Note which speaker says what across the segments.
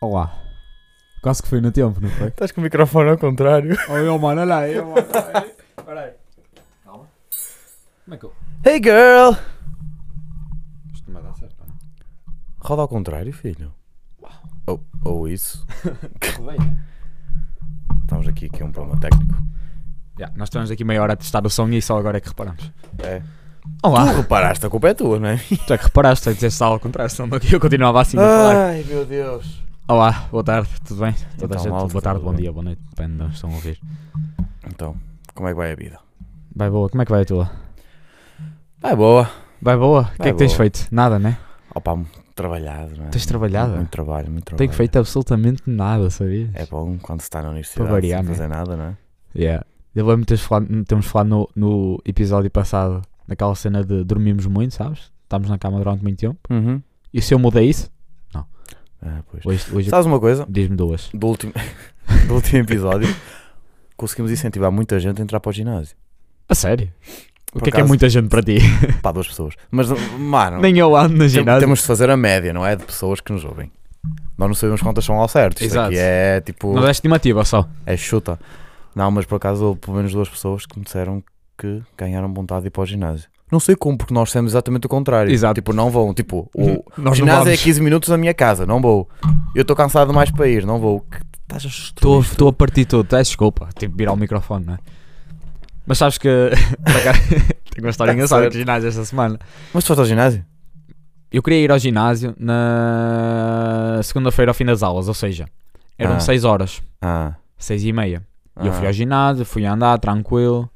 Speaker 1: Olá. Quase que foi no tempo, não foi?
Speaker 2: Estás com o microfone ao contrário.
Speaker 1: oh, eu, mano, olha aí, eu, mano, olha aí. Olha aí. Calma. Como é que eu.
Speaker 2: Hey girl!
Speaker 1: Isto não vai dar certo, mano.
Speaker 2: Roda ao contrário, filho. Ou ou isso.
Speaker 1: Correi,
Speaker 2: Estamos aqui que é um problema técnico.
Speaker 1: nós estamos aqui meia hora a testar o som e só agora é que reparamos.
Speaker 2: É. Tu
Speaker 1: Olá.
Speaker 2: reparaste, a culpa é tua, não é?
Speaker 1: Tu é que reparaste, é que disseste algo ao contrário, senão eu continuava assim a falar.
Speaker 2: meu Deus.
Speaker 1: Olá, boa tarde, tudo bem? Toda a
Speaker 2: Então,
Speaker 1: gente,
Speaker 2: malta,
Speaker 1: boa tarde,
Speaker 2: tudo
Speaker 1: bom
Speaker 2: bem?
Speaker 1: dia, boa noite, depende de onde estão a ouvir.
Speaker 2: Então, como é que vai a vida?
Speaker 1: Vai boa, como é que vai a tua?
Speaker 2: Vai boa.
Speaker 1: Vai boa, o que é
Speaker 2: Vai
Speaker 1: que tens
Speaker 2: boa.
Speaker 1: feito? Nada, né?
Speaker 2: Opa, muito trabalhado, não é?
Speaker 1: Tens trabalhado?
Speaker 2: Muito trabalho, muito trabalho.
Speaker 1: Tenho feito absolutamente nada, sabias?
Speaker 2: É bom quando se está na universidade
Speaker 1: Para variar,
Speaker 2: sem
Speaker 1: não é?
Speaker 2: fazer nada, não é?
Speaker 1: Yeah. Eu lembro-me de teres falado, de termos falado no, no episódio passado, naquela cena de dormimos muito, sabes? Estamos na cama durante muito tempo.
Speaker 2: Uhum.
Speaker 1: E se eu mudei isso?
Speaker 2: Ah, pois.
Speaker 1: Hoje, hoje
Speaker 2: Sabes uma coisa?
Speaker 1: diz-me duas.
Speaker 2: Do último, do último episódio, conseguimos incentivar muita gente a entrar para o ginásio.
Speaker 1: A sério? O
Speaker 2: Por
Speaker 1: que é que é
Speaker 2: acaso-
Speaker 1: muita gente para ti?
Speaker 2: Para duas pessoas. Mas, mano,
Speaker 1: Nem eu ando no
Speaker 2: Tem-
Speaker 1: ginásio.
Speaker 2: Temos de fazer a média, não é? De pessoas que nos ouvem. Nós não sabemos quantas são ao certo. Isto
Speaker 1: Exato.
Speaker 2: aqui é tipo.
Speaker 1: Não é estimativa só.
Speaker 2: É chuta. Não, mas por acaso houve pelo menos duas pessoas que me disseram que ganharam vontade de ir para o ginásio. Não sei como, porque nós temos exatamente o contrário.
Speaker 1: Exato. Uhum.
Speaker 2: Tipo, não vão. Tipo, o
Speaker 1: Nós não
Speaker 2: ginásio é
Speaker 1: vamos.
Speaker 2: 15 minutos da minha casa, não vou. Eu estou cansado demais para ir, não vou. Que estás a
Speaker 1: Estou
Speaker 2: chutar.
Speaker 1: estou a partir tudo, peço desculpa, tive de virar o microfone, não é? Mas sabes que. por acaso, Tenho uma história
Speaker 2: Tá
Speaker 1: engraçada
Speaker 2: certo.
Speaker 1: de ginásio esta semana.
Speaker 2: Mas tu foste ao ginásio?
Speaker 1: Eu queria ir ao ginásio na segunda-feira ao fim das aulas, ou seja, eram
Speaker 2: Ah.
Speaker 1: 6 horas,
Speaker 2: Ah.
Speaker 1: 6 e meia. E eu fui
Speaker 2: ah.
Speaker 1: ao ginásio, fui andar tranquilo.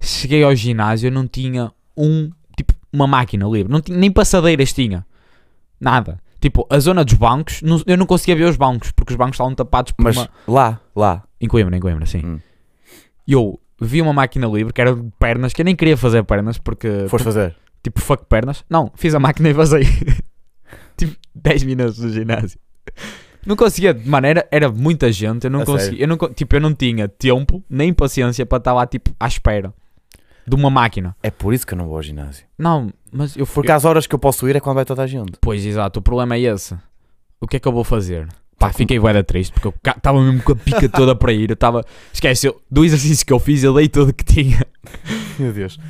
Speaker 1: Cheguei ao ginásio, eu não tinha um, tipo, uma máquina livre, não tinha, nem passadeiras tinha. Nada. Tipo, a zona dos bancos, não- eu não conseguia ver os bancos, porque os bancos estavam tapados por
Speaker 2: Mas
Speaker 1: uma...
Speaker 2: lá, lá.
Speaker 1: Em Coimbra, em Coimbra, sim.
Speaker 2: Hum.
Speaker 1: E eu vi uma máquina livre que era de pernas, que eu nem queria fazer pernas, porque...
Speaker 2: Foste fazer?
Speaker 1: Tipo, fuck pernas. Não, fiz a máquina e vazei. tipo, 10 minutos no ginásio. Não conseguia, mano, era, era muita gente, eu não
Speaker 2: A
Speaker 1: conseguia, eu não, co- tipo, eu não tinha tempo nem paciência para estar lá, tipo, à espera de uma máquina.
Speaker 2: É por isso que eu não vou ao ginásio.
Speaker 1: Não, mas eu fui...
Speaker 2: Porque às horas que eu posso ir é quando vai toda a gente.
Speaker 1: Pois, exato, o problema é esse. O que é que eu vou fazer? Pá,
Speaker 2: Tá com-
Speaker 1: fiquei bué da triste, porque eu estava mesmo com a pica toda para ir, eu estava... Esquece, eu, do exercício que eu fiz, eu dei tudo que tinha.
Speaker 2: Meu Deus.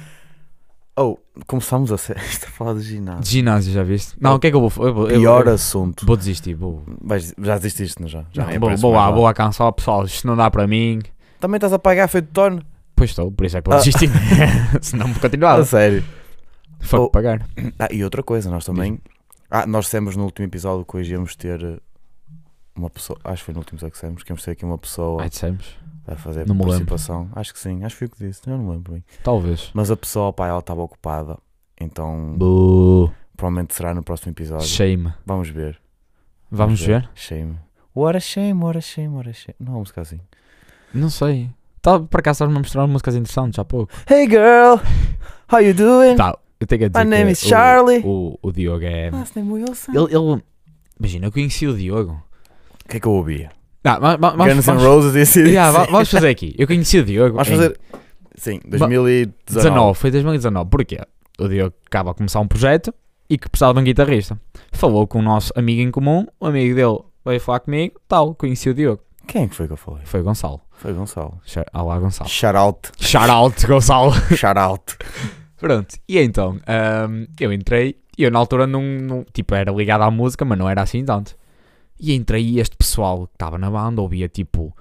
Speaker 2: Oh, começámos a ser. Isto a falar de ginásio.
Speaker 1: De ginásio, já viste? Não, o que é que eu vou fazer? Eu, vou- eu-
Speaker 2: Pior
Speaker 1: eu-
Speaker 2: assunto.
Speaker 1: Vou desistir, vou.
Speaker 2: Vais- já desististe, não já? já
Speaker 1: Não,
Speaker 2: nem
Speaker 1: vou,
Speaker 2: aparece
Speaker 1: vou
Speaker 2: mais
Speaker 1: lá, vou lá cansar o pessoal. Isto não dá para mim.
Speaker 2: Também estás a pagar feito torno?
Speaker 1: Pois estou, por isso é que vou
Speaker 2: Ah.
Speaker 1: desistir. Se não me
Speaker 2: A
Speaker 1: continuava,
Speaker 2: sério.
Speaker 1: foi
Speaker 2: Oh.
Speaker 1: pagar.
Speaker 2: Ah, e outra coisa, nós também. Ah, nós dissemos no último episódio que hoje íamos ter eh, uma pessoa. Acho que foi no último episódio que dissemos que íamos ter aqui uma pessoa
Speaker 1: Ai, dissemos.
Speaker 2: a fazer
Speaker 1: não me lembro.
Speaker 2: participação. Acho que sim, acho que foi o que disse. Eu não me lembro bem.
Speaker 1: Talvez.
Speaker 2: Mas a pessoa, pá, ela estava ocupada. Então,
Speaker 1: Boo.
Speaker 2: provavelmente será no próximo episódio.
Speaker 1: Shame.
Speaker 2: Vamos ver.
Speaker 1: Vamos ver?
Speaker 2: Shame. What a shame, what a shame, what a shame. Não, música assim.
Speaker 1: Não sei. Estava para cá estás-me a mostrar músicas interessantes há pouco.
Speaker 2: Hey girl, how you doing?
Speaker 1: Tá, eu tenho que dizer.
Speaker 2: My name
Speaker 1: que é
Speaker 2: is Charlie.
Speaker 1: O, o, o Diogo é.
Speaker 2: Last name Wilson.
Speaker 1: Ele, ele- Imagina, eu conheci o Diogo.
Speaker 2: O que é que eu ouvia?
Speaker 1: Ah, va- va- vamos,
Speaker 2: Guns N'
Speaker 1: vamos,
Speaker 2: Roses e assim.
Speaker 1: Yeah, va- vamos fazer aqui. Eu conheci o Diogo.
Speaker 2: Vamos
Speaker 1: em-
Speaker 2: fazer. Sim, 2019.
Speaker 1: 19, foi 2019. Porquê? O Diogo acaba a começar um projeto e que precisava de um guitarrista. Falou com o nosso amigo em comum, o amigo dele veio falar comigo, tal, conheci o Diogo.
Speaker 2: Quem é que foi que eu falei?
Speaker 1: Foi o Gonçalo.
Speaker 2: Foi o Gonçalo.
Speaker 1: Shout- Olá, Gonçalo.
Speaker 2: Shout out.
Speaker 1: Shout out, Gonçalo.
Speaker 2: Shout out.
Speaker 1: Pronto, e então, ahm, eu entrei, e eu na altura não, não- tipo, era ligado à música, mas não era assim tanto. E entrei e este pessoal que estava na banda ouvia tipo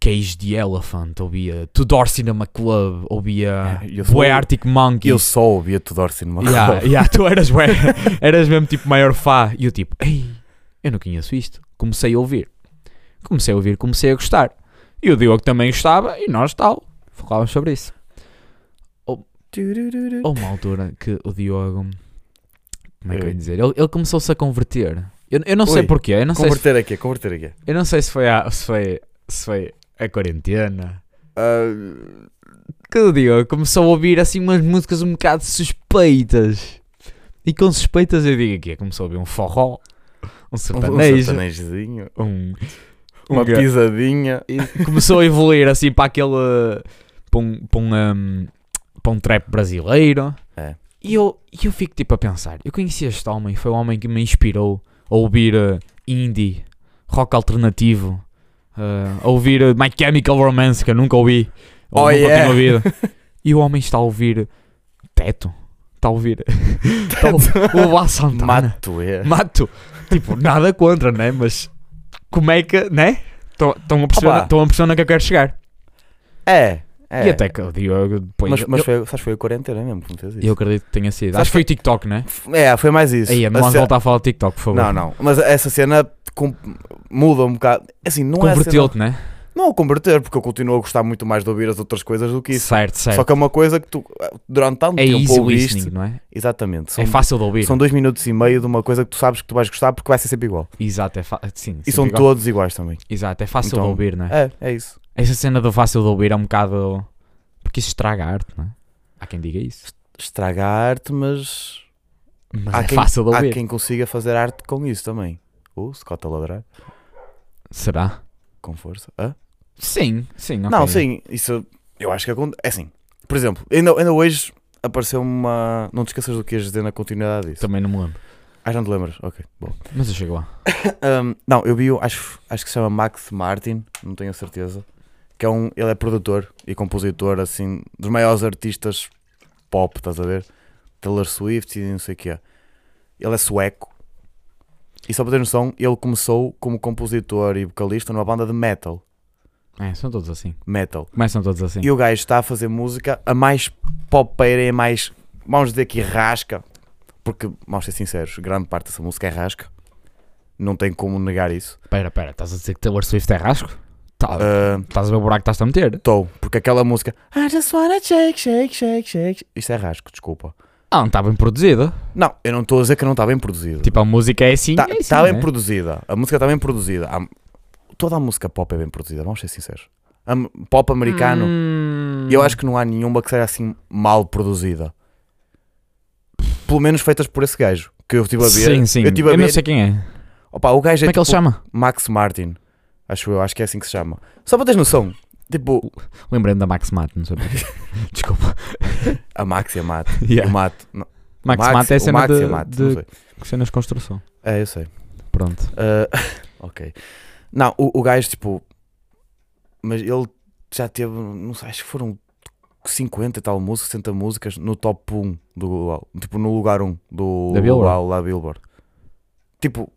Speaker 1: Cage the Elephant, ouvia Tudor Cinema Club, ouvia
Speaker 2: É, eu sou-
Speaker 1: Boy Arctic Monkeys.
Speaker 2: Eu só ouvia Tudor Cinema
Speaker 1: Yeah,
Speaker 2: Club.
Speaker 1: yeah, tu eras, bué- eras mesmo tipo maior fã. E eu tipo, ei, eu não conheço isto. Comecei a ouvir. Comecei a ouvir, comecei a gostar. E o Diogo também gostava e nós tal. Falávamos sobre isso.
Speaker 2: Turururu.
Speaker 1: Houve uma altura que o Diogo. Como é que eu ia dizer? Ele, ele começou-se a converter. Eu, eu não sei
Speaker 2: Ui,
Speaker 1: porquê. Eu não sei, se,
Speaker 2: Converter aqui, converter aqui.
Speaker 1: eu não sei se foi a, se foi, se foi a quarentena.
Speaker 2: Ah,
Speaker 1: Que o Diogo começou a ouvir assim umas músicas um bocado suspeitas. E com suspeitas eu digo aqui, começou a ouvir um forró, um
Speaker 2: um
Speaker 1: sertanejo,
Speaker 2: sertanejozinho,
Speaker 1: um, um
Speaker 2: Uma
Speaker 1: ga-
Speaker 2: pisadinha.
Speaker 1: e começou a evoluir assim para aquele para um, para um, hum, para um trap brasileiro
Speaker 2: É.
Speaker 1: e eu, e eu fico tipo a pensar eu conheci este homem, foi o homem que me inspirou a ouvir eh, uh, indie rock alternativo, eh, a ouvir eh, My Chemical Romance, que eu nunca ouvi, ou
Speaker 2: Oh,
Speaker 1: nunca
Speaker 2: yeah.
Speaker 1: tenho ouvido. E o homem está a ouvir Teto, está a ouvir está a ouvir o Lá Santana.
Speaker 2: Mato, é.
Speaker 1: Mato. Tipo, nada contra, né? Mas como é que, né? Estão a perceber,
Speaker 2: Opa.
Speaker 1: estão a perceber onde é que eu quero chegar.
Speaker 2: É, é.
Speaker 1: E até que o Diogo depois.
Speaker 2: Mas, mas
Speaker 1: eu,
Speaker 2: foi, sabes, foi a quarentena mesmo que me fez isso.
Speaker 1: eu acredito que tenha sido.
Speaker 2: Sabes
Speaker 1: Acho que foi o TikTok, né?
Speaker 2: É, foi mais isso.
Speaker 1: Aí, não
Speaker 2: A
Speaker 1: vamos
Speaker 2: ce-
Speaker 1: voltar a falar de TikTok, por favor.
Speaker 2: Não, não. Mas essa cena com- muda um bocado. Assim, não é. a
Speaker 1: Converteu-te, né?
Speaker 2: cena- Não, converter, porque eu continuo a gostar muito mais de ouvir as outras coisas do que isso.
Speaker 1: Certo, certo.
Speaker 2: Só que é uma coisa que tu durante tanto
Speaker 1: É
Speaker 2: tempo
Speaker 1: easy
Speaker 2: ouviste.
Speaker 1: listening, não é?
Speaker 2: Exatamente. São,
Speaker 1: é fácil de ouvir.
Speaker 2: são dois minutos e meio de uma coisa que tu sabes que tu vais gostar porque vai ser sempre igual.
Speaker 1: Exato, é fácil. Sim,
Speaker 2: E
Speaker 1: sempre
Speaker 2: são
Speaker 1: igual.
Speaker 2: todos iguais também.
Speaker 1: Exato, é fácil
Speaker 2: Então,
Speaker 1: de ouvir, não é?
Speaker 2: É, é isso.
Speaker 1: Essa cena do fácil de ouvir é um bocado. Porque isso estraga a arte, não é? Há quem diga isso.
Speaker 2: Estraga a arte, mas
Speaker 1: Mas
Speaker 2: há
Speaker 1: é
Speaker 2: quem-
Speaker 1: fácil de
Speaker 2: há
Speaker 1: ouvir.
Speaker 2: quem consiga fazer arte com isso também. Uh, Scott a ladrar,
Speaker 1: Será?
Speaker 2: com força. Hã?
Speaker 1: Sim, sim.
Speaker 2: Não,
Speaker 1: ok.
Speaker 2: sim, isso eu acho que acontece. É assim, por exemplo, ainda, ainda hoje apareceu uma. Não te esqueças do que ias dizer na continuidade disso.
Speaker 1: Também não me lembro.
Speaker 2: Ah, já não te lembras? Ok, bom.
Speaker 1: Mas eu chego lá.
Speaker 2: Ahm, não, eu vi, o- acho, acho que se chama Max Martin, não tenho a certeza. Que é um. Ele é produtor e compositor, assim, dos maiores artistas pop, estás a ver? Taylor Swift e não sei o que é. Ele é sueco. E só para ter noção, ele começou como compositor e vocalista numa banda de metal.
Speaker 1: É, são todos assim.
Speaker 2: Metal.
Speaker 1: Começam todos assim.
Speaker 2: E o gajo está a fazer música a mais popeira e a mais, vamos dizer que rasca, porque vamos ser sinceros, grande parte dessa música é rasca, não tem como negar isso.
Speaker 1: Pera, pera, estás a dizer que Taylor Swift é rasco? Tá,
Speaker 2: Ah,
Speaker 1: estás a ver o buraco que estás a meter?
Speaker 2: Estou, porque aquela música I just wanna shake, shake, shake, shake. Isto é rasco, desculpa.
Speaker 1: Ah, não está bem produzida.
Speaker 2: Não, eu não estou a dizer que não está bem produzida.
Speaker 1: Tipo, a música é assim.
Speaker 2: Está
Speaker 1: é assim,
Speaker 2: Tá, bem
Speaker 1: né?
Speaker 2: produzida, a música está bem produzida. Há- toda a música pop é bem produzida, vamos ser sinceros. A m- pop americano,
Speaker 1: Hum,
Speaker 2: E eu acho que não há nenhuma que seja assim mal produzida. Pelo menos feitas por esse gajo. Que eu estive a ver.
Speaker 1: Sim, sim.
Speaker 2: Eu
Speaker 1: Eu,
Speaker 2: estive a
Speaker 1: não
Speaker 2: ver.
Speaker 1: sei quem é.
Speaker 2: Opa, o gajo é
Speaker 1: Como é que ele
Speaker 2: tipo
Speaker 1: se chama?
Speaker 2: Max Martin. Acho eu, acho que é assim que se chama. Só para teres noção. Tipo,
Speaker 1: Lembrei-me da Max Mato, não sei porquê. Desculpa.
Speaker 2: a Max e a Mato.
Speaker 1: Yeah.
Speaker 2: O Mato. Não,
Speaker 1: Max,
Speaker 2: Max-
Speaker 1: Mato é
Speaker 2: o
Speaker 1: cena
Speaker 2: Max e
Speaker 1: de,
Speaker 2: a Mato, não
Speaker 1: de
Speaker 2: sei.
Speaker 1: cenas de construção.
Speaker 2: É, eu sei.
Speaker 1: Pronto.
Speaker 2: Ah, ok. Não, o, o gajo, tipo. Mas ele já teve. Não sei, acho que foram 50 e tal músicas, 60 músicas no top 1 do Global. Tipo, no lugar 1 do
Speaker 1: Da Billboard?
Speaker 2: Global, da Billboard. Tipo.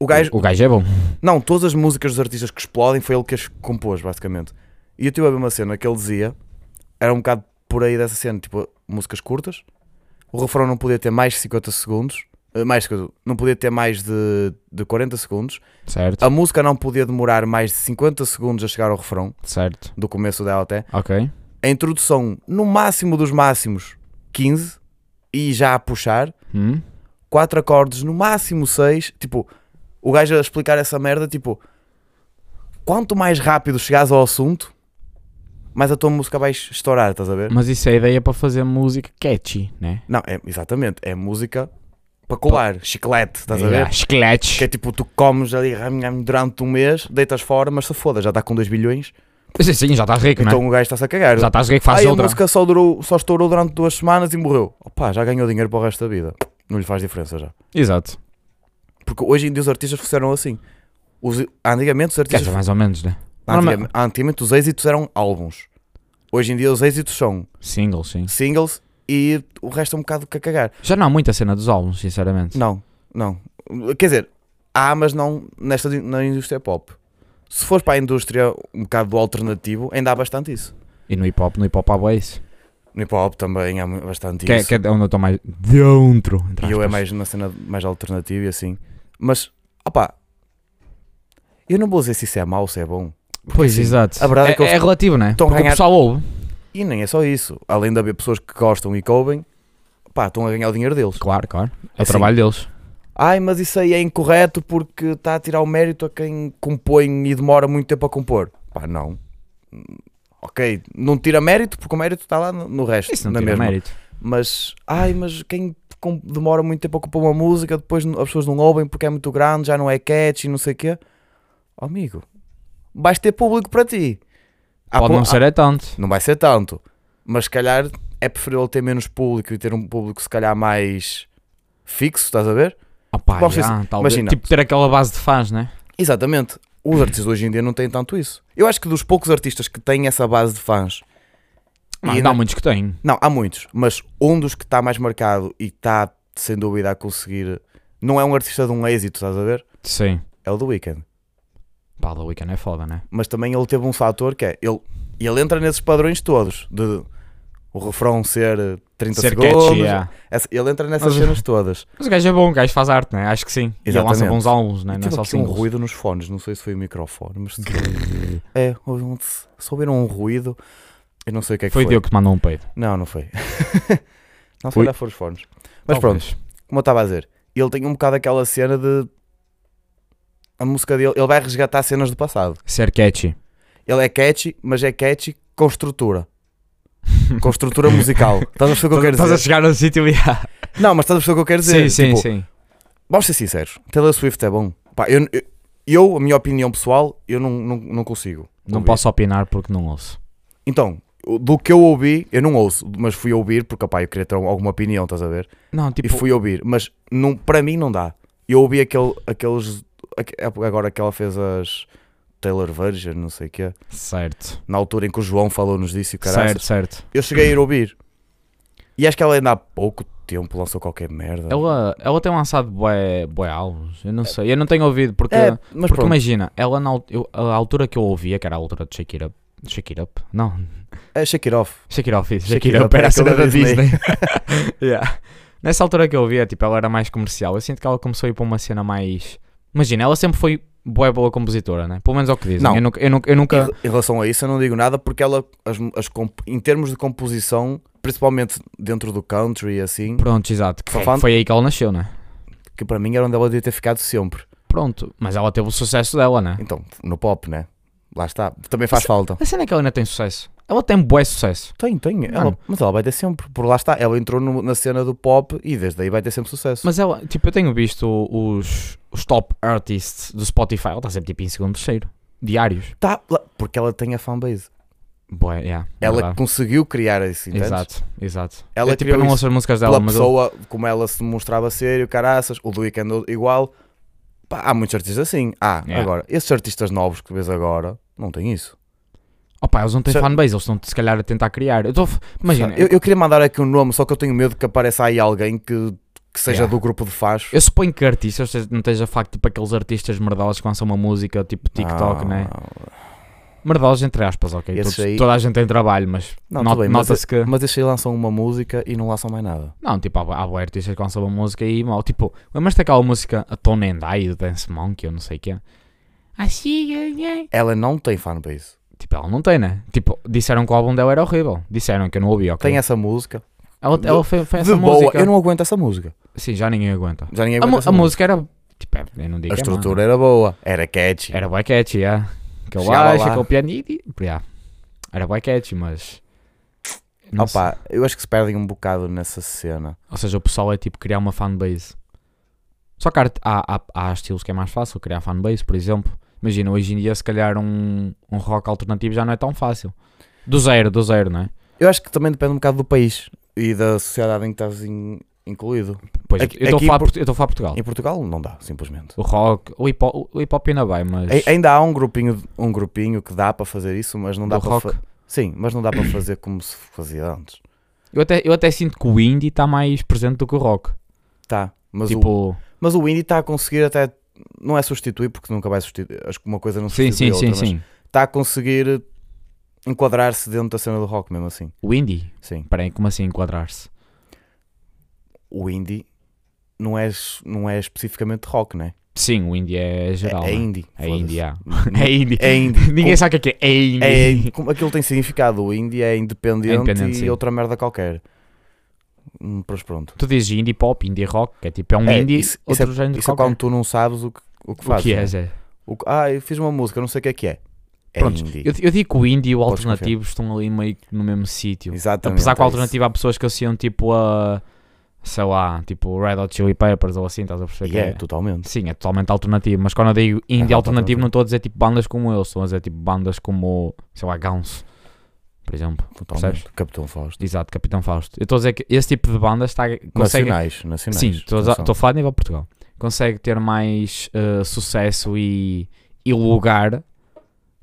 Speaker 2: O gajo.
Speaker 1: O gajo é bom.
Speaker 2: Não, todas as músicas dos artistas que explodem foi ele que as compôs, basicamente. E eu tive a ver uma cena que ele dizia. Era um bocado por aí dessa cena, tipo, músicas curtas. O refrão não podia ter mais de 50 segundos. eh, Mais, 50, não podia ter mais de, de 40 segundos.
Speaker 1: Certo,
Speaker 2: A música não podia demorar mais de 50 segundos a chegar ao refrão,
Speaker 1: certo.
Speaker 2: do começo dela até.
Speaker 1: Ok.
Speaker 2: A introdução, no máximo dos máximos, 15, e já a puxar,
Speaker 1: Hum?
Speaker 2: quatro acordes, no máximo 6. Tipo, o gajo a explicar essa merda, tipo, quanto mais rápido chegares ao assunto, mais a tua música vais estourar, estás a ver?
Speaker 1: Mas isso é a ideia para fazer música catchy, né?
Speaker 2: Não, é, exatamente, é música para colar, chiclete, estás a ver?
Speaker 1: Yeah, Esqueletes.
Speaker 2: Que é tipo, tu comes ali ram, ram, durante um mês, deitas fora, mas se foda, já está com 2 bilhões,
Speaker 1: Sim, sim, já estás rico,
Speaker 2: então
Speaker 1: né?
Speaker 2: o gajo está-se a cagar.
Speaker 1: Já estás rico,
Speaker 2: Aí
Speaker 1: faz
Speaker 2: a
Speaker 1: outra.
Speaker 2: música só, durou, só estourou durante duas semanas e morreu. Opa, já ganhou dinheiro para o resto da vida. Não lhe faz diferença já.
Speaker 1: Exato.
Speaker 2: Porque hoje em dia os artistas funcionam assim. Os, antigamente os
Speaker 1: Quer
Speaker 2: artistas.
Speaker 1: dizer, mais ou menos, né?
Speaker 2: Antigamente, antigamente os êxitos eram álbuns. Hoje em dia os êxitos são
Speaker 1: Single, sim.
Speaker 2: singles e o resto é um bocado que a cagar.
Speaker 1: Já não há muita cena dos álbuns, sinceramente.
Speaker 2: Não, não. Quer dizer, há, mas não nesta, na indústria pop. Se fores para a indústria um bocado do alternativo, ainda há bastante isso.
Speaker 1: E no hip hop, no hip hop há bué isso.
Speaker 2: No hip hop também há mu- bastante
Speaker 1: Que é,
Speaker 2: isso.
Speaker 1: que é onde eu estou mais dentro. entre
Speaker 2: E eu é
Speaker 1: aspas.
Speaker 2: mais na cena mais alternativa e assim. Mas, opá, eu não vou dizer se isso é mau ou se é bom.
Speaker 1: Pois,
Speaker 2: assim,
Speaker 1: exato.
Speaker 2: a verdade é que eu-
Speaker 1: é relativo, né?
Speaker 2: Estão a
Speaker 1: Porque o
Speaker 2: ganhar-
Speaker 1: pessoal ouve.
Speaker 2: E nem é só isso. Além de haver pessoas que gostam e que ouvem, pá, estão a ganhar o dinheiro deles.
Speaker 1: Claro, claro. É o
Speaker 2: Assim.
Speaker 1: trabalho deles.
Speaker 2: Ai, mas isso aí é incorreto porque está a tirar o mérito a quem compõe e demora muito tempo a compor. Pá, não. Hum, Ok, não tira mérito porque o mérito está lá no- no resto.
Speaker 1: Isso não
Speaker 2: na
Speaker 1: tem
Speaker 2: mesma.
Speaker 1: mérito.
Speaker 2: mas ai, mas quem com- demora muito tempo a compor uma música, depois n- as pessoas não ouvem porque é muito grande, já não é catchy, não sei o quê. Oh, amigo, vais ter público para ti. Há
Speaker 1: Pode
Speaker 2: pu-
Speaker 1: não ser é tanto.
Speaker 2: há- não vai ser tanto, mas se calhar é preferível ter menos público e ter um público se calhar mais fixo, estás a ver?
Speaker 1: Opá,
Speaker 2: Posso
Speaker 1: já,
Speaker 2: dizer-
Speaker 1: talvez.
Speaker 2: imagina.
Speaker 1: Tipo, ter aquela base de fãs, né?
Speaker 2: Exatamente. Os artistas hoje em dia não têm tanto isso. Eu acho que dos poucos artistas que têm essa base de fãs.
Speaker 1: Mano, há
Speaker 2: e ainda-
Speaker 1: muitos que têm.
Speaker 2: Não, há muitos, mas um dos que está mais marcado e está sem dúvida a conseguir. Não é um artista de um êxito, estás a ver?
Speaker 1: Sim.
Speaker 2: É o The Weeknd.
Speaker 1: Pá, The Weeknd é foda, né?
Speaker 2: Mas também ele teve um fator que é. Ele, ele entra nesses padrões todos de o refrão ser eh, 30
Speaker 1: Ser
Speaker 2: segundos.
Speaker 1: catchy, yeah.
Speaker 2: essa- ele entra nessas
Speaker 1: Mas-
Speaker 2: cenas todas.
Speaker 1: Mas o gajo é bom, o gajo faz arte, né? Acho que sim. E ele lança
Speaker 2: Exatamente.
Speaker 1: bons álbuns, né?
Speaker 2: E
Speaker 1: Não é
Speaker 2: tive
Speaker 1: só
Speaker 2: aqui um
Speaker 1: singles.
Speaker 2: ruído nos fones, não sei se foi o microfone, mas é, houve um tss, só ouviram um ruído. Eu não sei o que é que
Speaker 1: Foi
Speaker 2: foi.
Speaker 1: o Diogo que te mandou um peido.
Speaker 2: Não, não foi. não
Speaker 1: Foi.
Speaker 2: sei olhar foram os fones. Mas pronto,
Speaker 1: Talvez.
Speaker 2: como eu estava a dizer, ele tem um bocado aquela cena de a música dele, ele vai resgatar cenas do passado.
Speaker 1: Ser catchy.
Speaker 2: Ele é catchy, mas é catchy com estrutura. Com estrutura musical. Estás a perceber o que eu quero
Speaker 1: Estás a
Speaker 2: dizer?
Speaker 1: chegar no sítio e.
Speaker 2: Não, mas estás a perceber o que eu quero
Speaker 1: Sim,
Speaker 2: dizer?
Speaker 1: sim,
Speaker 2: Tipo,
Speaker 1: sim.
Speaker 2: Vamos ser sinceros, Taylor Swift é bom. Pá, eu, eu- eu, a minha opinião pessoal, eu não, não, não consigo.
Speaker 1: Não
Speaker 2: ouvir.
Speaker 1: posso opinar porque não ouço.
Speaker 2: Então, o- do que eu ouvi, eu não ouço, mas fui ouvir porque opá, eu queria ter alguma opinião, estás a ver?
Speaker 1: Não, tipo.
Speaker 2: E fui ouvir, mas não, para mim não dá. Eu ouvi aquele, aqueles. aque- Agora que ela fez as Taylor Version, não sei o quê,
Speaker 1: Certo.
Speaker 2: na altura em que o João falou-nos disso e o
Speaker 1: Certo,
Speaker 2: caralho.
Speaker 1: certo.
Speaker 2: Eu cheguei a ir ouvir. E acho que ela ainda há pouco tempo lançou qualquer merda.
Speaker 1: Ela, ela tem lançado bué, bué álbuns. Eu não sei. Eu não tenho ouvido porque.
Speaker 2: É, mas
Speaker 1: porque
Speaker 2: pronto,
Speaker 1: imagina, ela na al- eu- a altura que eu ouvia, que era a altura de Shake It Up. Shake It Up? Não,
Speaker 2: é Shake It Off.
Speaker 1: Shake It Off, isso.
Speaker 2: Shake
Speaker 1: Shake It
Speaker 2: It
Speaker 1: Up
Speaker 2: Up
Speaker 1: era a
Speaker 2: é aquele
Speaker 1: cena da
Speaker 2: da
Speaker 1: Disney. Yeah. Nessa altura que eu via, tipo, ela era mais comercial. Eu sinto que ela começou a ir para uma cena mais. Imagina, ela sempre foi boa, boa compositora, né? Pelo menos é o que dizem.
Speaker 2: Não.
Speaker 1: Eu nunca. Eu nunca, eu
Speaker 2: Em
Speaker 1: nunca...
Speaker 2: re- Em relação a isso, eu não digo nada porque ela, as, as comp- em termos de composição, principalmente dentro do country e assim,
Speaker 1: Pronto, exato. Que
Speaker 2: Só
Speaker 1: foi,
Speaker 2: falando-
Speaker 1: foi aí que ela nasceu, né?
Speaker 2: que para mim era onde ela devia ter ficado sempre.
Speaker 1: Pronto. Mas ela teve o sucesso dela, né?
Speaker 2: Então, no pop, né? Lá está. Também faz falta.
Speaker 1: A cena é que ela ainda tem sucesso. Ela tem bué sucesso.
Speaker 2: Tem, tem. Ela,
Speaker 1: Mano.
Speaker 2: mas ela vai ter sempre. Por lá está. Ela entrou no- na cena do pop e desde aí vai ter sempre sucesso.
Speaker 1: Mas ela, tipo, eu tenho visto os, os top artists do Spotify. Ela está sempre tipo em segundo, terceiro. Diários.
Speaker 2: Tá, lá- porque ela tem a fanbase.
Speaker 1: Boé, yeah, é
Speaker 2: Ela
Speaker 1: verdade.
Speaker 2: conseguiu criar isso, entendes?
Speaker 1: Exato, exato.
Speaker 2: Ela
Speaker 1: eu, tipo,
Speaker 2: criou
Speaker 1: eu não
Speaker 2: isso
Speaker 1: ouço as músicas
Speaker 2: Pela
Speaker 1: dela, mas eu-
Speaker 2: pessoa, como ela se mostrava ser e o caraças, o do Weekend igual. Pá, há muitos artistas assim. Ah,
Speaker 1: Yeah.
Speaker 2: agora, esses artistas novos que vês agora não têm isso.
Speaker 1: Opa, eles não têm
Speaker 2: Se-
Speaker 1: fanbase, eles estão se calhar a tentar criar. Eu estou. Imagina,
Speaker 2: é- eu,
Speaker 1: eu,
Speaker 2: eu queria mandar aqui um nome, só que eu tenho medo que apareça aí alguém que, que seja
Speaker 1: Yeah.
Speaker 2: do grupo de fachos.
Speaker 1: eu suponho que artistas seja, não esteja facto tipo aqueles artistas merdosos que lançam uma música tipo TikTok,
Speaker 2: não,
Speaker 1: né? Merdosos entre aspas, ok.
Speaker 2: Esses
Speaker 1: Todos-
Speaker 2: aí-
Speaker 1: Toda a gente tem trabalho, mas
Speaker 2: Não,
Speaker 1: not-
Speaker 2: tudo bem, mas,
Speaker 1: nota-se que.
Speaker 2: mas esses aí lançam uma música e não lançam mais nada.
Speaker 1: Não, tipo, há, há bué artistas que lançam uma música e mal. Tipo, lembras daquela música A Tone and I do Dance Monkey, eu não sei o que é.
Speaker 2: Ela não tem fanbase.
Speaker 1: Tipo, ela não tem, né? Tipo, disseram que o álbum dela era horrível. Disseram que eu não ouvi, ok.
Speaker 2: Tem essa música.
Speaker 1: Ela,
Speaker 2: de-
Speaker 1: ela fez, fez
Speaker 2: de
Speaker 1: essa
Speaker 2: boa,
Speaker 1: música.
Speaker 2: eu não aguento essa música.
Speaker 1: Sim, já ninguém aguenta.
Speaker 2: Já ninguém
Speaker 1: A,
Speaker 2: aguenta
Speaker 1: mu-
Speaker 2: essa
Speaker 1: a música
Speaker 2: música.
Speaker 1: era. Tipo, é, eu não digo
Speaker 2: A
Speaker 1: que é má,
Speaker 2: estrutura era boa, era catchy.
Speaker 1: Era bué catchy, é. Aquele
Speaker 2: Chegava
Speaker 1: baixo,
Speaker 2: lá.
Speaker 1: aquele piano e- e- yeah. Era bué catchy, mas... não sei.
Speaker 2: Opa, eu acho que se perdem um bocado nessa cena.
Speaker 1: Ou seja, o pessoal é tipo criar uma fanbase. Só que há, há, há- há estilos que é mais fácil criar fanbase, por exemplo. Imagina, hoje em dia se calhar um, um rock alternativo já não é tão fácil. Do zero, do zero, não é?
Speaker 2: Eu acho que também depende um bocado do país e da sociedade em que estás in- incluído.
Speaker 1: Pois,
Speaker 2: Aqui-
Speaker 1: eu estou a
Speaker 2: aqui
Speaker 1: falar
Speaker 2: por-
Speaker 1: por- eu estou a falar Portugal.
Speaker 2: Em Portugal não dá, simplesmente.
Speaker 1: O rock, o hip hop, o hip hop ainda vai, mas...
Speaker 2: Ai- Ainda há um grupinho, um grupinho que dá para fazer isso, mas não dá
Speaker 1: do
Speaker 2: para
Speaker 1: rock,
Speaker 2: fa- Sim, mas não dá para fazer como se fazia antes.
Speaker 1: eu, até, eu até sinto que o indie está mais presente do que o rock.
Speaker 2: Tá, mas o
Speaker 1: tipo...
Speaker 2: Mas o Indy está a conseguir até. Não é substituir, porque nunca vai substituir. Acho que uma coisa não
Speaker 1: Sim,
Speaker 2: substitui
Speaker 1: sim,
Speaker 2: a outra,
Speaker 1: sim,
Speaker 2: mas
Speaker 1: sim.
Speaker 2: Está a conseguir enquadrar-se dentro da cena do rock, mesmo assim.
Speaker 1: O indie?
Speaker 2: Sim.
Speaker 1: Espera aí, como assim enquadrar-se?
Speaker 2: O Indy não é, não é especificamente rock, né?
Speaker 1: Sim, o indie é
Speaker 2: É,
Speaker 1: geral.
Speaker 2: é
Speaker 1: né?
Speaker 2: indie.
Speaker 1: é indie. ah.
Speaker 2: Foda-se.
Speaker 1: É indie.
Speaker 2: É indie.
Speaker 1: Ninguém
Speaker 2: Com-
Speaker 1: sabe o que é que é. É indie.
Speaker 2: É indie. Como aquilo tem significado. O Indy é independente,
Speaker 1: É independente,
Speaker 2: e
Speaker 1: sim.
Speaker 2: outra merda qualquer. Hum, Mas pronto.
Speaker 1: Tu dizes indie pop, indie rock, que é tipo, é um
Speaker 2: É,
Speaker 1: indie,
Speaker 2: isso- isso
Speaker 1: outro género
Speaker 2: Isso é
Speaker 1: qualquer.
Speaker 2: quando tu não sabes o que, o que
Speaker 1: O
Speaker 2: fazes.
Speaker 1: que
Speaker 2: né?
Speaker 1: és, é.
Speaker 2: O que- ah, eu fiz uma música, não sei o que é que é. É
Speaker 1: Pronto,
Speaker 2: indie.
Speaker 1: Eu, eu digo que o indie e o
Speaker 2: Podes
Speaker 1: alternativo estão ali meio que no mesmo sítio.
Speaker 2: Exatamente.
Speaker 1: Apesar que o
Speaker 2: é isso.
Speaker 1: alternativo há pessoas que associam tipo a... Sei lá, tipo Red Hot Chili Peppers ou assim, estás a perceber?
Speaker 2: E
Speaker 1: que
Speaker 2: é,
Speaker 1: é?
Speaker 2: totalmente.
Speaker 1: Sim, é totalmente alternativo. Mas quando eu digo indie
Speaker 2: rock
Speaker 1: alternativo,
Speaker 2: alternativo.
Speaker 1: não estou a dizer tipo bandas como eu, estou a dizer tipo bandas como, sei lá, Gauns, por exemplo.
Speaker 2: Totalmente. Capitão Fausto.
Speaker 1: Exato, Capitão Fausto. Eu estou a dizer que esse tipo de bandas está, consegue.
Speaker 2: Nacionais, nacionais.
Speaker 1: Sim, estou a,
Speaker 2: Atenção.
Speaker 1: estou a falar a nível de Portugal. consegue ter mais eh, sucesso e, e lugar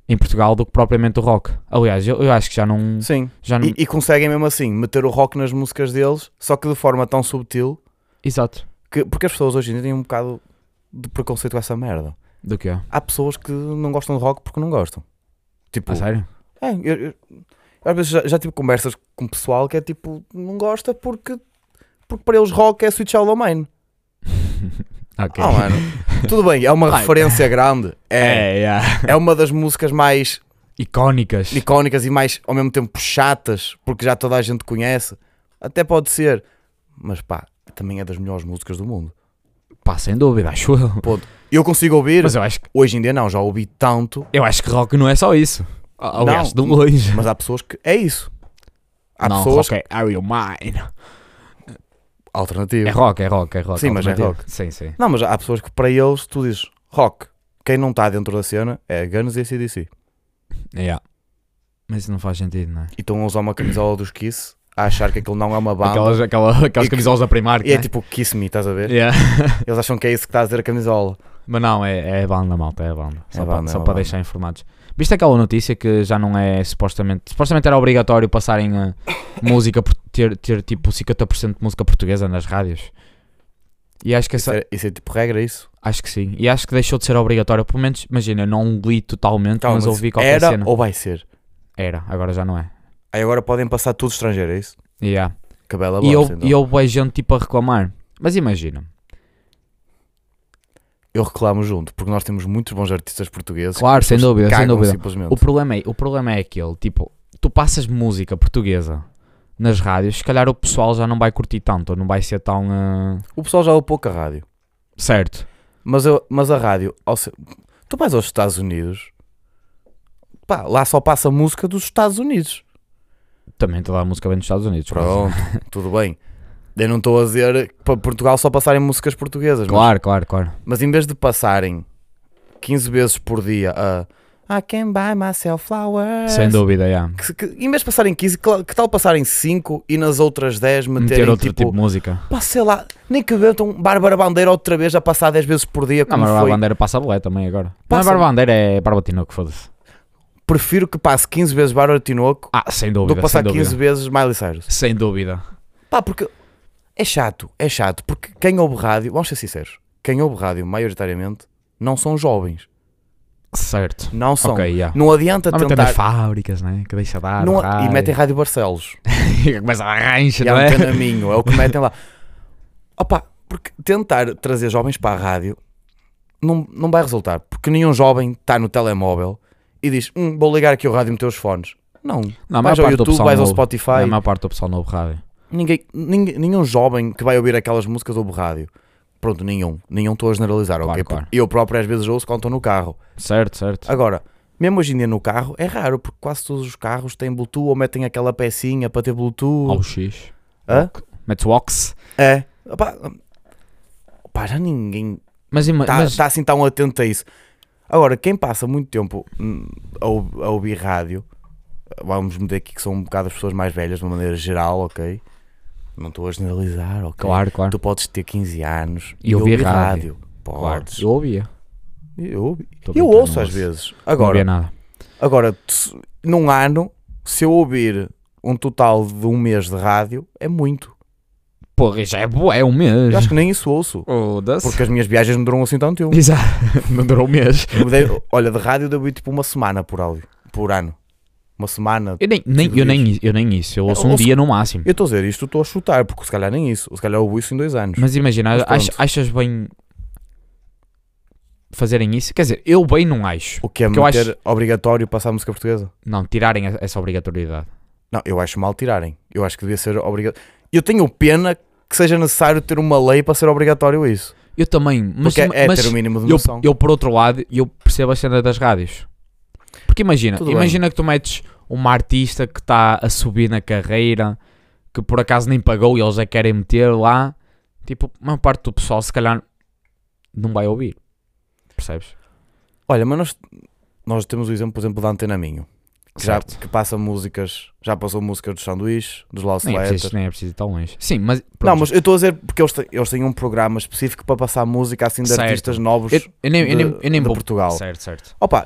Speaker 1: em Portugal do que propriamente o rock. Aliás, eu, eu acho que já não.
Speaker 2: Sim.
Speaker 1: Já não
Speaker 2: E, e conseguem mesmo assim meter o rock nas músicas deles, só que de forma tão subtil
Speaker 1: Exato.
Speaker 2: que. Porque as pessoas hoje em dia têm um bocado de preconceito com essa merda.
Speaker 1: Do que é?
Speaker 2: Há pessoas que não gostam de rock porque não gostam. Tipo,
Speaker 1: A sério?
Speaker 2: É, eu, eu- às vezes já, já tive conversas com pessoal que é tipo, não gosta porque, porque para eles rock é Sweet Shallow Mine.
Speaker 1: Ok.
Speaker 2: Ah, mano, tudo bem, é uma
Speaker 1: Vai.
Speaker 2: referência grande. É,
Speaker 1: É, yeah.
Speaker 2: é uma das músicas mais
Speaker 1: Icónicas.
Speaker 2: icónicas e mais ao mesmo tempo chatas, porque já toda a gente conhece. Até pode ser, mas pá, também é das melhores músicas do mundo.
Speaker 1: Pá, sem dúvida, acho eu.
Speaker 2: Eu consigo ouvir,
Speaker 1: Mas é- eu acho, que-
Speaker 2: hoje em dia não, já ouvi tanto,
Speaker 1: eu acho que rock não é só isso. A-
Speaker 2: Não.
Speaker 1: Aliás, de longe.
Speaker 2: mas há pessoas que é isso. Há
Speaker 1: não,
Speaker 2: pessoas
Speaker 1: rock é Are You Mine? É
Speaker 2: alternativas.
Speaker 1: rock, é rock, é rock.
Speaker 2: Sim, mas é
Speaker 1: alternativo.
Speaker 2: rock.
Speaker 1: Sim, sim.
Speaker 2: Não, mas há pessoas que para eles tu dizes rock. Quem não está dentro da cena é Guns e ACDC.
Speaker 1: Yeah. Mas isso não faz sentido, não é?
Speaker 2: E estão a usar uma camisola dos Kiss a achar que aquilo não é uma banda.
Speaker 1: Aquelas, aquela, aquelas
Speaker 2: E-
Speaker 1: camisolas da Primark,
Speaker 2: E é
Speaker 1: né?
Speaker 2: tipo Kiss Me, estás a ver?
Speaker 1: Yeah.
Speaker 2: Eles acham que é isso que está a dizer a camisola.
Speaker 1: Mas não, é, é banda, malta, é banda. Só,
Speaker 2: É
Speaker 1: para,
Speaker 2: banda,
Speaker 1: só
Speaker 2: é
Speaker 1: para
Speaker 2: banda.
Speaker 1: deixar informados. Viste aquela notícia que já não é supostamente. Supostamente era obrigatório passarem eh, música, por- ter, ter tipo 50% de música portuguesa nas rádios. E acho que
Speaker 2: Isso
Speaker 1: essa,
Speaker 2: é, isso é tipo regra, isso?
Speaker 1: Acho que sim. E acho que deixou de ser obrigatório. Pelo menos, imagina, eu não li totalmente,
Speaker 2: Calma,
Speaker 1: mas
Speaker 2: mas
Speaker 1: ouvi qualquer
Speaker 2: Era
Speaker 1: cena.
Speaker 2: ou vai ser?
Speaker 1: Era, agora já não é.
Speaker 2: Aí agora podem passar tudo estrangeiro, é isso?
Speaker 1: Yeah.
Speaker 2: Cabela
Speaker 1: E, eu,
Speaker 2: bosta, então.
Speaker 1: e houve bué gente tipo a reclamar. Mas imagina,
Speaker 2: Eu reclamo junto, porque nós temos muitos bons artistas portugueses.
Speaker 1: Claro,
Speaker 2: que as
Speaker 1: sem
Speaker 2: pessoas
Speaker 1: dúvida, sem
Speaker 2: cagam
Speaker 1: dúvida.
Speaker 2: Simplesmente.
Speaker 1: o problema, é, o problema é aquele: tipo, tu passas música portuguesa nas rádios, se calhar o pessoal já não vai curtir tanto, ou não vai ser tão. ah,
Speaker 2: O pessoal já ouve pouco a rádio.
Speaker 1: Certo.
Speaker 2: Mas, eu, mas a rádio, ao ser- tu vais aos Estados Unidos, pá, lá só passa música dos Estados Unidos.
Speaker 1: Também toda a música vem dos Estados Unidos. quase.
Speaker 2: Pronto, tudo bem. Eu não estou a dizer que para Portugal só passarem músicas portuguesas, mas-
Speaker 1: Claro, claro, claro.
Speaker 2: mas, em vez de passarem 15 vezes por dia a I can buy myself flowers,
Speaker 1: Sem dúvida, yeah.
Speaker 2: que, que- em vez de passarem 15, que, que tal passarem 5 e nas outras 10 meterem
Speaker 1: Meter outro tipo,
Speaker 2: tipo,
Speaker 1: de música.
Speaker 2: pá, sei lá, nem que metam Bárbara Bandeira outra vez a passar 10 vezes por dia,
Speaker 1: Não,
Speaker 2: como
Speaker 1: mas a
Speaker 2: foi.
Speaker 1: bandeira passa a boé também agora.
Speaker 2: Passa.
Speaker 1: Não é bandeira, é barbatino, que foda-se.
Speaker 2: Prefiro que passe 15 vezes Bárbara Tinoco
Speaker 1: Ah, sem
Speaker 2: do que
Speaker 1: dúvida, sem
Speaker 2: passar
Speaker 1: dúvida.
Speaker 2: 15 vezes Miley Cyrus.
Speaker 1: Sem dúvida.
Speaker 2: Pá, porque é chato, é chato, porque quem ouve rádio, vamos ser sinceros, quem ouve rádio maioritariamente não são jovens,
Speaker 1: Certo.
Speaker 2: não são.
Speaker 1: Ok, yeah.
Speaker 2: Não adianta
Speaker 1: Normalmente é nas
Speaker 2: tentar.
Speaker 1: fábricas, né? Que deixa dar.
Speaker 2: não- é-
Speaker 1: raio.
Speaker 2: e metem rádio Barcelos.
Speaker 1: E começa a rancha,
Speaker 2: E
Speaker 1: não
Speaker 2: há um
Speaker 1: é?
Speaker 2: canaminho, é o que metem lá. Opa, porque tentar trazer jovens para a rádio não, não vai resultar, porque nenhum jovem está no telemóvel e diz: hum, vou ligar aqui o rádio e meter os fones. Não,
Speaker 1: Não, a maior
Speaker 2: vais ao
Speaker 1: parte do
Speaker 2: YouTube,
Speaker 1: pessoal
Speaker 2: vais ao
Speaker 1: não ouve.
Speaker 2: Spotify,
Speaker 1: A maior parte do pessoal não ouve rádio.
Speaker 2: Ninguém, ninguém- nenhum jovem que vai ouvir aquelas músicas ouve rádio. Pronto, nenhum. Nenhum estou a generalizar,
Speaker 1: Claro,
Speaker 2: ok?
Speaker 1: claro.
Speaker 2: Eu próprio às vezes ouço quando estou no carro.
Speaker 1: Certo, certo.
Speaker 2: Agora, mesmo hoje em dia no carro, é raro, porque quase todos os carros têm Bluetooth ou metem aquela pecinha para ter
Speaker 1: Ao
Speaker 2: Bluetooth.
Speaker 1: X.
Speaker 2: Hã?
Speaker 1: Mete o Ox.
Speaker 2: É. Opa, opa, já ninguém
Speaker 1: Mas, ima-
Speaker 2: está
Speaker 1: mas
Speaker 2: está assim tão atento a isso. Agora, quem passa muito tempo hum, a, ou- a ouvir rádio, vamos meter aqui que são um bocado as pessoas mais velhas, de uma maneira geral, ok? Não estou a generalizar, ok?
Speaker 1: claro, claro.
Speaker 2: Tu podes ter 15 anos
Speaker 1: E ouvir
Speaker 2: rádio.
Speaker 1: claro.
Speaker 2: Podes.
Speaker 1: Eu ouvia.
Speaker 2: Eu, ouvi-
Speaker 1: Tô
Speaker 2: eu
Speaker 1: brincando,
Speaker 2: ouço
Speaker 1: não
Speaker 2: às
Speaker 1: ouço.
Speaker 2: vezes.
Speaker 1: Não ouvia
Speaker 2: Agora,
Speaker 1: nada.
Speaker 2: agora tu- num ano, se eu ouvir um total de um mês de rádio, é muito.
Speaker 1: Porra, e já é boa, é um mês.
Speaker 2: Eu acho que nem isso ouço.
Speaker 1: Foda-se.
Speaker 2: Porque as minhas viagens não duram assim tanto tempo.
Speaker 1: Exato. Não durou um mês.
Speaker 2: Eu dei- olha, de rádio eu ouvi tipo uma semana por, áudio, por ano. Uma semana.
Speaker 1: Eu nem, nem-
Speaker 2: Cinco
Speaker 1: eu, nem, eu nem isso. Eu
Speaker 2: Eu
Speaker 1: ouço um
Speaker 2: ouço-
Speaker 1: dia no máximo.
Speaker 2: Eu estou a dizer isto, estou a chutar, porque se calhar nem isso. Se calhar eu ouvi isso em dois anos.
Speaker 1: Mas imagina,
Speaker 2: Mas
Speaker 1: ach-
Speaker 2: pronto.
Speaker 1: achas bem fazerem isso? Quer dizer, eu bem não acho.
Speaker 2: O que é
Speaker 1: porque eu
Speaker 2: meter obrigatório passar música portuguesa?
Speaker 1: Não, tirarem a- essa obrigatoriedade.
Speaker 2: Não, eu acho mal tirarem. Eu acho que devia ser obrigatório. Eu tenho pena que seja necessário ter uma lei para ser obrigatório isso.
Speaker 1: Eu também, mas,
Speaker 2: Porque é, é
Speaker 1: mas
Speaker 2: ter o mínimo de
Speaker 1: eu,
Speaker 2: noção.
Speaker 1: eu, por outro lado, eu percebo a cena das rádios. Porque imagina,
Speaker 2: Tudo
Speaker 1: imagina que tu metes uma artista que está a subir na carreira, que por acaso nem pagou e eles já querem meter lá. Tipo, a maior parte do pessoal se calhar não vai ouvir. Percebes?
Speaker 2: Olha, mas nós, nós temos o exemplo, por exemplo, da Antena Minho, que, já,
Speaker 1: Certo.
Speaker 2: que passa músicas, já passou músicas dos Sanduíche, dos Lost
Speaker 1: Nem é,
Speaker 2: Letter.
Speaker 1: preciso, nem é preciso ir tão longe. Sim, mas.
Speaker 2: Não,
Speaker 1: pronto.
Speaker 2: mas eu estou a dizer porque eles têm, eles têm um programa específico para passar música assim de
Speaker 1: Certo.
Speaker 2: artistas novos
Speaker 1: Eu, eu nem, eu nem,
Speaker 2: de-
Speaker 1: eu nem
Speaker 2: de
Speaker 1: vou.
Speaker 2: Portugal.
Speaker 1: Certo, certo.
Speaker 2: Opa,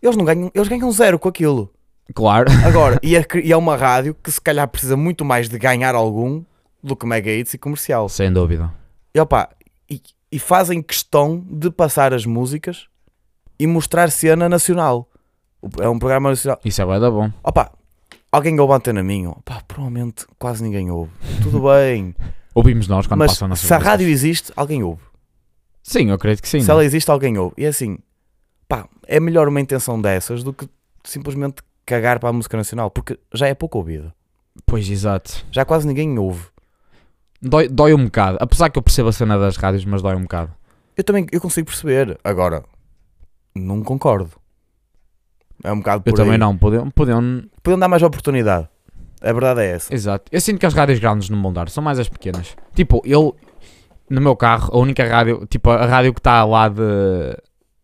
Speaker 2: eles não ganham, eles ganham zero com aquilo.
Speaker 1: Claro.
Speaker 2: Agora, e é, cri- e é uma rádio que se calhar precisa muito mais de ganhar algum do que Mega Hits e comercial.
Speaker 1: Sem dúvida.
Speaker 2: E opa, e, e fazem questão de passar as músicas e mostrar cena nacional. O- É um programa nacional.
Speaker 1: Isso é bué da bom.
Speaker 2: Opa, alguém ouve a antena minha? Opa, provavelmente quase ninguém ouve. Tudo bem.
Speaker 1: Ouvimos nós quando
Speaker 2: Mas
Speaker 1: passam nas
Speaker 2: se a rádio existe, alguém ouve.
Speaker 1: Sim, eu acredito que sim. né?
Speaker 2: Se ela existe, alguém ouve. E é assim, pá, é melhor uma intenção dessas do que simplesmente cagar para a música nacional, porque já é pouco ouvida.
Speaker 1: Pois, exato.
Speaker 2: Já quase ninguém ouve.
Speaker 1: Dói, dói um bocado. Apesar que eu percebo a cena das rádios, mas dói um bocado.
Speaker 2: Eu também eu consigo perceber. Agora, não concordo. É um bocado por
Speaker 1: Eu também
Speaker 2: aí.
Speaker 1: não. Podiam, podiam.
Speaker 2: Podiam dar mais oportunidade. A verdade é essa.
Speaker 1: Exato. Eu sinto que as rádios grandes não vão dar. São mais as pequenas. Tipo, eu. No meu carro, a única rádio. Tipo, a rádio que está lá de.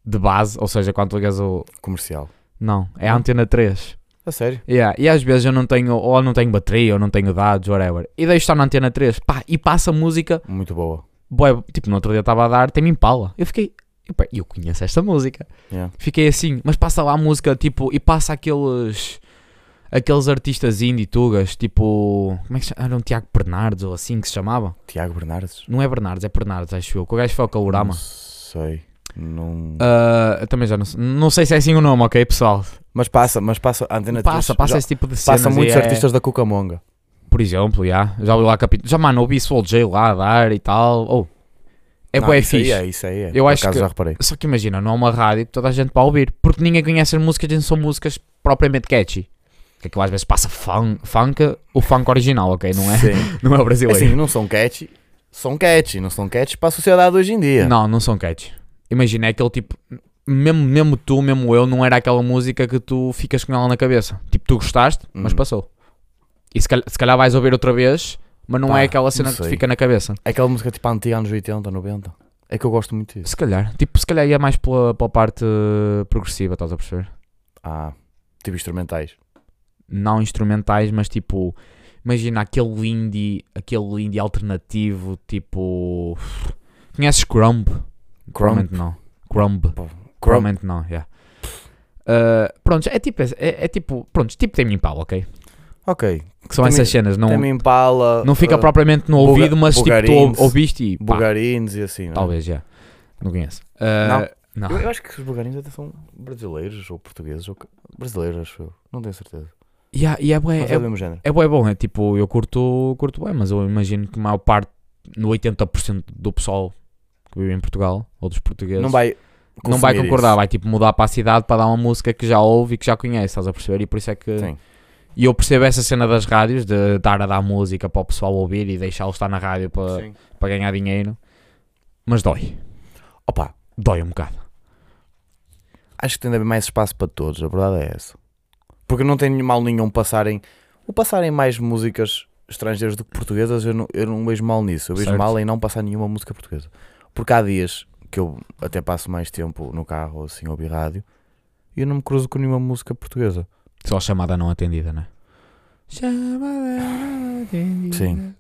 Speaker 1: De base. Ou seja, quando tu ligas o.
Speaker 2: Comercial.
Speaker 1: Não. É a antena 3.
Speaker 2: A sério?
Speaker 1: Yeah, E às vezes eu não tenho, ou não tenho bateria, ou não tenho dados, whatever. E deixo estar na antena 3, pá, e passa música,
Speaker 2: Muito boa.
Speaker 1: bué, tipo, no outro dia estava a dar, tem Impala. Eu fiquei, epá, eu conheço esta música.
Speaker 2: Yeah.
Speaker 1: Fiquei assim, mas passa lá a música, tipo, e passa aqueles, aqueles artistas indie tugas, tipo, como é que se chama? Era um Tiago Bernardes ou assim que se chamava?
Speaker 2: Tiago Bernardes?
Speaker 1: Não é Bernardes, é Bernardes, acho eu, que o gajo foi ao Calorama.
Speaker 2: Não sei. Não...
Speaker 1: Ah, eu também já não sei, não sei se é assim o nome, ok, pessoal?
Speaker 2: Mas passa, mas passa. a Antena
Speaker 1: Passa,
Speaker 2: 3
Speaker 1: passa
Speaker 2: já-
Speaker 1: esse tipo de cenas.
Speaker 2: passa
Speaker 1: e
Speaker 2: muitos
Speaker 1: é-
Speaker 2: artistas da Cucamonga.
Speaker 1: Por exemplo, já. Já ouvi lá capítulo. Já, mano, ouvi Soul J lá a dar e tal. Ou. é
Speaker 2: Não,
Speaker 1: bué
Speaker 2: isso aí
Speaker 1: fixe.
Speaker 2: é, isso aí é.
Speaker 1: Eu
Speaker 2: Por
Speaker 1: acho
Speaker 2: acaso
Speaker 1: que-
Speaker 2: já reparei.
Speaker 1: Só que imagina, não há uma rádio que toda a gente para ouvir. Porque ninguém conhece as músicas e não são músicas propriamente catchy. Que aquilo às vezes passa fun, funk, o funk original, ok? Não é,
Speaker 2: Sim.
Speaker 1: não é o brasileiro.
Speaker 2: Assim, não são catchy. São catchy. Não são catchy para a sociedade hoje em dia.
Speaker 1: Não, não são catchy. Imagina, é aquele tipo. Mesmo, mesmo tu, mesmo eu, não era aquela música que tu ficas com ela na cabeça. Tipo, tu gostaste, mas
Speaker 2: Hum.
Speaker 1: passou. E se calhar, se calhar vais ouvir outra vez, mas não
Speaker 2: Pá,
Speaker 1: é aquela cena
Speaker 2: não
Speaker 1: que te
Speaker 2: sei.
Speaker 1: fica na cabeça.
Speaker 2: Aquela música tipo antiga, anos 80, 90. É que eu gosto muito disso.
Speaker 1: Se calhar, tipo, se calhar ia mais pela, pela parte eh, progressiva, estás a perceber?
Speaker 2: Ah, tipo instrumentais.
Speaker 1: Não instrumentais, mas tipo, imagina aquele indie, aquele indie alternativo, tipo. Conheces Crumb? Provavelmente não. Crumb. Provavelmente não, yeah. Eh, pronto, é tipo, esse- é, é tipo, pronto, tipo tem Impala, ok?
Speaker 2: Ok.
Speaker 1: Que são
Speaker 2: Tame-
Speaker 1: essas cenas, não,
Speaker 2: Tame Impala.
Speaker 1: não fica
Speaker 2: uh,
Speaker 1: propriamente no
Speaker 2: Buga-
Speaker 1: ouvido, mas tipo, tu ou-
Speaker 2: Bugarins.
Speaker 1: ouviste e pá,
Speaker 2: Bugarins e assim, não é?
Speaker 1: talvez, já. Não conheço. Eh, não.
Speaker 2: Eu, eu acho que os bugarins até são brasileiros ou portugueses. Ou... que- Brasileiros, acho eu. Não tenho certeza.
Speaker 1: Yeah, e é bué-
Speaker 2: Mas é,
Speaker 1: é
Speaker 2: do mesmo género.
Speaker 1: É bom, é bom, é tipo, eu curto, curto bem, mas eu imagino que a maior parte, no 80% do pessoal que vive em Portugal, ou dos portugueses,
Speaker 2: Não vai.
Speaker 1: não vai
Speaker 2: consumir
Speaker 1: concordar,
Speaker 2: isso.
Speaker 1: vai tipo mudar para a cidade para dar uma música que já ouve e que já conhece, estás a perceber? E por isso é que.
Speaker 2: Sim.
Speaker 1: E eu percebo essa cena das rádios, de dar a dar música para o pessoal ouvir e deixá-lo estar na rádio para,
Speaker 2: Sim.
Speaker 1: para ganhar dinheiro, mas dói,
Speaker 2: Opa,
Speaker 1: dói um bocado.
Speaker 2: acho que tem de haver mais espaço para todos. A verdade é essa. Porque não tem mal nenhum passarem. Ou passarem mais músicas estrangeiras do que portuguesas. Eu não, eu não vejo mal nisso. Eu vejo
Speaker 1: Certo.
Speaker 2: mal em não passar nenhuma música portuguesa. Porque há dias que eu até passo mais tempo no carro ou assim, ouvir rádio. E eu não me cruzo com nenhuma música portuguesa.
Speaker 1: Só a chamada não atendida, não é? Chamada não atendida.
Speaker 2: Sim.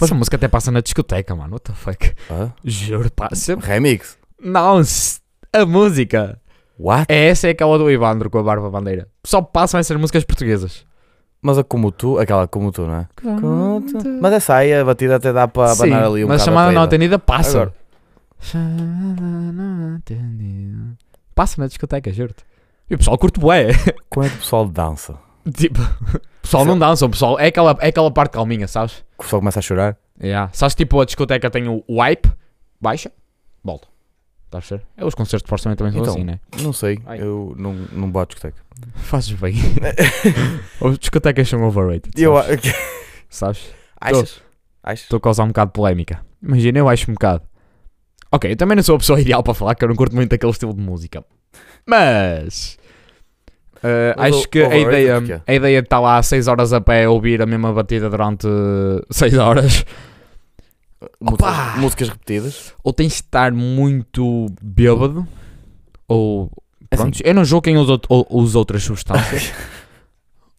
Speaker 1: Mas a música até passa na discoteca, mano, what the fuck?
Speaker 2: Hã?
Speaker 1: Juro, pá, sempre.
Speaker 2: Remix.
Speaker 1: Não, s- a música.
Speaker 2: What?
Speaker 1: É essa é aquela do Ivandro com a barba bandeira. Só passam essas músicas portuguesas.
Speaker 2: Mas a como tu, aquela como tu, não é? Mas essa aí, a batida até dá para
Speaker 1: Sim,
Speaker 2: abanar ali um
Speaker 1: mas
Speaker 2: bocado a
Speaker 1: chamada não
Speaker 2: peida.
Speaker 1: atendida passa.
Speaker 2: Agora.
Speaker 1: Chamada não atendida. Passa na discoteca, juro-te. E o pessoal curte bué.
Speaker 2: Como é que o pessoal dança?
Speaker 1: tipo, o pessoal não dança, o pessoal é aquela, é aquela parte calminha, sabes?
Speaker 2: O pessoal começa a chorar?
Speaker 1: Yeah. Sabes tipo a discoteca tem o wipe, baixa, volta. Estás a perceber? É, os concertos de Força também são
Speaker 2: Então.
Speaker 1: assim, né?
Speaker 2: Não sei,
Speaker 1: Ai.
Speaker 2: eu não, não boto discoteca.
Speaker 1: Fazes bem. As discotecas são overrated.
Speaker 2: Eu
Speaker 1: sabes?
Speaker 2: que-
Speaker 1: sabes?
Speaker 2: Achas? Achas?
Speaker 1: Estou a causar um bocado de polémica. Imagina, eu acho um bocado. Ok, eu também não sou a pessoa ideal para falar, que eu não curto muito aquele estilo de música. Mas. eh,
Speaker 2: Mas
Speaker 1: acho
Speaker 2: o-
Speaker 1: que a
Speaker 2: overrated
Speaker 1: ideia,
Speaker 2: porquê?
Speaker 1: a ideia de estar lá 6 horas a pé a ouvir a mesma batida durante 6 horas, Opa!
Speaker 2: Músicas, músicas repetidas?
Speaker 1: ou tens de estar muito bêbado, ou
Speaker 2: É
Speaker 1: Pronto,
Speaker 2: assim.
Speaker 1: eu não jogo quem usa, out- ou- usa outras substâncias.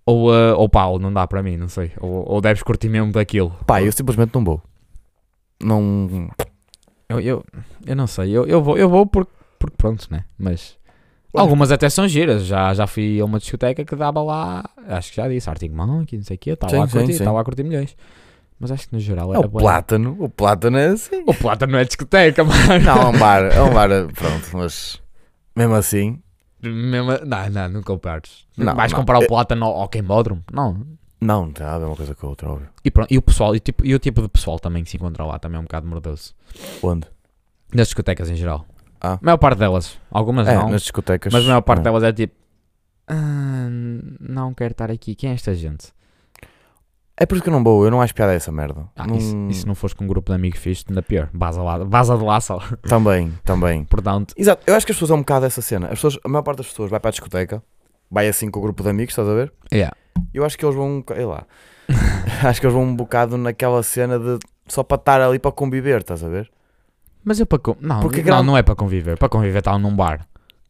Speaker 1: ou, uh, ou pá, ou não dá para mim, não sei. Ou, ou deves curtir mesmo daquilo.
Speaker 2: Pá, eu simplesmente não vou. Não.
Speaker 1: Eu, eu, eu não sei, eu, eu vou, eu vou porque, porque pronto, né? Mas
Speaker 2: Olha-
Speaker 1: algumas até são giras. Já, já fui a uma discoteca que dava lá, acho que já disse, Arctic Monkey, não sei o quê, estava lá a
Speaker 2: Sim, sim,
Speaker 1: curtir,
Speaker 2: sim.
Speaker 1: estava a curtir milhões. Mas acho que no geral
Speaker 2: É
Speaker 1: era
Speaker 2: o plátano. O plátano é assim.
Speaker 1: O plata não é discoteca, mano.
Speaker 2: Não, é um bar. É um bar. Pronto, mas. Mesmo assim.
Speaker 1: Mesmo- não, não, não compares.
Speaker 2: Não,
Speaker 1: Vais
Speaker 2: não. É-
Speaker 1: comparar o
Speaker 2: Eu-
Speaker 1: plátano ao ao queimódromo? Não.
Speaker 2: Não, não tem nada a ver uma coisa com a outra, óbvio.
Speaker 1: E pronto, e o pessoal, e, o tipo, e o tipo de pessoal também que se encontra lá também é um bocado mordoso.
Speaker 2: Onde?
Speaker 1: Nas discotecas em geral.
Speaker 2: Ah.
Speaker 1: A maior parte delas. Algumas
Speaker 2: é,
Speaker 1: não.
Speaker 2: nas discotecas.
Speaker 1: Mas a maior parte
Speaker 2: é.
Speaker 1: delas é tipo. "Ah, não quero estar aqui. Quem é esta gente?
Speaker 2: É por isso que eu não vou. Eu não acho piada a essa merda.
Speaker 1: Ah,
Speaker 2: não...
Speaker 1: E, se, e se não fores com um grupo de amigos fixe, ainda pior. Vaza, lá, vaza de lá só.
Speaker 2: Também, também.
Speaker 1: Portanto,
Speaker 2: Exato, eu acho que as pessoas é um bocado essa cena. As pessoas, a maior parte das pessoas vai para a discoteca, vai assim com o grupo de amigos, estás a ver?
Speaker 1: yeah.
Speaker 2: Eu acho que eles vão, um boca- sei lá, acho que eles vão um bocado naquela cena de só para estar ali para conviver, estás a ver?
Speaker 1: Mas eu para. con- Não,
Speaker 2: Porque
Speaker 1: não,
Speaker 2: gran-
Speaker 1: não é para conviver. Para conviver está num bar.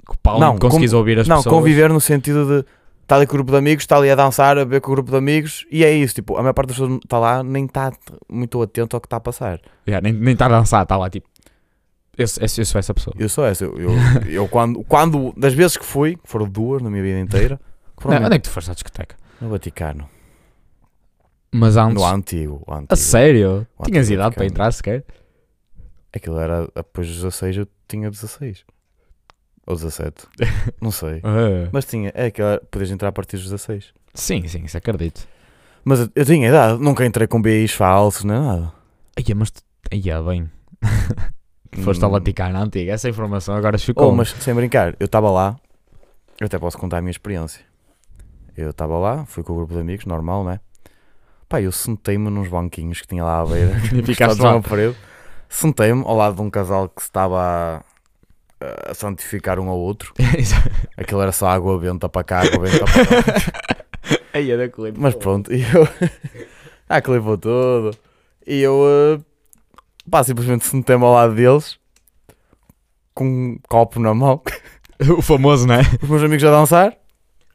Speaker 1: Que Para
Speaker 2: Não,
Speaker 1: não, conseguis ouvir as
Speaker 2: não,
Speaker 1: pessoas.
Speaker 2: conviver no sentido de estar ali com o grupo de amigos, estar ali a dançar, a beber com o grupo de amigos, e é isso, tipo, a maior parte das pessoas está lá, nem está muito atento ao que está a passar.
Speaker 1: Yeah, nem, nem está a dançar, está lá tipo. Eu, sou- eu, sou- eu sou essa pessoa.
Speaker 2: Eu sou essa, eu, eu, eu quando, quando, das vezes que fui, que foram duas na minha vida inteira, que foram
Speaker 1: Não, onde
Speaker 2: mesmo,
Speaker 1: é que tu foste à discoteca?
Speaker 2: no Vaticano,
Speaker 1: Mas antes.
Speaker 2: no antigo, o
Speaker 1: A
Speaker 2: antigo.
Speaker 1: sério?
Speaker 2: O
Speaker 1: Tinhas
Speaker 2: antigo
Speaker 1: idade para
Speaker 2: Vaticano.
Speaker 1: entrar sequer?
Speaker 2: Aquilo era depois dos 16, eu tinha 16. Ou 17. Não sei.
Speaker 1: Ah.
Speaker 2: Mas tinha, é aquela, podias entrar a partir dos 16.
Speaker 1: Sim, sim, isso acredito.
Speaker 2: Mas eu, eu tinha idade, nunca entrei com BIs falsos nem nada.
Speaker 1: Ia, mas. tu- Ia, bem. Foste ao
Speaker 2: Hum.
Speaker 1: Vaticano antigo. Essa informação agora ficou.
Speaker 2: Oh, mas sem brincar, eu estava lá, eu até posso contar a minha experiência. Eu estava lá, fui com o grupo de amigos, normal, né? Pá, eu sentei-me nos banquinhos que tinha lá à beira.
Speaker 1: E
Speaker 2: Ficaste
Speaker 1: ficaste
Speaker 2: lá
Speaker 1: lá.
Speaker 2: uma parede. Sentei-me ao lado de um casal que se estava a, a santificar um ao outro. Aquilo era só água benta para
Speaker 1: Ah,
Speaker 2: cá, água
Speaker 1: então
Speaker 2: benta para cá.
Speaker 1: Aí era clipe.
Speaker 2: Mas pronto, e eu. ah, que levou tudo. E eu. eh, pá, simplesmente sentei-me ao lado deles. Com um copo na mão.
Speaker 1: O famoso, não é?
Speaker 2: Os meus amigos a dançar.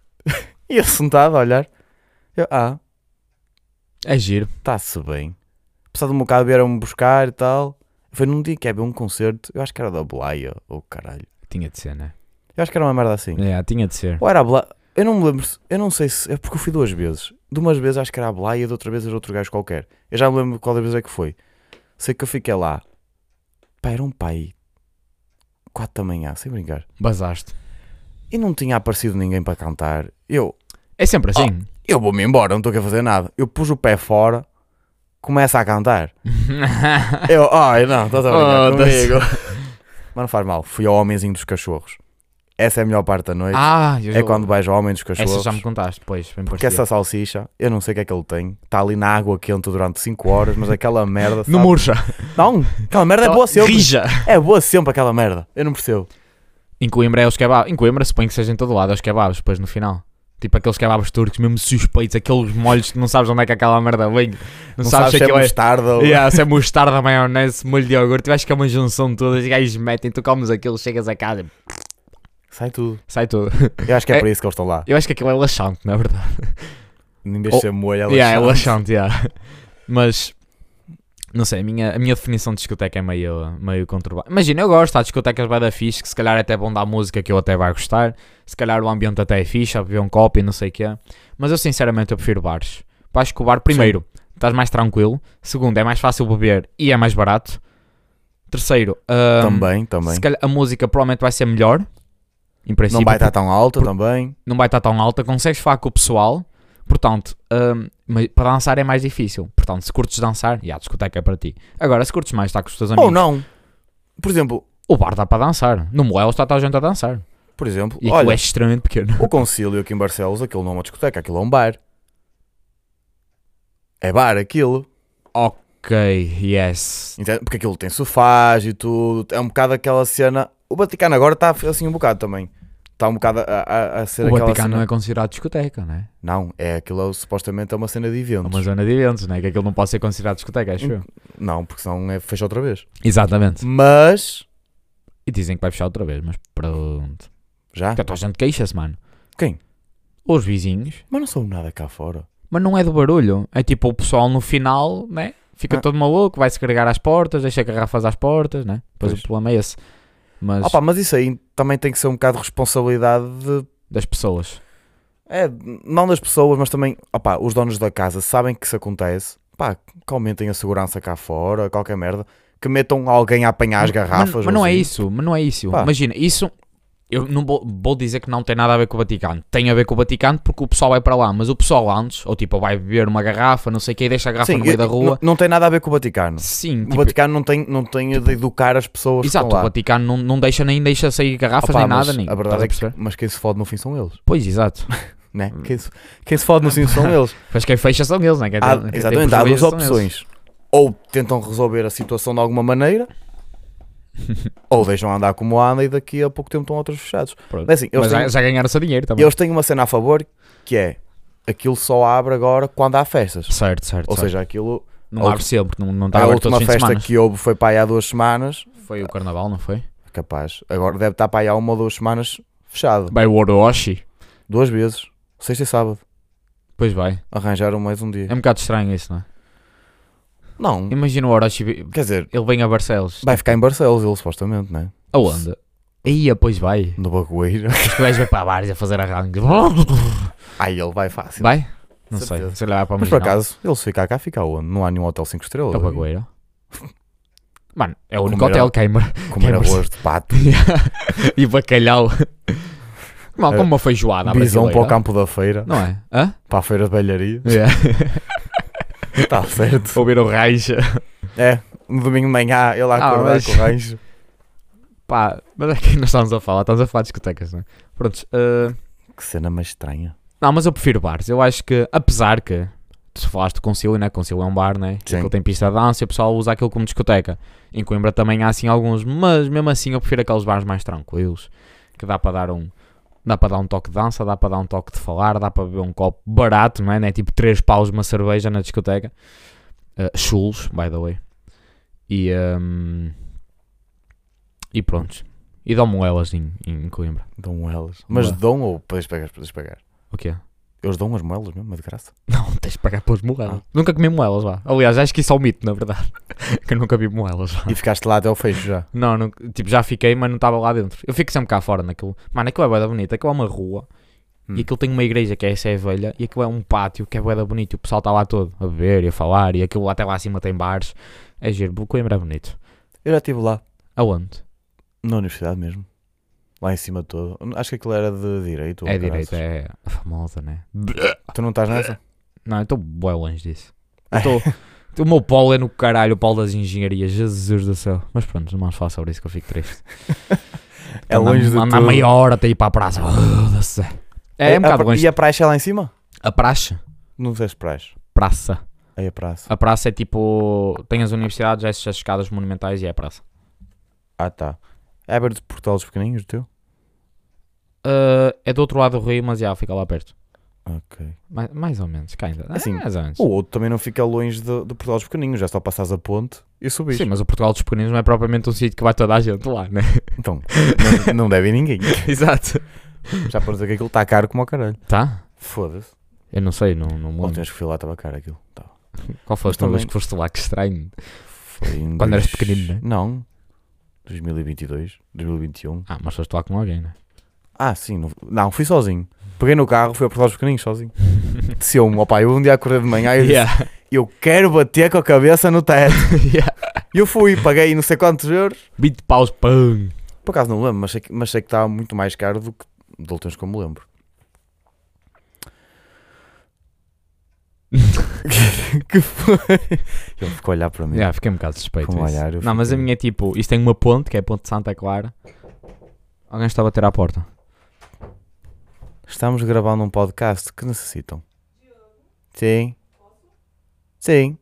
Speaker 2: e eu sentado a olhar. Eu, ah,
Speaker 1: É giro.
Speaker 2: está-se bem. Passado um bocado vieram-me buscar e tal. Foi num dia que havia um concerto. Eu acho que era da Blaia, ou caralho.
Speaker 1: Tinha de ser, né?
Speaker 2: Eu acho que era uma merda assim.
Speaker 1: É, tinha de ser.
Speaker 2: Ou era a Blaia. Eu não me lembro. se- Eu não sei se. É porque eu fui duas vezes. De umas vezes acho que era a Blaia e de outra vez era outro gajo qualquer. Eu já me lembro qual das vezes é que foi. Sei que eu fiquei lá. Pá, era um pai. Quatro da manhã, sem brincar.
Speaker 1: Basaste.
Speaker 2: E não tinha aparecido ninguém para cantar. Eu.
Speaker 1: É sempre assim.
Speaker 2: Eu vou-me embora, não estou aqui a fazer nada. Eu pus o pé fora. Começa a cantar. Eu, ai, não, estás a brincar
Speaker 1: Foda-se.
Speaker 2: é comigo. Mas não faz mal, fui ao Homenzinho dos Cachorros. Essa é a melhor parte da noite.
Speaker 1: ah, eu
Speaker 2: é quando vais ao Homem dos
Speaker 1: Essa
Speaker 2: Cachorros.
Speaker 1: já me contaste, pois. Bem
Speaker 2: Porque essa salsicha, eu não sei o que é que ele tem. Está ali na água quente durante 5 horas, mas aquela merda.
Speaker 1: No
Speaker 2: sabe?
Speaker 1: murcha.
Speaker 2: Não, aquela merda é boa sempre.
Speaker 1: Rija.
Speaker 2: É boa sempre aquela merda. Eu não percebo.
Speaker 1: Em Coimbra é os kebabs. Em Coimbra, suponho que seja em todo lado, é os kebabs, depois no final. Tipo aqueles kebabs turcos, mesmo suspeitos, aqueles molhos que não sabes onde é que aquela merda vem. Não,
Speaker 2: Não
Speaker 1: sabes, se
Speaker 2: se é
Speaker 1: aquilo é.
Speaker 2: mostarda ou.
Speaker 1: Yeah, se é mostarda, maionese, molho de iogurte, eu acho que é uma junção de todas, os gajos metem, tu comes aquilo, chegas a casa,
Speaker 2: Sai tudo.
Speaker 1: sai tudo.
Speaker 2: Eu acho que é,
Speaker 1: É-
Speaker 2: para isso que eles estão lá.
Speaker 1: Eu acho que aquilo é laxante, na verdade.
Speaker 2: Em vez de
Speaker 1: Oh,
Speaker 2: ser moelho, ela
Speaker 1: yeah,
Speaker 2: chama.
Speaker 1: é laxante, yeah. Mas não sei, a minha, a minha definição de discoteca é meio, meio conturbada. Imagina, eu gosto, há discotecas bem da fixe, que se calhar é até bom dar música que eu até vai gostar, se calhar o ambiente até é fixe, a beber um copo e não sei o quê. Mas eu sinceramente eu prefiro bares. Pá, Acho que o bar, primeiro, estás mais tranquilo. Segundo, é mais fácil beber e é mais barato. Terceiro, hum, ahm,
Speaker 2: Também, também.
Speaker 1: se calhar a música provavelmente vai ser melhor. Em princípio,
Speaker 2: Não vai estar
Speaker 1: porque-
Speaker 2: tão alta
Speaker 1: por-
Speaker 2: também.
Speaker 1: não vai estar tão alta, consegues falar com o pessoal, portanto, hum, mas para dançar é mais difícil. Portanto, se curtes dançar, já, a discoteca é para ti. Agora, se curtes mais estar com os teus amigos,
Speaker 2: Ou não. Por exemplo,
Speaker 1: o bar dá para dançar. No Moel está toda a gente a dançar.
Speaker 2: por exemplo,
Speaker 1: E aquilo
Speaker 2: olha,
Speaker 1: é extremamente pequeno.
Speaker 2: O concílio aqui em Barcelos, aquilo não é uma discoteca, aquilo é um bar. É bar aquilo.
Speaker 1: Ok, yes.
Speaker 2: entende? Porque aquilo tem sofás e tudo. É um bocado aquela cena. O Vaticano agora está assim um bocado também. Está um bocado a, a- a ser
Speaker 1: O
Speaker 2: aquela
Speaker 1: Vaticano não
Speaker 2: cena.
Speaker 1: é considerado discoteca, né?
Speaker 2: Não, é aquilo é, supostamente é uma cena de
Speaker 1: É
Speaker 2: eventos.
Speaker 1: uma zona de eventos, né? Que aquilo não pode ser considerado discoteca, acho eu.
Speaker 2: Não, porque senão é, fecha outra vez.
Speaker 1: Exatamente.
Speaker 2: Mas
Speaker 1: E dizem que vai fechar outra vez, mas pronto.
Speaker 2: Já?
Speaker 1: Porque a tua gente queixa-se, mano.
Speaker 2: Ah. Quem?
Speaker 1: Os vizinhos.
Speaker 2: Mas não soube nada cá fora.
Speaker 1: Mas não é do barulho. É tipo o pessoal no final, né? Fica
Speaker 2: Ah.
Speaker 1: todo maluco, vai se carregar às portas, deixa garrafas às portas, né? Depois
Speaker 2: Pois.
Speaker 1: o problema é esse. Mas
Speaker 2: Opa, mas isso aí também tem que ser um bocado de responsabilidade de
Speaker 1: das pessoas.
Speaker 2: É, não das pessoas, mas também opá, os donos da casa sabem que isso acontece. Pá, que aumentem a segurança cá fora, qualquer merda. Que metam alguém a apanhar
Speaker 1: Mas-
Speaker 2: as garrafas.
Speaker 1: Mas,
Speaker 2: ou
Speaker 1: mas não é
Speaker 2: assim.
Speaker 1: isso, mas não é isso.
Speaker 2: Pá.
Speaker 1: Imagina, isso. Eu não vou, vou dizer que não tem nada a ver com o Vaticano. Tem a ver com o Vaticano porque o pessoal vai para lá, mas o pessoal antes, ou tipo, vai beber uma garrafa, não sei o que, e deixa a garrafa
Speaker 2: Sim,
Speaker 1: no meio
Speaker 2: eu-
Speaker 1: da rua.
Speaker 2: n- Não tem nada a ver com o Vaticano.
Speaker 1: Sim,
Speaker 2: o
Speaker 1: tipo,
Speaker 2: Vaticano não tem, não tem de educar as pessoas. que
Speaker 1: exato,
Speaker 2: estão
Speaker 1: o
Speaker 2: lá.
Speaker 1: Vaticano não, não deixa nem deixa sair garrafas
Speaker 2: Opá,
Speaker 1: nem
Speaker 2: mas
Speaker 1: nada, nem.
Speaker 2: A
Speaker 1: estás
Speaker 2: verdade é
Speaker 1: perceber?
Speaker 2: que, mas quem se fode no fim são eles,
Speaker 1: Pois, exato.
Speaker 2: né? Quem se, quem se fode no fim são eles.
Speaker 1: Mas quem fecha são eles, né? Quem
Speaker 2: Há,
Speaker 1: tem- quem tem
Speaker 2: exatamente, há
Speaker 1: prejuízo
Speaker 2: duas
Speaker 1: são eles.
Speaker 2: opções. Ou tentam resolver a situação de alguma maneira, ou deixam andar como anda e daqui a pouco tempo estão outros fechados.
Speaker 1: Pronto.
Speaker 2: É assim, eles
Speaker 1: Mas tá já,
Speaker 2: têm-
Speaker 1: já ganharam seu dinheiro também.
Speaker 2: Eles têm uma cena a favor que é aquilo só abre agora quando há festas.
Speaker 1: Certo, certo.
Speaker 2: Ou
Speaker 1: certo.
Speaker 2: seja, aquilo.
Speaker 1: não
Speaker 2: a
Speaker 1: abre sempre, não, não está
Speaker 2: A
Speaker 1: aberto todos
Speaker 2: última
Speaker 1: os fins de
Speaker 2: festa
Speaker 1: semana.
Speaker 2: que houve foi para aí há duas semanas.
Speaker 1: Foi o carnaval, não foi?
Speaker 2: Capaz. Agora deve estar para aí há uma ou duas semanas fechado.
Speaker 1: Vai o Orochi.
Speaker 2: Duas vezes. Sexta e sábado.
Speaker 1: Pois vai.
Speaker 2: Arranjaram mais um dia.
Speaker 1: É um bocado estranho isso, não é?
Speaker 2: Não.
Speaker 1: Imagina o Orochi. vi-
Speaker 2: Quer dizer,
Speaker 1: Ele vem a Barcelos.
Speaker 2: vai ficar em Barcelos ele supostamente, né?
Speaker 1: Aonde? Aí, pois vai.
Speaker 2: No Bagoeiro.
Speaker 1: Os que o gajo vai para bares a fazer arranque.
Speaker 2: Aí ele vai fácil.
Speaker 1: Vai? Não sei.
Speaker 2: Certeza.
Speaker 1: Se ele vai para
Speaker 2: Mas por
Speaker 1: Marginal.
Speaker 2: acaso, ele se ficar cá, fica onde? Não há nenhum hotel 5 estrelas.
Speaker 1: É o Bagoeiro. Mano, é o único
Speaker 2: Comer
Speaker 1: hotel que há em Mar-
Speaker 2: Comer
Speaker 1: Quem- é
Speaker 2: arroz de pato.
Speaker 1: E bacalhau. Mal, como uma feijoada. à
Speaker 2: É, Bisão para o
Speaker 1: brasileira.
Speaker 2: campo da feira.
Speaker 1: Não é? Hã?
Speaker 2: Para a feira de velharia.
Speaker 1: É.
Speaker 2: Está certo.
Speaker 1: Ouvir o Raixa.
Speaker 2: É, no domingo de manhã ele a
Speaker 1: Ah,
Speaker 2: acordar
Speaker 1: mas-
Speaker 2: com o rancho.
Speaker 1: Pá, mas é que nós estamos a falar, estamos a falar de discotecas, não é? Prontos. eh,
Speaker 2: Que cena mais estranha.
Speaker 1: não, mas eu prefiro bares. Eu acho que, apesar que tu falaste do Concílio, né? Concílio é um bar, né?
Speaker 2: Sim.
Speaker 1: Aquilo tem pista de dança e o pessoal usa aquilo como discoteca. Em Coimbra também há assim alguns, mas mesmo assim eu prefiro aqueles bares mais tranquilos que dá para dar um. Dá para dar um toque de dança, dá para dar um toque de falar, dá para beber um copo barato, não é? Não é tipo 3 paus uma cerveja na discoteca. Eh, chulos, by the way. E. ehm, e pronto. E dão-me elas em, em Coimbra.
Speaker 2: Dão moelas. Mas
Speaker 1: Boa.
Speaker 2: dão ou podes pagar? Podes pagar.
Speaker 1: O quê?
Speaker 2: Eles dão as moelas mesmo, é de graça.
Speaker 1: Não, tens de pagar pelas moelas.
Speaker 2: Ah.
Speaker 1: Nunca comi moelas, vá. Aliás, acho que isso é um mito, na verdade. que eu nunca vi moelas, vá.
Speaker 2: E ficaste lá até ao fecho já.
Speaker 1: Não, não- tipo, já fiquei, mas não estava lá dentro. Eu fico sempre cá fora naquilo. Mano, aquilo é boeda bonita, aquilo é uma rua.
Speaker 2: Hum.
Speaker 1: E aquilo tem uma igreja que é essa é velha. E aquilo é um pátio que é boeda bonito. E o pessoal está lá todo a beber e a falar. E aquilo até lá acima tem bares. É giro, Coimbra é bonito.
Speaker 2: Eu já estive lá,
Speaker 1: Aonde?
Speaker 2: na universidade mesmo. Lá em cima de todo. Acho que aquilo era de direito. ou
Speaker 1: é
Speaker 2: caraças.
Speaker 1: direito, é a famosa, né?
Speaker 2: Tu não estás nessa?
Speaker 1: Não, eu estou bem longe disso.
Speaker 2: É.
Speaker 1: Eu tô- o meu polo é no caralho, o polo das engenharias, Jesus do céu. Mas pronto, não vamos falar sobre isso que eu fico triste. Tá
Speaker 2: É longe de
Speaker 1: Andar
Speaker 2: tudo.
Speaker 1: meia hora até ir para a praça. Foda-se. É, é um
Speaker 2: a
Speaker 1: bocado
Speaker 2: pra-
Speaker 1: longe.
Speaker 2: E a praia é lá em cima?
Speaker 1: A praxe?
Speaker 2: Não disseste praia.
Speaker 1: Praça.
Speaker 2: Aí a praça.
Speaker 1: A praça é tipo. Tem as universidades, essas as escadas monumentais e é a praça.
Speaker 2: Ah, tá. É aberto de portal dos pequenininhos, o teu?
Speaker 1: Ah, é do outro lado do rio, mas já fica lá perto.
Speaker 2: Ok.
Speaker 1: Mais, mais ou menos, cá ainda. Ah,
Speaker 2: Assim,
Speaker 1: mais ou menos.
Speaker 2: O outro também não fica longe do, do portal dos pequenininhos. Já só passares a ponte e subiste.
Speaker 1: Sim, mas o Portugal dos Pequeninos não é propriamente um sítio que vai toda a gente lá, né?
Speaker 2: Então, não, não deve ir ninguém.
Speaker 1: Exato.
Speaker 2: Já para dizer que aquilo está caro como ao caralho.
Speaker 1: Tá?
Speaker 2: Foda-se.
Speaker 1: Eu não sei, não, não me
Speaker 2: Ontem
Speaker 1: lembro.
Speaker 2: acho que fui lá, estava caro aquilo. Tava.
Speaker 1: Qual foi a
Speaker 2: Mas
Speaker 1: última vez
Speaker 2: também-
Speaker 1: que foste lá? Que estranho.
Speaker 2: Foi em
Speaker 1: Quando eras pequenino, né?
Speaker 2: Não. 2022, 2021.
Speaker 1: Ah, mas foste lá com alguém, né?
Speaker 2: Ah, sim. Não, não, fui sozinho. Peguei no carro, fui a Portugal dos Pequeninos sozinho. Desceu-me. Opa, eu um dia acordei de manhã e eu disse,
Speaker 1: Yeah.
Speaker 2: eu quero bater com a cabeça no teto.
Speaker 1: Yeah.
Speaker 2: E eu fui, paguei não sei quantos euros.
Speaker 1: 20 paus, pão.
Speaker 2: Por acaso não me lembro, mas sei, que- mas sei que estava muito mais caro do que de últimas que eu me lembro. que foi? Ele ficou a olhar para mim.
Speaker 1: Yeah, fiquei um bocado suspeito.
Speaker 2: Com um
Speaker 1: isso.
Speaker 2: olhar, eu
Speaker 1: não, mas a
Speaker 2: fiquei-
Speaker 1: minha é tipo. Isto tem uma ponte, que é a ponte de Santa Clara. Alguém está a bater à porta.
Speaker 2: Estamos gravando um podcast que necessitam. Sim. Sim.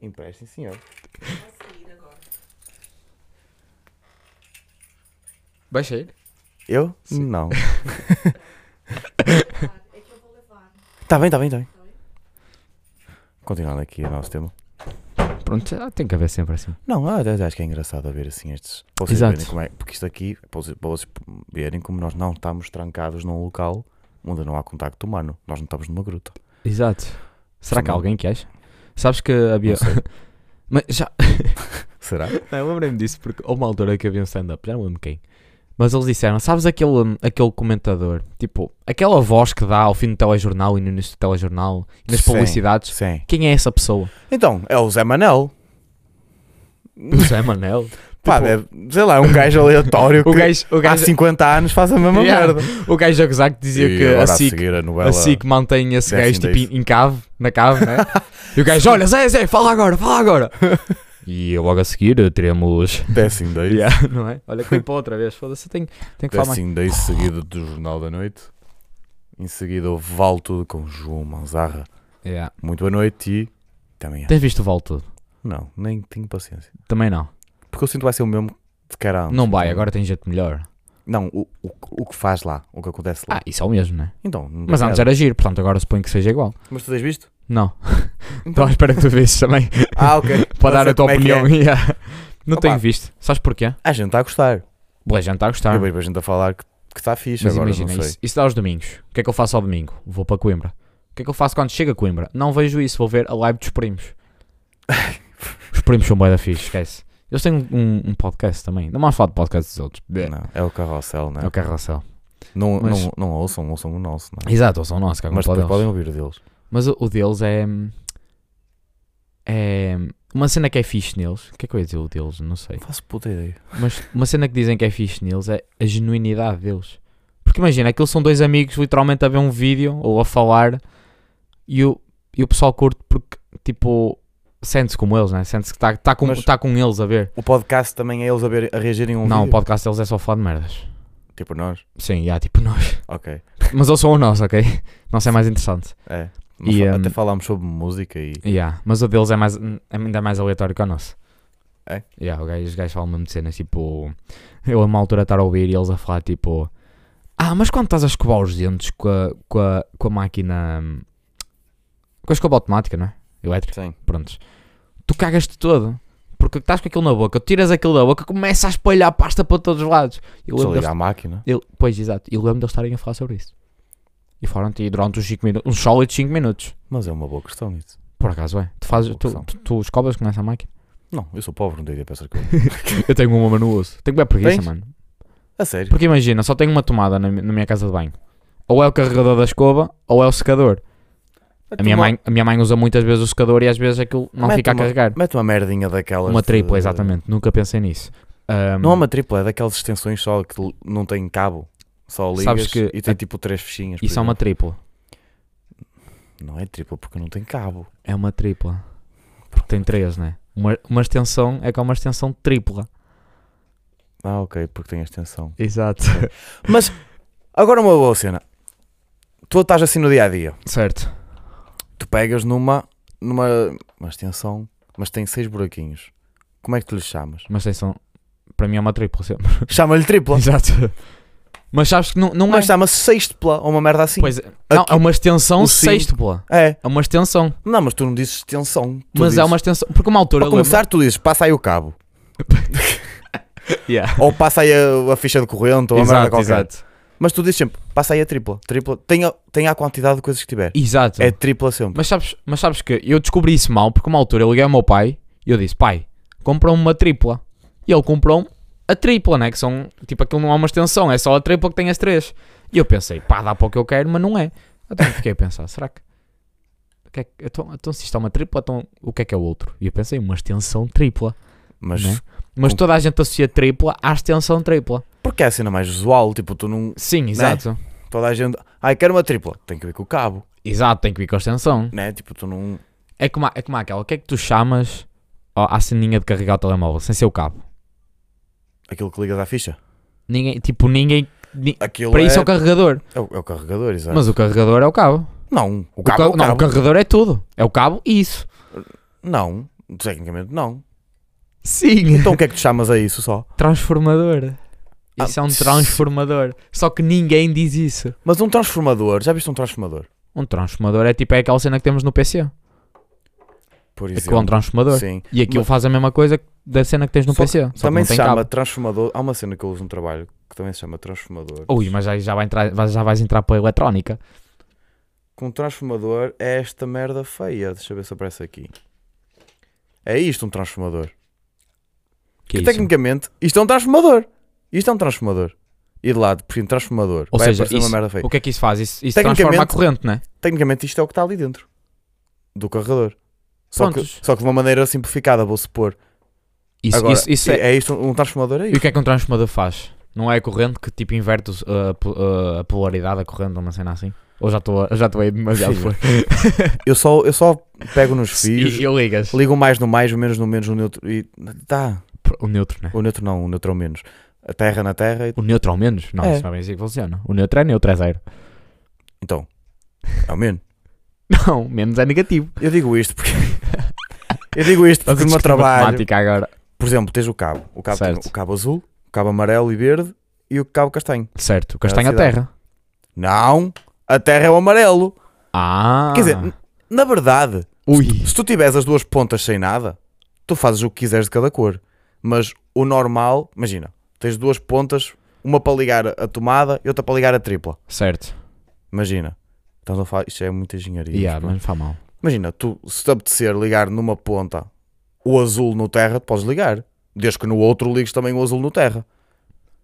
Speaker 2: Emprestem, senhor.
Speaker 1: Vai sair?
Speaker 2: Eu?
Speaker 1: Sim.
Speaker 2: Não.
Speaker 1: É Tá
Speaker 2: Tá bem, tá bem, tá bem. Continuando aqui o nosso tema.
Speaker 1: Pronto, ah, tem que haver sempre assim.
Speaker 2: Não, ah, até acho que é engraçado haver assim estes. Para vocês
Speaker 1: Exato.
Speaker 2: verem como é. Porque isto aqui, para vocês, para vocês verem como nós não estamos trancados num local onde não há contacto humano. Nós não estamos numa gruta.
Speaker 1: Exato. Será
Speaker 2: Sim,
Speaker 1: que há
Speaker 2: não.
Speaker 1: alguém que acha? Sabes que havia.
Speaker 2: Não sei.
Speaker 1: Mas já.
Speaker 2: Será?
Speaker 1: Não, eu lembrei-me disso porque houve uma altura que havia um stand-up, já não lembro quem. Mas eles disseram, sabes aquele, hum, aquele comentador, tipo, aquela voz que dá ao fim do telejornal e no início do telejornal e nas
Speaker 2: Sim.
Speaker 1: publicidades,
Speaker 2: Sim.
Speaker 1: quem é essa pessoa?
Speaker 2: Então, é o Zé Manel.
Speaker 1: O Zé Manel?
Speaker 2: Pá,
Speaker 1: Tipo,
Speaker 2: deve- sei lá, é um gajo aleatório que
Speaker 1: o gajo, o
Speaker 2: há
Speaker 1: gajo,
Speaker 2: 50 anos faz a mesma
Speaker 1: Yeah.
Speaker 2: merda.
Speaker 1: o gajo a gozar que dizia
Speaker 2: E
Speaker 1: que
Speaker 2: agora
Speaker 1: a SIC,
Speaker 2: seguir a novela.
Speaker 1: a SIC Assim mantém esse
Speaker 2: Dez Tipo, em
Speaker 1: gajo tipo
Speaker 2: dez.
Speaker 1: em, em cave, na cave, né? e o gajo, olha Zé, Zé, fala agora, fala agora. e logo a seguir teremos...
Speaker 2: Décimo daí.
Speaker 1: Yeah, não é? Olha que para outra vez, foda-se, eu tenho, tenho que falar mais.
Speaker 2: Décimo daí seguido do Jornal da Noite. Em seguida, o Vale Tudo com João Manzarra.
Speaker 1: Yeah.
Speaker 2: Muito boa noite e também é.
Speaker 1: Tens visto o Volto?
Speaker 2: Não, nem tenho paciência.
Speaker 1: Também não.
Speaker 2: Porque eu sinto que vai ser o mesmo de cara antes. é?
Speaker 1: Não vai, agora tem jeito melhor.
Speaker 2: Não, o, o, o que faz lá, o que acontece lá.
Speaker 1: Ah, isso é o mesmo, né?
Speaker 2: então, não
Speaker 1: Mas
Speaker 2: tem
Speaker 1: antes
Speaker 2: nada.
Speaker 1: era giro, portanto agora suponho que seja igual.
Speaker 2: Mas tu tens visto?
Speaker 1: Não. Então à espera que tu visses também,
Speaker 2: Ah, ok.
Speaker 1: para dar
Speaker 2: sei
Speaker 1: a tua
Speaker 2: como é que
Speaker 1: opinião. Yeah. Não
Speaker 2: Opa.
Speaker 1: tenho visto. Sabes porquê?
Speaker 2: A gente está a gostar.
Speaker 1: Boa, gente está a gostar.
Speaker 2: Eu vejo a gente a falar que que está fixe
Speaker 1: Tá. Mas
Speaker 2: agora,
Speaker 1: imagina,
Speaker 2: não sei.
Speaker 1: isso, isso dá aos domingos. O que é que eu faço ao domingo? Vou para Coimbra. O que é que eu faço quando chego a Coimbra? Não vejo isso, vou ver a live dos primos. Os primos são bué da fixe, esquece. Eles têm um, um- um podcast também. Não mais falo de podcast dos outros.
Speaker 2: Não, é o carrossel, né?
Speaker 1: É o carrossel.
Speaker 2: Não,
Speaker 1: Mas-
Speaker 2: não, não ouçam, ouçam o nosso, não é?
Speaker 1: Exato, são nossos, que é como
Speaker 2: Mas
Speaker 1: pode
Speaker 2: depois
Speaker 1: eles.
Speaker 2: podem ouvir o deles.
Speaker 1: Mas o, o deles é. É. Uma cena que é fixe neles. O que é que eu ia dizer o deles? Não sei.
Speaker 2: Não faço puta ideia.
Speaker 1: Mas uma cena que dizem que é fixe neles é a genuinidade deles. Porque imagina, aquilo são dois amigos literalmente a ver um vídeo ou a falar e o, e o pessoal curte porque, tipo, sente-se como eles, né? Sente-se que está tá com,
Speaker 2: Mas-
Speaker 1: tá com eles a ver.
Speaker 2: O podcast também é eles a, ver, a reagirem a um
Speaker 1: não, o
Speaker 2: vídeo?
Speaker 1: podcast deles é só falar de merdas.
Speaker 2: Tipo nós?
Speaker 1: Sim, já, tipo nós.
Speaker 2: Ok.
Speaker 1: Mas eles são o nosso, ok? Nosso é mais interessante.
Speaker 2: É.
Speaker 1: E,
Speaker 2: Fa-
Speaker 1: hum,
Speaker 2: Até falámos sobre música e...
Speaker 1: Yeah, mas o deles é mais, é ainda mais aleatório que o nosso.
Speaker 2: É?
Speaker 1: Yeah, o gajo, os gajos falam mesmo de cenas tipo. Eu a uma altura estar a ouvir e eles a falar tipo. Ah, mas quando estás a escovar os dentes com a, com a, com a máquina. hum, Com a escova automática, não é? Elétrica,
Speaker 2: Sim.
Speaker 1: prontos. Tu cagas-te todo. Porque estás com aquilo na boca, tu tiras aquilo da boca, começa a espalhar pasta para todos os lados. Eu lembro deles-
Speaker 2: Desligar a máquina.
Speaker 1: eu- pois, exato. E lembro deles estarem a falar sobre isso. E falaram-te durante uns 5 minutos, uns sólidos 5 minutos.
Speaker 2: Mas é uma boa questão isso.
Speaker 1: Por acaso é? Tu, fazes,
Speaker 2: Boa
Speaker 1: tu,
Speaker 2: opção.
Speaker 1: tu, tu escovas com essa máquina?
Speaker 2: Não, eu sou pobre, não tenho ideia para essas coisas.
Speaker 1: Eu tenho uma, mas não uso. Tenho bem preguiça,
Speaker 2: Tens?
Speaker 1: mano.
Speaker 2: A sério?
Speaker 1: Porque imagina, só tenho uma tomada na, mi- na minha casa de banho. Ou é o carregador da escova, ou é o secador. A minha, mãe, a minha mãe usa muitas vezes o secador e às vezes aquilo não
Speaker 2: Mete
Speaker 1: fica a
Speaker 2: uma-
Speaker 1: carregar.
Speaker 2: Mete uma merdinha daquelas...
Speaker 1: Uma
Speaker 2: de-
Speaker 1: tripla, exatamente. Nunca pensei nisso. Ahm,
Speaker 2: Não é uma tripla, é daquelas extensões só que l- não tem cabo. Só ligas
Speaker 1: Sabes que-
Speaker 2: e tem tipo três fichinhas. por
Speaker 1: Isso é uma
Speaker 2: exemplo.
Speaker 1: tripla.
Speaker 2: Não é tripla porque não tem cabo.
Speaker 1: É uma tripla. Porque tem três, né? Uma, uma extensão é que é uma extensão tripla.
Speaker 2: Ah, ok, porque tem a extensão.
Speaker 1: Exato.
Speaker 2: Mas, agora uma boa cena. Tu estás assim no dia a dia.
Speaker 1: Certo.
Speaker 2: Tu pegas numa. numa. uma extensão, mas tem seis buraquinhos. Como é que tu lhe chamas?
Speaker 1: Mas extensão, para mim é uma tripla sempre.
Speaker 2: Chama-lhe tripla.
Speaker 1: Exato. Mas sabes que não, não é.
Speaker 2: Mas chama-se sextupla ou uma merda assim.
Speaker 1: Pois é. Não, é uma extensão
Speaker 2: o cinco.
Speaker 1: sextupla.
Speaker 2: É.
Speaker 1: É uma extensão.
Speaker 2: Não, mas tu não dizes extensão. Tu
Speaker 1: mas é
Speaker 2: dizes-
Speaker 1: uma extensão. Porque uma altura.
Speaker 2: Para
Speaker 1: eu lembro-
Speaker 2: começar, tu dizes passa aí o cabo.
Speaker 1: Yeah.
Speaker 2: Ou passa aí a, a ficha de corrente ou a merda
Speaker 1: Exato,
Speaker 2: qualquer.
Speaker 1: exato.
Speaker 2: Mas tu dizes sempre, passa aí a tripla. tripla. Tem, a, tem a quantidade de coisas que tiver.
Speaker 1: Exato.
Speaker 2: É tripla sempre.
Speaker 1: Mas, sabes, mas sabes que eu descobri isso mal porque uma altura eu liguei ao meu pai e eu disse: pai, comprou-me uma tripla. E ele comprou-me a tripla, né? Que são. Tipo, aquilo não é uma extensão, é só a tripla que tem as três. E eu pensei: pá, dá para o que eu quero, mas não é. Então fiquei a pensar: será que. o que é que- Então, então, se isto é uma tripla, então o que é que é o outro? E eu pensei, uma extensão tripla.
Speaker 2: Mas,
Speaker 1: Né? Mas toda a gente associa tripla à extensão tripla.
Speaker 2: porque é a cena mais visual. Tipo, tu não.
Speaker 1: Sim, exato.
Speaker 2: Toda a gente. Ai, quero uma tripla. Tem que ver com o cabo.
Speaker 1: Exato, tem que vir com a extensão.
Speaker 2: Né? Tipo, tu não.
Speaker 1: É como, há- é como há aquela, o que é que tu chamas ao- à ceninha de carregar o telemóvel, sem ser o cabo?
Speaker 2: Aquilo que ligas à ficha.
Speaker 1: Ninguém, tipo, ninguém. ni-
Speaker 2: Aquilo
Speaker 1: para
Speaker 2: é,
Speaker 1: isso é o carregador.
Speaker 2: é o- é o carregador, exato.
Speaker 1: Mas o carregador é o cabo.
Speaker 2: Não, o
Speaker 1: O ca-
Speaker 2: cabo. é o
Speaker 1: não,
Speaker 2: cabo.
Speaker 1: o carregador é tudo. É o cabo e isso.
Speaker 2: Não, tecnicamente não.
Speaker 1: Sim.
Speaker 2: Então o que é que tu chamas a isso só?
Speaker 1: Transformador.
Speaker 2: Ah,
Speaker 1: Isso é um
Speaker 2: tss.
Speaker 1: transformador. Só que ninguém diz isso.
Speaker 2: Mas um transformador, já viste um transformador?
Speaker 1: É Um transformador é tipo é aquela cena que temos no PC.
Speaker 2: por
Speaker 1: É
Speaker 2: exemplo.
Speaker 1: com um transformador.
Speaker 2: Sim.
Speaker 1: E aquilo
Speaker 2: Mas-
Speaker 1: faz a mesma coisa da cena que tens no
Speaker 2: Só-
Speaker 1: PC. Só que
Speaker 2: também
Speaker 1: não
Speaker 2: se
Speaker 1: tem
Speaker 2: chama
Speaker 1: cabo.
Speaker 2: transformador. Há uma cena que eu uso no trabalho que também se chama transformador.
Speaker 1: Ui, mas aí já, vai entrar, vai- já vais entrar para a eletrónica.
Speaker 2: Com um transformador é esta merda feia. Deixa eu ver se aparece aqui. É isto um transformador.
Speaker 1: Que é
Speaker 2: que
Speaker 1: isso?
Speaker 2: tecnicamente isto é um transformador. Isto é um transformador. E de lado, por fim, transformador.
Speaker 1: Ou
Speaker 2: Vai
Speaker 1: seja,
Speaker 2: aparecer
Speaker 1: isso-
Speaker 2: uma merda feia.
Speaker 1: O que é que isso faz? Isso, isso
Speaker 2: Tecnicamente-
Speaker 1: transforma a corrente, né?
Speaker 2: Tecnicamente isto é o que está ali dentro do carregador. Só que,
Speaker 1: Prontos.
Speaker 2: só que de uma maneira simplificada, vou supor.
Speaker 1: Isso,
Speaker 2: Agora,
Speaker 1: isso, isso é...
Speaker 2: é... isto um transformador? É
Speaker 1: E o
Speaker 2: isto.
Speaker 1: que é que um transformador faz? Não é a corrente que tipo inverte os- a, po- a- a polaridade da corrente, uma cena assim? Ou já estou já estou aí demasiado
Speaker 2: Filho,
Speaker 1: foi?
Speaker 2: Eu só, eu só pego nos fios,
Speaker 1: E, e ligas.
Speaker 2: ligo o mais no mais, o menos no menos, o neutro. E tá.
Speaker 1: O neutro, né?
Speaker 2: O neutro não, o neutro é o menos. A terra na terra. E...
Speaker 1: O neutro ao menos? Não,
Speaker 2: É.
Speaker 1: isso não é bem assim que funciona. O neutro é neutro, é zero.
Speaker 2: Então, é o menos.
Speaker 1: Não, menos é negativo.
Speaker 2: Eu digo isto porque. eu digo isto
Speaker 1: Estás
Speaker 2: porque
Speaker 1: a
Speaker 2: no meu
Speaker 1: discutir
Speaker 2: trabalho.
Speaker 1: tipo matemática agora.
Speaker 2: Por exemplo, tens o cabo. O cabo, tem
Speaker 1: é Certo.
Speaker 2: o cabo azul, o cabo amarelo e verde e o cabo castanho.
Speaker 1: Certo, o castanho à
Speaker 2: Velocidade.
Speaker 1: terra.
Speaker 2: Não! A terra é o amarelo.
Speaker 1: Ah!
Speaker 2: Quer dizer, n- na verdade,
Speaker 1: Ui!
Speaker 2: se tu tiveres as duas pontas sem nada, tu fazes o que quiseres de cada cor. Mas o normal, imagina, tens duas pontas, uma para ligar a tomada e outra para ligar a tripla.
Speaker 1: Certo.
Speaker 2: Imagina. Estamos a falar, isto é muita engenharia.
Speaker 1: Yeah,
Speaker 2: mas
Speaker 1: mas não faz mal.
Speaker 2: Imagina, tu se te apetecer ligar numa ponta o azul no terra, tu podes ligar. Desde que no outro ligues também o azul no terra.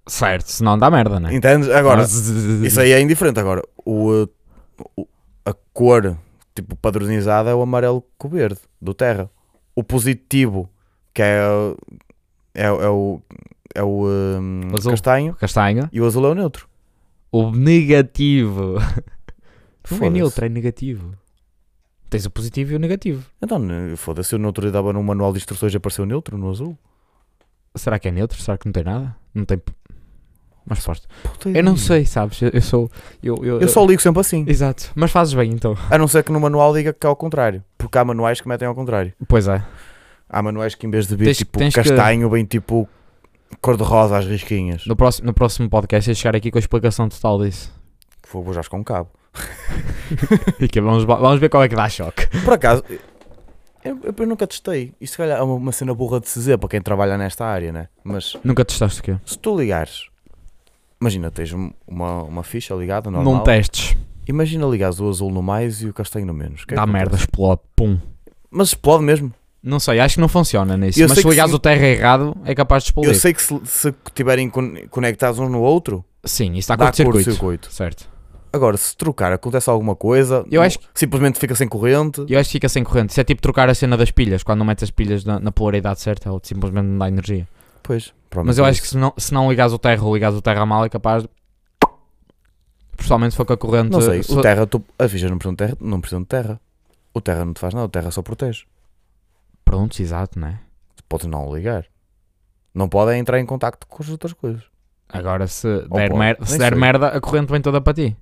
Speaker 1: Certo, senão dá merda, né?
Speaker 2: Entendes? Agora,
Speaker 1: Mas-
Speaker 2: isso aí é indiferente. Agora, o, eh, o- a cor tipo padronizada é o amarelo com o verde do terra. O positivo, que é, é, é o, é o eh,
Speaker 1: Azul.
Speaker 2: castanho,
Speaker 1: Castanho.
Speaker 2: e o azul é o neutro.
Speaker 1: O negativo. Não é
Speaker 2: Foda-se.
Speaker 1: neutro, é negativo. Tens o positivo e o negativo.
Speaker 2: Então, eh, foda-se, o neutro dava num manual de instruções e apareceu neutro no azul.
Speaker 1: Será que é neutro? Será que não tem nada? Não tem. p- Mas forte.
Speaker 2: Puta
Speaker 1: Eu não
Speaker 2: ideia.
Speaker 1: sei, sabes? Eu, eu sou. Eu, Hum. eu,
Speaker 2: Eu só ligo sempre assim.
Speaker 1: Exato. Mas fazes bem então.
Speaker 2: A não ser que no manual diga que é ao contrário. Porque há manuais que metem ao contrário.
Speaker 1: Pois é.
Speaker 2: Há manuais que em vez de vir
Speaker 1: Tens-
Speaker 2: tipo
Speaker 1: tens que-
Speaker 2: castanho, vem tipo cor-de-rosa às risquinhas.
Speaker 1: No próximo, no próximo podcast, eu chegar aqui com a explicação total disso.
Speaker 2: Vou bujar com um cabo.
Speaker 1: E que vamos, ba- vamos ver qual é que dá choque.
Speaker 2: Por acaso, eu, eu- eu nunca testei. Isto se calhar é uma, uma cena burra de se dizer para quem trabalha nesta área, né? Mas
Speaker 1: Nunca testaste o quê?
Speaker 2: se tu ligares, imagina, tens um- uma, uma ficha ligada normal.
Speaker 1: Não testes.
Speaker 2: Imagina ligares o azul no mais e o castanho no menos. O que é
Speaker 1: dá
Speaker 2: que
Speaker 1: merda,
Speaker 2: acontece?
Speaker 1: explode. Pum.
Speaker 2: Mas explode mesmo.
Speaker 1: Não sei, acho que não funciona nisso.
Speaker 2: Eu
Speaker 1: mas
Speaker 2: sei
Speaker 1: se
Speaker 2: que
Speaker 1: ligares
Speaker 2: sim.
Speaker 1: o terra errado, é capaz de explodir.
Speaker 2: Eu sei que se se estiverem con- conectados um no outro,
Speaker 1: Sim, isso está
Speaker 2: dá
Speaker 1: com circuito.
Speaker 2: circuito.
Speaker 1: Certo.
Speaker 2: Agora, se trocar, acontece alguma coisa,
Speaker 1: Eu acho
Speaker 2: simplesmente fica sem corrente.
Speaker 1: Eu acho que fica sem corrente. Isso é tipo trocar a cena das pilhas, quando não metes as pilhas na, na polaridade certa, ou simplesmente não dá energia.
Speaker 2: Pois, é
Speaker 1: Mas eu acho que se não, se não ligares o terra ou ligares o terra mal, é capaz de. Principalmente se for com a corrente.
Speaker 2: não sei,
Speaker 1: se-
Speaker 2: o terra, tu, a ficha não precisa, de terra, não precisa de terra. O terra não te faz nada, o terra só protege.
Speaker 1: Pronto, exato, né?
Speaker 2: Tu podes não ligar. Não pode é entrar em contacto com as outras coisas.
Speaker 1: Agora, se
Speaker 2: Ou
Speaker 1: der,
Speaker 2: pode.
Speaker 1: mer-
Speaker 2: Nem
Speaker 1: se der
Speaker 2: sei.
Speaker 1: merda, a corrente vem toda para ti.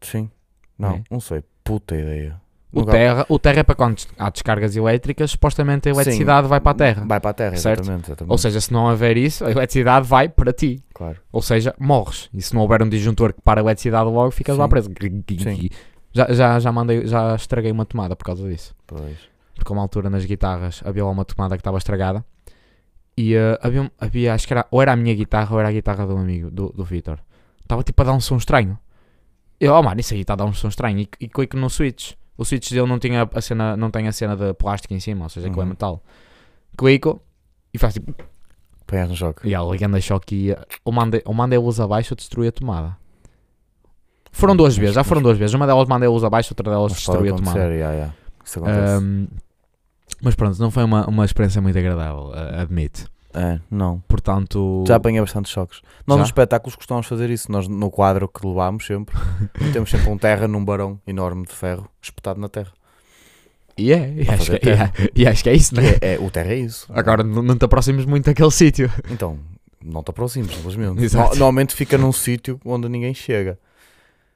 Speaker 2: Sim. Não,
Speaker 1: É.
Speaker 2: não sei. Puta ideia.
Speaker 1: O
Speaker 2: Nunca-
Speaker 1: terra, o terra é para quando há descargas elétricas, supostamente a
Speaker 2: Sim,
Speaker 1: eletricidade vai para a terra.
Speaker 2: Vai para a terra,
Speaker 1: Certo.
Speaker 2: exatamente. exatamente.
Speaker 1: Ou seja, se não houver isso, a eletricidade vai para ti.
Speaker 2: claro.
Speaker 1: Ou seja, morres. E se não houver um disjuntor que para a eletricidade logo, ficas lá
Speaker 2: Sim.
Speaker 1: preso.
Speaker 2: Sim.
Speaker 1: Já, já, já, mandei, já estraguei uma tomada por causa disso.
Speaker 2: Pois.
Speaker 1: Porque a uma altura nas guitarras havia lá uma tomada que estava estragada. E eh, havia, havia, acho que era, ou era a minha guitarra ou era a guitarra do amigo, do, do Vitor. Estava tipo a dar um som estranho. Eu, oh mano, isso aí está a dar um som estranho. E, e clico no switch. O switch dele não, tinha a cena, não tem a cena de plástico em cima, ou seja, aquilo é
Speaker 2: Uhum.
Speaker 1: metal. Clico e faz tipo.
Speaker 2: Apanhas no choque.
Speaker 1: E a ligando a choque e ou mandei, ou mandei a é luz abaixo ou destruí a tomada. Foram duas vezes, já foram duas vezes. Uma delas mandei a luz abaixo, outra delas
Speaker 2: Mas pode
Speaker 1: destruí a tomada.
Speaker 2: acontecer, yeah, yeah. Isso acontece.
Speaker 1: Ahm, mas pronto, não foi uma, uma experiência muito agradável, a- admito.
Speaker 2: É, não.
Speaker 1: Portanto,
Speaker 2: Já apanhei bastante choques. Nós
Speaker 1: Já?
Speaker 2: nos espetáculos costumamos fazer isso. Nós no quadro que levámos sempre, temos sempre um terra num barão enorme de ferro espetado na terra.
Speaker 1: e é, e
Speaker 2: Para
Speaker 1: acho,
Speaker 2: fazer
Speaker 1: que, e
Speaker 2: terra.
Speaker 1: é- e acho que é isso, né?
Speaker 2: É, é, o terra é isso.
Speaker 1: Agora n- não te aproximes muito daquele sítio.
Speaker 2: Então, não te aproximes, simplesmente.
Speaker 1: Exato.
Speaker 2: No- normalmente fica num sítio onde ninguém chega.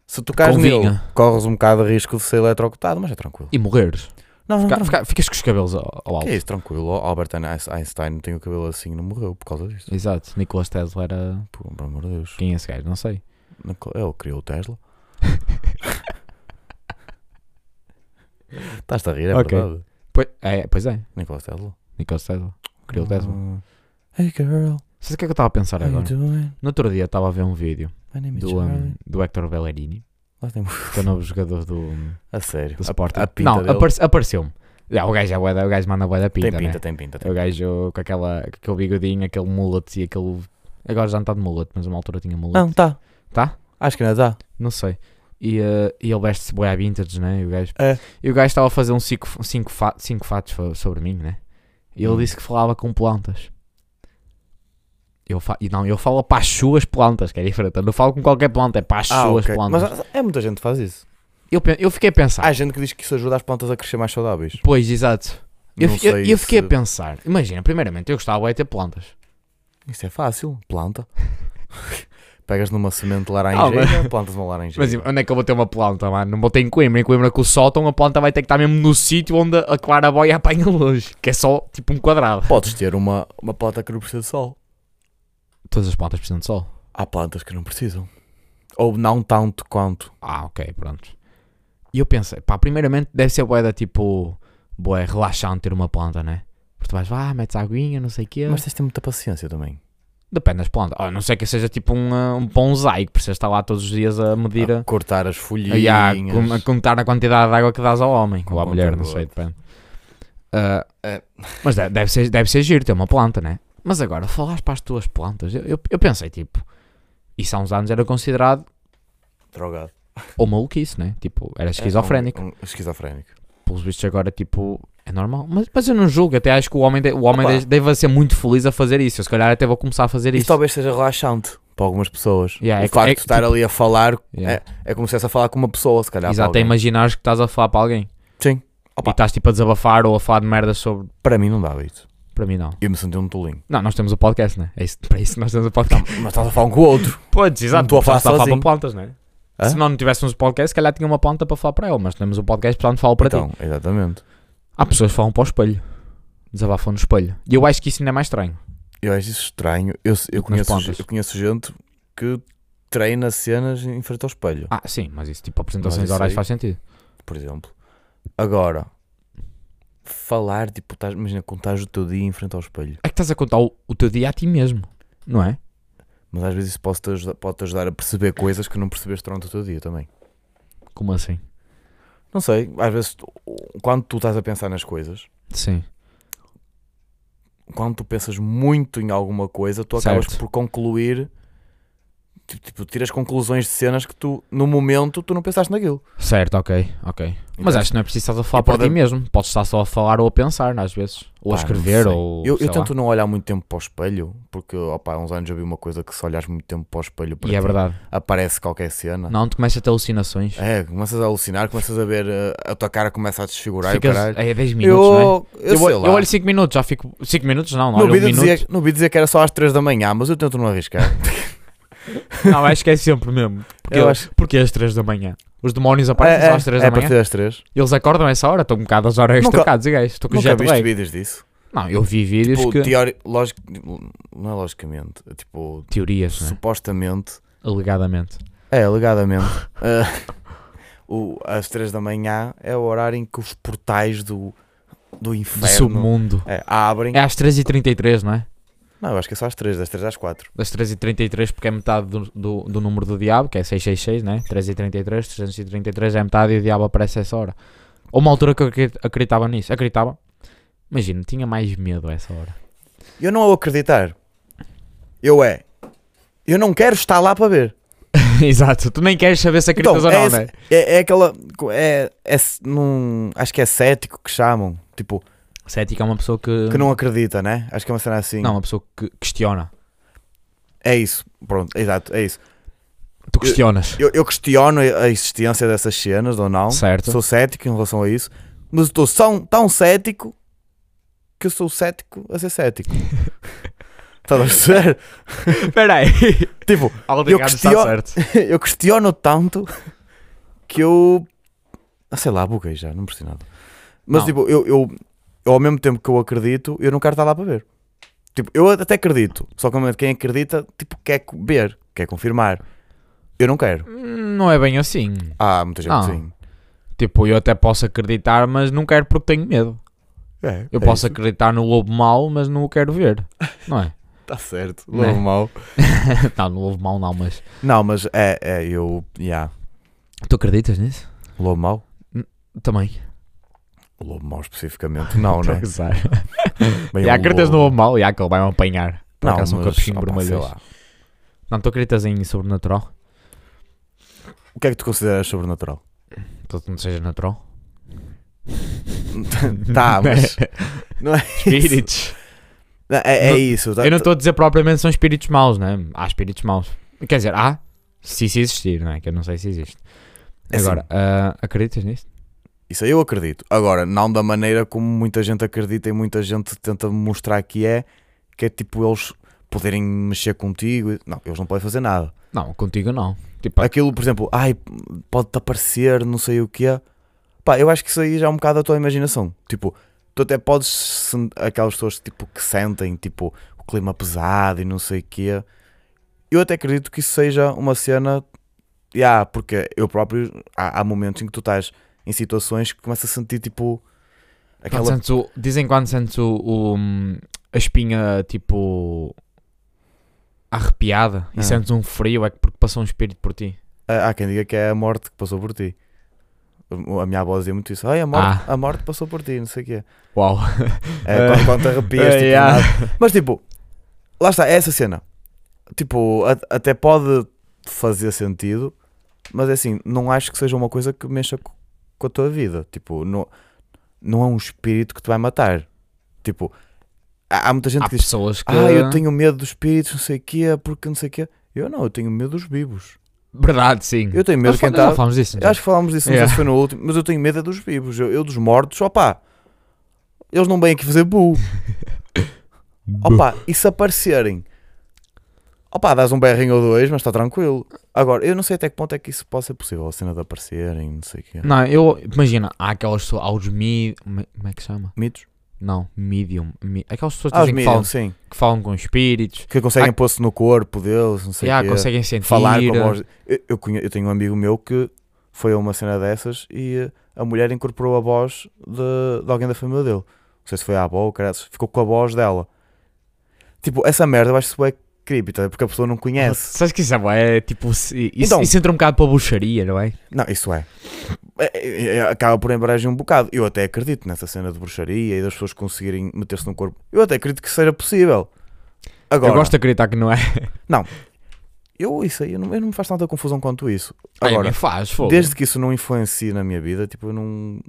Speaker 2: Se tocares
Speaker 1: Convinha.
Speaker 2: nele, corres um bocado de risco de ser eletrocutado, mas é tranquilo.
Speaker 1: E morreres.
Speaker 2: Não, não,
Speaker 1: Fica-
Speaker 2: não.
Speaker 1: fica- ficas com os cabelos ao, ao alto.
Speaker 2: Que é isso, tranquilo. Albert Einstein tem o cabelo assim não morreu por causa disso.
Speaker 1: Exato. Nicolas Tesla era.
Speaker 2: Pô, pelo amor de Deus.
Speaker 1: Quem é esse gajo? Não sei.
Speaker 2: Nunca- Ele criou o Tesla. Estás-te a rir, é
Speaker 1: Ok.
Speaker 2: verdade.
Speaker 1: Pois é, pois é.
Speaker 2: Nicolas Tesla.
Speaker 1: Nikola Tesla. Creu Tesla.
Speaker 2: Ah, Hey girl,
Speaker 1: Sabe o que é que eu estava a pensar
Speaker 2: how you
Speaker 1: agora?
Speaker 2: doing?
Speaker 1: No outro dia estava a ver um vídeo
Speaker 2: My name is
Speaker 1: do,
Speaker 2: Charlie.
Speaker 1: um, do Hector Bellerini,
Speaker 2: Lá tem-
Speaker 1: que é o novo jogador do,
Speaker 2: A sério.
Speaker 1: do
Speaker 2: A-
Speaker 1: Sporting.
Speaker 2: A, pinta
Speaker 1: não,
Speaker 2: dele.
Speaker 1: apare- apareceu-me. É, o gajo é bué da- o gajo manda bué da pinta,
Speaker 2: tem pinta,
Speaker 1: né?
Speaker 2: tem
Speaker 1: É
Speaker 2: pinta. Tem.
Speaker 1: O gajo com, aquela, com aquele bigodinho, aquele mullet e aquele... Agora já não está de mullet, mas uma altura tinha mullet.
Speaker 2: Não, tá.
Speaker 1: Tá?
Speaker 2: Acho que ainda dá. Ah,
Speaker 1: Não sei. E, eh, e ele veste-se boé à vintage, né? E o gajo,
Speaker 2: É.
Speaker 1: e o gajo estava a fazer uns 5 cinco, fa- cinco fatos fo- sobre mim, né? E ele
Speaker 2: Hum.
Speaker 1: disse que falava com plantas. Eu fa... e Não, eu falo para as suas plantas, que é diferente. Eu não falo com qualquer planta, é para as
Speaker 2: Ah,
Speaker 1: suas
Speaker 2: ok.
Speaker 1: plantas. Tá.
Speaker 2: Mas há- Ah, é muita gente que faz isso.
Speaker 1: Eu, pe- eu fiquei a pensar.
Speaker 2: Há gente que diz que isso ajuda as plantas a crescer mais saudáveis.
Speaker 1: Pois, exato. Eu,
Speaker 2: Não
Speaker 1: fi- eu-
Speaker 2: sei
Speaker 1: eu fiquei
Speaker 2: se-
Speaker 1: a pensar. Imagina, primeiramente, eu gostava bué de ter plantas.
Speaker 2: Isso é fácil. Planta. Pegas numa semente
Speaker 1: Ah,
Speaker 2: laranjeira, plantas uma laranjeira.
Speaker 1: Mas onde é que eu vou ter uma planta, mano? Não vou ter em Coimbra. Em Coimbra com o sótão, a planta vai ter que estar mesmo no sítio onde a clarabóia apanha luz. Que é só, tipo, um quadrado.
Speaker 2: Podes ter uma, uma planta que não precisa de sol.
Speaker 1: Todas as plantas precisam de sol.
Speaker 2: Há plantas que não precisam. Ou não tanto quanto.
Speaker 1: Ah, ok, pronto. E eu pensei, pá, primeiramente deve ser boeda, tipo, boé, relaxante ter uma planta, né? Porque tu vais, vá, metes a aguinha, não sei o quê.
Speaker 2: Mas tens de ter muita paciência também.
Speaker 1: Depende das plantas. Ah, a não sei que seja tipo um, ah, um bonsai, que precisas estar lá todos os dias a medir a...
Speaker 2: A cortar as folhinhas.
Speaker 1: E a, Ah, com- a contar a quantidade de água que dás ao homem ou à
Speaker 2: Com
Speaker 1: mulher, não
Speaker 2: Ah, conta
Speaker 1: sei,
Speaker 2: gota.
Speaker 1: depende. Ah,
Speaker 2: É.
Speaker 1: Mas de- deve ser, deve ser giro ter uma planta, né? Mas agora, falares para as tuas plantas, eu, eu, eu pensei, tipo, isso há uns anos era considerado
Speaker 2: Drogado.
Speaker 1: ou maluquice, né? Tipo, era É, esquizofrénico.
Speaker 2: É, um- um esquizofrénico.
Speaker 1: Pelos vistos, agora, tipo, é normal. Mas, mas eu não julgo, até acho que o homem, de- o homem
Speaker 2: Opa.
Speaker 1: de- deve ser muito feliz a fazer isso. Eu, se calhar, até vou começar a fazer
Speaker 2: Isso
Speaker 1: isso.
Speaker 2: talvez seja relaxante para algumas pessoas.
Speaker 1: Yeah,
Speaker 2: o
Speaker 1: é co-
Speaker 2: facto
Speaker 1: é
Speaker 2: de estar
Speaker 1: tipo-
Speaker 2: ali a falar
Speaker 1: Yeah.
Speaker 2: é, é como se estivesse a falar com uma pessoa, se calhar.
Speaker 1: Exato,
Speaker 2: para
Speaker 1: é
Speaker 2: alguém.
Speaker 1: imaginares que estás a falar para alguém.
Speaker 2: Sim.
Speaker 1: E
Speaker 2: Opa.
Speaker 1: estás, tipo, a desabafar ou a falar de merda sobre.
Speaker 2: Para mim não dá isso.
Speaker 1: Para mim, não.
Speaker 2: Eu me senti um tolinho.
Speaker 1: Não, nós temos o podcast, né? É isso, para isso nós temos o podcast.
Speaker 2: Mas estás a falar um com o outro.
Speaker 1: Podes,
Speaker 2: Não estou a falar
Speaker 1: Só para
Speaker 2: sozinho.
Speaker 1: plantas, né?
Speaker 2: Hã?
Speaker 1: Se não não tivéssemos o podcast, se calhar tinha uma planta para falar para ela, mas temos o podcast, portanto falo para ti.
Speaker 2: então, exatamente.
Speaker 1: Há pessoas que falam para o espelho, desabafam no espelho. E eu acho que isso ainda é mais estrange.
Speaker 2: Eu acho isso estranho. Eu, eu,
Speaker 1: com as
Speaker 2: conheço,
Speaker 1: plantas.
Speaker 2: eu conheço gente que treina cenas em frente ao espelho,
Speaker 1: Ah, sim, mas isso, tipo, apresentações
Speaker 2: Mas isso
Speaker 1: orais
Speaker 2: aí-
Speaker 1: faz sentido.
Speaker 2: por exemplo. Agora, falar, tipo, estás- imagina, contares o teu dia em frente ao espelho.
Speaker 1: É que estás a contar o, o teu dia a ti mesmo, não é?
Speaker 2: Mas às vezes isso pode-te ajudar, pode -te ajudar a perceber coisas que não percebeste durante o teu dia também.
Speaker 1: Como assim?
Speaker 2: Não sei, às vezes, tu- quando tu estás a pensar nas coisas,
Speaker 1: Sim.
Speaker 2: quando tu pensas muito em alguma coisa, tu acabas
Speaker 1: Certo.
Speaker 2: por concluir. Tipo, tipo, tiras conclusões de cenas que tu, no momento, tu não pensaste naquilo.
Speaker 1: Certo, ok, ok. mas
Speaker 2: Então,
Speaker 1: acho que não é preciso estar a falar
Speaker 2: E
Speaker 1: para
Speaker 2: pode-
Speaker 1: ti mesmo. Podes estar só a falar ou a pensar, às vezes. Ou a
Speaker 2: Pá, não
Speaker 1: escrever,
Speaker 2: sei.
Speaker 1: ou.
Speaker 2: Eu, eu
Speaker 1: sei lá.
Speaker 2: tento não olhar muito tempo para o espelho, porque opa, há uns anos eu vi uma coisa que se olhares muito tempo para o espelho para
Speaker 1: E é
Speaker 2: ti,
Speaker 1: verdade.
Speaker 2: aparece qualquer cena.
Speaker 1: Não, tu começas a ter alucinações.
Speaker 2: É, começas a alucinar, começas a ver, eh, a tua cara começa a desfigurar e o
Speaker 1: Ficas,
Speaker 2: caralho.
Speaker 1: é 10 minutos, não é?
Speaker 2: Eu, eu,
Speaker 1: Eu,
Speaker 2: sei
Speaker 1: olho-
Speaker 2: lá.
Speaker 1: eu olho 5 minutos, já fico. 5 minutos não, não
Speaker 2: no
Speaker 1: olho 1
Speaker 2: vídeo
Speaker 1: minuto.
Speaker 2: dizia, no vídeo dizia que era só às 3 da manhã, mas eu tento não arriscar.
Speaker 1: Não, acho que é sempre mesmo. Porque,
Speaker 2: eu acho
Speaker 1: porque é às 3 da manhã. Os demónios aparecem só às 3
Speaker 2: é
Speaker 1: da
Speaker 2: a
Speaker 1: manhã.
Speaker 2: partir das 3.
Speaker 1: Eles acordam a essa hora, estão um bocado às horas
Speaker 2: Nunca-
Speaker 1: trocadas, e gajo. Estou com o
Speaker 2: Nunca
Speaker 1: jet
Speaker 2: viste
Speaker 1: lag.
Speaker 2: vídeos disso?
Speaker 1: Não, eu vi vídeos
Speaker 2: Tipo,
Speaker 1: que.
Speaker 2: teori- lógico, não é logicamente, é tipo,
Speaker 1: Teorias, né?
Speaker 2: supostamente,
Speaker 1: Alegadamente.
Speaker 2: é, alegadamente, eh, o, às 3 da manhã é o horário em que os portais do, do
Speaker 1: Do
Speaker 2: inferno
Speaker 1: submundo.
Speaker 2: é, abrem.
Speaker 1: É às 3h33, não é?
Speaker 2: Não, eu acho que é só às 3, das 3 às 4.
Speaker 1: Das 3h33, porque é metade do, do, do número do diabo, que é 666, né? 3h33, 333 é metade e o diabo aparece a essa hora. Ou uma altura que eu acre- acreditava nisso. Acreditava. Imagina, tinha mais medo a essa hora.
Speaker 2: Eu não vou acreditar. Eu é. Eu não quero estar lá para ver.
Speaker 1: Exato, tu nem queres saber se acreditas
Speaker 2: Então,
Speaker 1: ou não,
Speaker 2: é,
Speaker 1: né?
Speaker 2: esse- é, é aquela. É, é, s- num, acho que é cético que chamam. Tipo,
Speaker 1: Cético é uma pessoa que.
Speaker 2: que não acredita, né? Acho que é uma cena assim.
Speaker 1: Não, uma pessoa que questiona.
Speaker 2: É isso. Pronto, exato, é isso.
Speaker 1: Tu questionas.
Speaker 2: Eu, eu questiono a existência dessas cenas ou não.
Speaker 1: certo.
Speaker 2: Sou cético em relação a isso. Mas estou tão, tão cético que eu sou cético a ser cético. Estás a perceber?
Speaker 1: Espera aí.
Speaker 2: Tipo,
Speaker 1: Algo
Speaker 2: Eu
Speaker 1: errado está
Speaker 2: questiono-
Speaker 1: certo.
Speaker 2: eu questiono tanto que eu. Ah, sei lá, buguei já, não percebi nada. Mas
Speaker 1: Não.
Speaker 2: tipo, eu, eu, eu, ao mesmo tempo que eu acredito, eu não quero estar lá para ver. Tipo, eu até acredito, só que ao momento quem acredita, tipo, quer co- ver, quer confirmar. Eu não quero.
Speaker 1: Hum, Não é bem assim.
Speaker 2: Ah, muita gente
Speaker 1: Não.
Speaker 2: sim.
Speaker 1: Tipo, eu até posso acreditar, mas não quero porque tenho medo.
Speaker 2: É,
Speaker 1: Eu
Speaker 2: é
Speaker 1: posso
Speaker 2: isso.
Speaker 1: acreditar no lobo mau, mas não o quero ver. Não é?
Speaker 2: Tá certo.
Speaker 1: Não é?
Speaker 2: Lobo mau.
Speaker 1: não, no lobo mau não, mas.
Speaker 2: Não, mas é, é, eu. Yeah.
Speaker 1: Tu acreditas nisso?
Speaker 2: Lobo mau?
Speaker 1: Também.
Speaker 2: Lobo mau especificamente. Não,
Speaker 1: Estou
Speaker 2: não
Speaker 1: a
Speaker 2: é?
Speaker 1: gozar.
Speaker 2: Bem,
Speaker 1: E há
Speaker 2: um
Speaker 1: acreditas no
Speaker 2: lobo-
Speaker 1: lobo mau, e há que ele vai-me apanhar. Por
Speaker 2: Não,
Speaker 1: acaso um
Speaker 2: mas,
Speaker 1: capuchinho
Speaker 2: opá, sei
Speaker 1: vermelho.
Speaker 2: lá.
Speaker 1: Não, tu acreditas em sobrenatural?
Speaker 2: O que é que tu consideras sobrenatural?
Speaker 1: Tudo que Então, não seja natural?
Speaker 2: tá, mas. Não é isso.
Speaker 1: Espíritos.
Speaker 2: Não, é, é
Speaker 1: Não-
Speaker 2: isso. tá-
Speaker 1: Eu não estou a dizer propriamente são espíritos maus, né? Há espíritos maus. Quer dizer, há, se isso existir, não é? Que eu não sei se existe.
Speaker 2: É assim.
Speaker 1: Agora, ah, acreditas nisto?
Speaker 2: Isso aí eu acredito. Agora, não da maneira como muita gente acredita e muita gente tenta mostrar que é, que é tipo eles poderem mexer contigo. e- Não, eles não podem fazer nada.
Speaker 1: Não, contigo não. Tipo,
Speaker 2: Aquilo, por exemplo, ai, pode-te aparecer, não sei o que é. Pá, eu acho que isso aí já é um bocado a tua imaginação. Tipo, tu até podes. sen- Aquelas pessoas tipo, que sentem tipo, o clima pesado e não sei o que Eu até acredito que isso seja uma cena. Yeah, porque eu próprio. Há, há momentos em que tu estás em situações que começas a sentir tipo.
Speaker 1: quando
Speaker 2: Aquela.
Speaker 1: sentes o- dizem quando sentes o, o, hum, a espinha, tipo, arrepiada e
Speaker 2: Ah.
Speaker 1: sentes um frio, é que porque passou um espírito por ti.
Speaker 2: Há há quem diga que é a morte que passou por ti. A minha avó dizia muito isso. Ai, a morte, a morte passou por ti, não sei o quê.
Speaker 1: Uau.
Speaker 2: É, quando, quando te arrepias,
Speaker 1: Eh,
Speaker 2: tipo,
Speaker 1: yeah.
Speaker 2: nada. Mas tipo, lá está, é essa cena. Tipo, a- até pode fazer sentido, mas é assim, não acho que seja uma coisa que mexa co- com a tua vida. Tipo, não, não é um espírito que te vai matar. Tipo, há, há muita gente
Speaker 1: Há
Speaker 2: que diz:
Speaker 1: pessoas que...
Speaker 2: Ah, eu tenho medo dos espíritos, não sei o quê, porque não sei o quê. Eu não, eu tenho medo dos vivos.
Speaker 1: Verdade, sim.
Speaker 2: Eu tenho medo
Speaker 1: Nós
Speaker 2: de quem
Speaker 1: fal- já
Speaker 2: está.
Speaker 1: falámos disso, não
Speaker 2: Eu acho que falámos disso, não
Speaker 1: Yeah.
Speaker 2: sei se foi no último, mas eu tenho medo é dos vivos. Eu, eu dos mortos, opá, eles não vêm aqui fazer bu. Opá, e se aparecerem? Opá, dás um berrinho ou dois, mas está tranquilo. Agora, eu não sei até que ponto é que isso pode ser possível, a cena de aparecerem, não sei o quê.
Speaker 1: Não, eu... Imagina, há aquelas pessoas... Há os mi... Como é que se chama?
Speaker 2: Mitos?
Speaker 1: Não, medium. mi- Aquelas pessoas que
Speaker 2: Ah, os
Speaker 1: dizem que falam,
Speaker 2: mediums, sim.
Speaker 1: que falam com espíritos.
Speaker 2: Que conseguem
Speaker 1: Ah.
Speaker 2: pôr-se no corpo deles, não sei o
Speaker 1: Já
Speaker 2: quê.
Speaker 1: conseguem eh. sentir.
Speaker 2: Falar com a voz. Eu, eu, conhe- eu tenho um amigo meu que foi a uma cena dessas e eh, a mulher incorporou a voz de, de alguém da família dele. Não sei se foi a avó ou caralho, ficou com a voz dela. Tipo, essa merda eu acho que é creepy, tá? porque a pessoa não conhece.
Speaker 1: Sabes que isso é, bué, tipo, se- isso,
Speaker 2: Então-
Speaker 1: isso entra um bocado para a bucharia, não é?
Speaker 2: Não, isso é. É, é, é, Acaba por embarajar um bocado. Eu até acredito nessa cena de bruxaria e das pessoas conseguirem meter-se no corpo. Eu até acredito que seja possível. Agora,
Speaker 1: Eu gosto de acreditar que não é.
Speaker 2: eu- isso aí, eu não, eu não me faz tanta confusão quanto isso.
Speaker 1: Agora,
Speaker 2: Agora,
Speaker 1: faz, fogo.
Speaker 2: desde que isso não influencie na minha vida, tipo, eu não.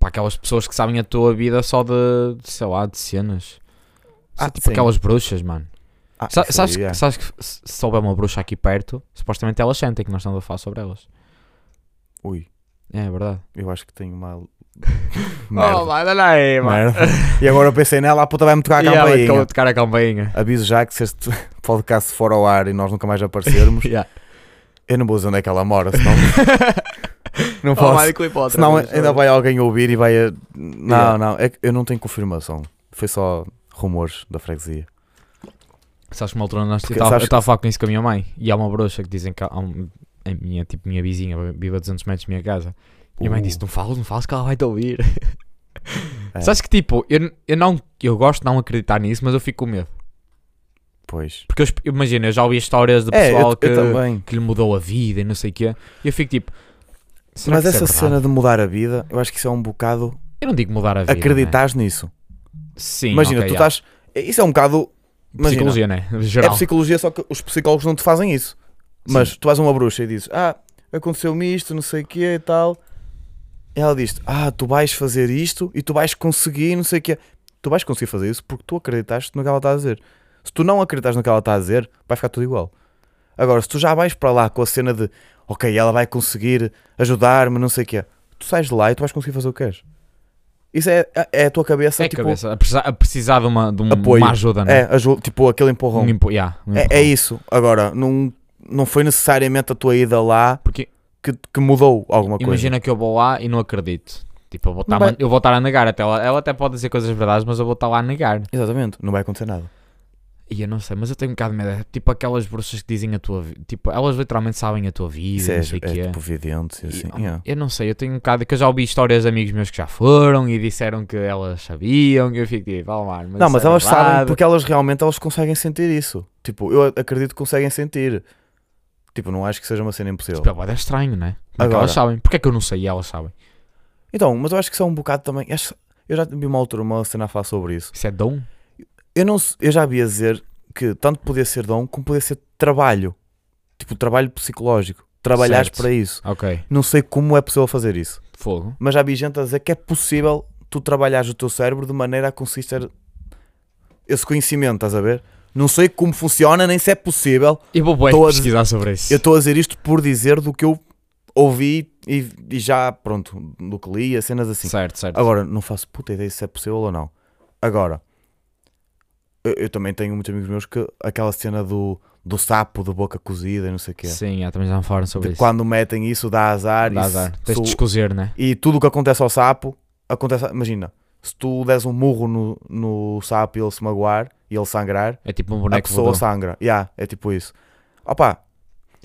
Speaker 1: Para aquelas pessoas que sabem a tua vida só de, de, sei lá, de cenas. Só
Speaker 2: Ah,
Speaker 1: tipo
Speaker 2: sim.
Speaker 1: aquelas bruxas, mano.
Speaker 2: Ah,
Speaker 1: Sa-
Speaker 2: isso
Speaker 1: sabes,
Speaker 2: aí,
Speaker 1: que-
Speaker 2: é.
Speaker 1: sabes que se se houver uma bruxa aqui perto, supostamente elas sentem que nós estamos a falar sobre elas.
Speaker 2: Ui,
Speaker 1: É, é verdade.
Speaker 2: eu acho que tenho uma.
Speaker 1: Merda.
Speaker 2: merda.
Speaker 1: Oh, olha aí,
Speaker 2: merda. E agora eu pensei nela, a puta vai-me tocar a né?
Speaker 1: E ela
Speaker 2: campainha.
Speaker 1: acabou de tocar a campainha.
Speaker 2: Aviso já que se este podcast for ao ar e nós nunca mais aparecermos,
Speaker 1: Yeah.
Speaker 2: eu não vou dizer onde é que ela mora, senão. não
Speaker 1: Oh,
Speaker 2: posso.
Speaker 1: vai, clipa outra
Speaker 2: Senão
Speaker 1: vez,
Speaker 2: ainda
Speaker 1: olha.
Speaker 2: vai alguém ouvir e vai. a- Não,
Speaker 1: Yeah.
Speaker 2: não, é que eu não tenho confirmação. Foi só rumores da freguesia.
Speaker 1: Sabes que uma altura nós, eu
Speaker 2: Porque
Speaker 1: estava
Speaker 2: sabes
Speaker 1: a falar com isso com a minha mãe e há uma bruxa que dizem que há um- a minha, tipo, minha vizinha vive a 200 metros da minha casa. E a mãe
Speaker 2: Uh.
Speaker 1: disse: Não falas, não falas que ela vai te ouvir.
Speaker 2: É.
Speaker 1: Sabes que tipo, eu, n- eu não eu gosto de não acreditar nisso, mas eu fico com medo.
Speaker 2: Pois.
Speaker 1: Porque eu, esp- imagina, eu já ouvi histórias de
Speaker 2: É, eu,
Speaker 1: pessoal
Speaker 2: eu
Speaker 1: que,
Speaker 2: também.
Speaker 1: que lhe mudou a vida e não sei o quê. E eu fico tipo. será
Speaker 2: Mas
Speaker 1: que isso é
Speaker 2: essa
Speaker 1: verdade?
Speaker 2: cena de mudar a vida, eu acho que isso é um bocado.
Speaker 1: Eu não digo mudar a vida. Né?
Speaker 2: Acreditares nisso.
Speaker 1: Sim,
Speaker 2: imagina,
Speaker 1: ok,
Speaker 2: tu
Speaker 1: já.
Speaker 2: estás. Isso é um bocado. Imagina,
Speaker 1: Psicologia, né?
Speaker 2: É
Speaker 1: Geral.
Speaker 2: psicologia, só que os psicólogos não te fazem isso. Mas tu vais a uma bruxa e dizes: Ah, aconteceu-me isto, não sei o quê e tal. E ela diz: Ah, tu vais fazer isto e tu vais conseguir, não sei o quê. Tu vais conseguir fazer isso porque tu acreditaste no que ela está a dizer. Se tu não acreditas no que ela está a dizer, vai ficar tudo igual. Agora, se tu já vais para lá com a cena de: Ok, ela vai conseguir ajudar-me, não sei o quê. Tu sais de lá e tu vais conseguir fazer o que queres. Isso é, é a tua cabeça,
Speaker 1: é
Speaker 2: tipo,
Speaker 1: cabeça. A precisar, a precisar de uma, de um-
Speaker 2: Apoio.
Speaker 1: uma ajuda, né?
Speaker 2: é, aju- tipo aquele empurrão.
Speaker 1: Um impo- yeah, um
Speaker 2: É,
Speaker 1: empurrão.
Speaker 2: é isso. Agora, não, não foi necessariamente a tua ida lá
Speaker 1: Porque
Speaker 2: que, que mudou alguma coisa.
Speaker 1: Imagina que eu vou lá e não acredito. Tipo, eu vou estar,
Speaker 2: Não vai-
Speaker 1: eu vou estar a negar. Até ela, ela até pode dizer coisas verdades, mas eu vou estar lá a negar.
Speaker 2: Exatamente, não vai acontecer nada.
Speaker 1: E eu não sei, mas eu tenho um bocado de medo. É tipo aquelas bruxas que dizem a tua vida. Tipo, elas literalmente sabem a tua vida.
Speaker 2: Isso é,
Speaker 1: não sei o que
Speaker 2: é,
Speaker 1: é.
Speaker 2: tipo vidente e
Speaker 1: E,
Speaker 2: assim.
Speaker 1: ah,
Speaker 2: yeah.
Speaker 1: Eu não sei, eu tenho um bocado. Que eu já ouvi histórias de amigos meus que já foram e disseram que elas sabiam. E eu fico tipo, "Ah, mano,
Speaker 2: Não, mas
Speaker 1: isso é
Speaker 2: elas sabem
Speaker 1: verdade."
Speaker 2: porque elas realmente elas conseguem sentir isso. Tipo, eu acredito que conseguem sentir. Tipo, não acho que seja uma cena impossível.
Speaker 1: Tipo, é bué de estranho, né? Como é que
Speaker 2: Agora.
Speaker 1: elas sabem? Porquê é que eu não sei e elas sabem?
Speaker 2: Então, mas eu acho que são um bocado também. acho- Eu já vi uma altura uma cena a falar sobre isso.
Speaker 1: Isso é dom?
Speaker 2: Eu, não, se- eu já vi a dizer que tanto podia ser dom como podia ser trabalho. Tipo, trabalho psicológico. Trabalhares
Speaker 1: Certo.
Speaker 2: para isso.
Speaker 1: Ok,
Speaker 2: Não sei como é possível fazer isso.
Speaker 1: fogo.
Speaker 2: Mas já vi gente a dizer que é possível tu trabalhares o teu cérebro de maneira a conseguir ter esse conhecimento, estás a ver? Não sei como funciona, nem se é possível.
Speaker 1: Eu vou bué
Speaker 2: Tô a
Speaker 1: pesquisar sobre isso.
Speaker 2: Eu estou a dizer isto por dizer do que eu ouvi e, e já, pronto, do que li, as cenas assim.
Speaker 1: Certo, certo.
Speaker 2: Agora, não faço puta ideia se é possível ou não. Agora, eu, eu também tenho muitos amigos meus que aquela cena do, do sapo de boca cozida e não sei o quê.
Speaker 1: Sim, já, também já me falaram sobre
Speaker 2: De
Speaker 1: isso.
Speaker 2: quando metem isso dá azar.
Speaker 1: Dá
Speaker 2: e se-
Speaker 1: azar. Tens
Speaker 2: se
Speaker 1: de
Speaker 2: o-
Speaker 1: descozer, né?
Speaker 2: e tudo o que acontece ao sapo, acontece, imagina, se tu des um murro no, no sapo e ele se magoar e ele sangrar,
Speaker 1: É tipo um
Speaker 2: a
Speaker 1: boneco
Speaker 2: pessoa
Speaker 1: voador.
Speaker 2: sangra. Yeah, é tipo isso. Opa,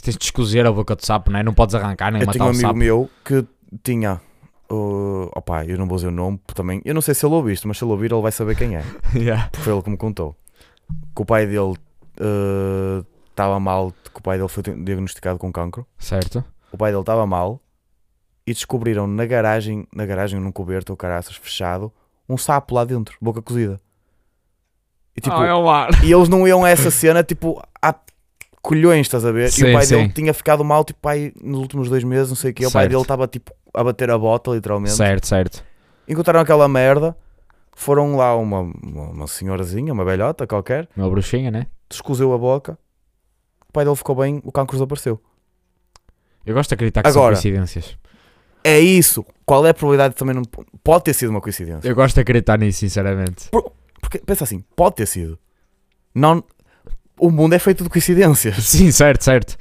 Speaker 1: Tens de descozer a boca do sapo, né? Não podes arrancar nem
Speaker 2: eu tinha
Speaker 1: matar
Speaker 2: um
Speaker 1: o
Speaker 2: amigo
Speaker 1: sapo.
Speaker 2: meu que tinha. Uh, opa, eu não vou dizer o nome porque também. Eu não sei se ele ouve isto, mas se ele ouvir, ele vai saber quem é.
Speaker 1: Yeah.
Speaker 2: Porque foi ele que me contou. Que o pai dele uh, estava mal, que o pai dele foi diagnosticado com cancro.
Speaker 1: Certo?
Speaker 2: O pai dele estava mal e descobriram na garagem, na garagem, num coberto, ou caraças, fechado, um sapo lá dentro, boca cozida. E, tipo,
Speaker 1: Ah, é o mar.
Speaker 2: e eles não iam a essa cena, tipo, há colhões, estás a ver? e
Speaker 1: Sim,
Speaker 2: o pai
Speaker 1: sim.
Speaker 2: dele tinha ficado mal, tipo, pai, nos últimos dois meses, não sei o quê. O pai
Speaker 1: Certo.
Speaker 2: dele estava, tipo, a bater a bota, literalmente.
Speaker 1: Certo, certo.
Speaker 2: Encontraram aquela merda, foram lá uma, uma, uma senhorazinha, uma velhota qualquer,
Speaker 1: Uma bruxinha, né?
Speaker 2: descoseu a boca, o pai dele ficou bem, o cancro desapareceu.
Speaker 1: Eu gosto de acreditar que
Speaker 2: Agora.
Speaker 1: são coincidências.
Speaker 2: É isso. Qual é a probabilidade de também não. Pode ter sido uma coincidência.
Speaker 1: Eu gosto de acreditar nisso, sinceramente.
Speaker 2: Porque pensa assim, pode ter sido. Não. O mundo é feito de coincidências.
Speaker 1: Sim, certo, certo.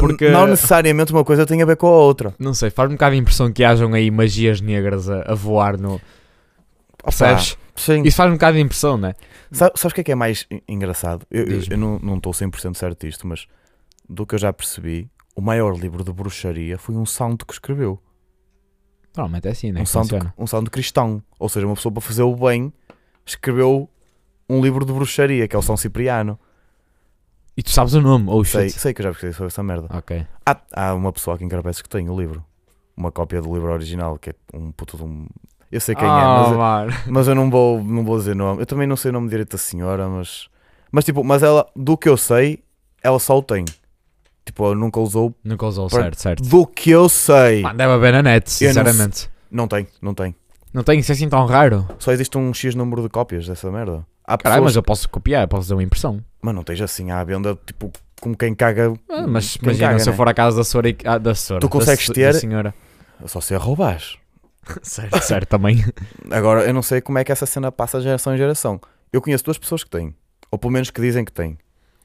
Speaker 1: Porque-
Speaker 2: Não necessariamente uma coisa tem a ver com a outra.
Speaker 1: Não sei, faz-me um bocado a impressão que hajam aí magias negras a, a voar no.
Speaker 2: Opa,
Speaker 1: Percebes?
Speaker 2: Sim.
Speaker 1: Isso faz-me um bocado a impressão, né?
Speaker 2: Sa- Sabes o que é que é mais en- engraçado? Eu, eu,
Speaker 1: Diz-me.
Speaker 2: eu não não estou 100% certo disto, mas do que eu já percebi, o maior livro de bruxaria foi um santo que escreveu.
Speaker 1: Normalmente é assim, né?
Speaker 2: um,
Speaker 1: que
Speaker 2: santo,
Speaker 1: funciona.
Speaker 2: um santo cristão. Ou seja, uma pessoa para fazer o bem escreveu um livro de bruxaria, que é o São Cipriano.
Speaker 1: E tu sabes o nome, ou oh,
Speaker 2: Sei,
Speaker 1: shit.
Speaker 2: sei que eu já pesquisei sobre essa merda.
Speaker 1: Ok.
Speaker 2: Há, há uma pessoa aqui em Carapeças que tem o livro. Uma cópia do livro original, que é um puto de um. Eu sei quem é, mas,
Speaker 1: Ah,
Speaker 2: eu-
Speaker 1: mano.
Speaker 2: mas eu não vou, não vou dizer nome. Eu também não sei o nome direito da senhora, mas. Mas tipo, mas ela, do que eu sei, ela só o tem. Tipo, ela nunca usou.
Speaker 1: Nunca usou,
Speaker 2: Pronto.
Speaker 1: certo, certo.
Speaker 2: Do que eu sei.
Speaker 1: Mano, deve haver na net,
Speaker 2: Eu não
Speaker 1: sinceramente.
Speaker 2: Não tem, não tem.
Speaker 1: Não, tem isso é assim tão raro.
Speaker 2: Só existe um X número de cópias dessa merda. Há
Speaker 1: Caralho, mas
Speaker 2: pessoas-
Speaker 1: eu posso copiar, eu posso fazer uma impressão.
Speaker 2: Mas não tens assim à venda, tipo, como quem caga.
Speaker 1: Ah, mas
Speaker 2: quem
Speaker 1: imagina
Speaker 2: caga,
Speaker 1: se eu
Speaker 2: né?
Speaker 1: for à casa da senhora. e- ah, da senhora
Speaker 2: Tu
Speaker 1: da
Speaker 2: consegues
Speaker 1: se-
Speaker 2: ter-
Speaker 1: Da senhora.
Speaker 2: É Só se a roubares.
Speaker 1: Certo, certo, também.
Speaker 2: Agora, eu não sei como é que essa cena passa de geração em geração. Eu conheço duas pessoas que têm, ou pelo menos que dizem que têm.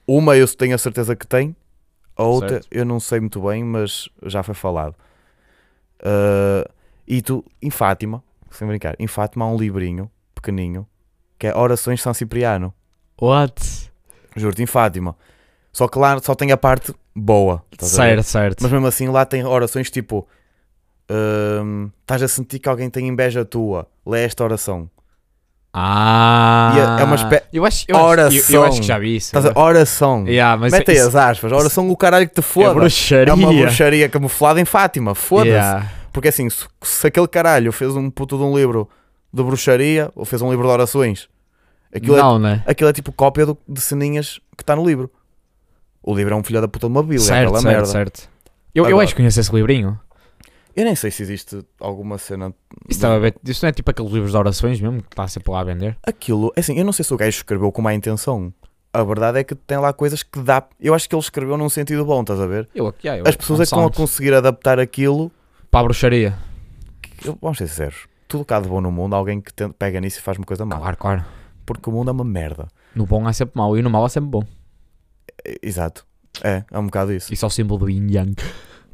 Speaker 2: Uma eu tenho a certeza que tem, a outra
Speaker 1: Certo.
Speaker 2: eu não sei muito bem, mas já foi falado. Ah, e tu, em Fátima, sem brincar, em Fátima há um livrinho pequeninho que é Orações de São Cipriano.
Speaker 1: What?
Speaker 2: Juro-te, em Fátima. Só que lá só tem a parte boa. estás a ver?
Speaker 1: Certo, certo.
Speaker 2: Mas mesmo assim lá tem orações tipo hum, Estás a sentir que alguém tem inveja tua Lê esta oração
Speaker 1: Ah!
Speaker 2: E é- é uma espé-
Speaker 1: Eu acho, eu, acho, eu- eu,
Speaker 2: Oração.
Speaker 1: acho que já vi isso.
Speaker 2: Estás a... Oração
Speaker 1: Yeah, É, mas
Speaker 2: Mete aí
Speaker 1: isso-
Speaker 2: as aspas Oração o caralho que te
Speaker 1: é
Speaker 2: foda
Speaker 1: bruxaria.
Speaker 2: É uma bruxaria camuflada em Fátima Foda-se
Speaker 1: Yeah.
Speaker 2: Porque assim se, se aquele caralho fez um puto de um livro De bruxaria Ou fez um livro de orações Aquilo,
Speaker 1: Não, né?
Speaker 2: é, aquilo é tipo cópia do- de ceninhas Que está no livro O livro é um filho da puta de uma bíblia é
Speaker 1: Certo,
Speaker 2: aquela
Speaker 1: certo,
Speaker 2: merda.
Speaker 1: certo. Eu, eu
Speaker 2: Agora.
Speaker 1: acho que conheço esse livrinho.
Speaker 2: Eu nem sei se existe alguma cena
Speaker 1: Isso, estava a ver- isso não é tipo aqueles livros de orações mesmo que está sempre lá a vender?
Speaker 2: Aquilo, é assim, eu não sei se o gajo escreveu com má intenção. A verdade é que tem lá coisas que dá. Eu acho que ele escreveu num sentido bom, estás a ver?
Speaker 1: Eu, yeah, eu,
Speaker 2: As pessoas é que estão a conseguir adaptar aquilo.
Speaker 1: Para a bruxaria.
Speaker 2: que- eu- vamos ser sinceros. Tudo que há de bom no mundo, alguém que tenta- pega nisso e faz uma coisa má.
Speaker 1: Claro, claro.
Speaker 2: Porque o mundo é uma merda.
Speaker 1: No bom há sempre mau e no mau há sempre bom.
Speaker 2: É, Exato. É, é um bocado isso.
Speaker 1: Isso é o símbolo do Yin Yang.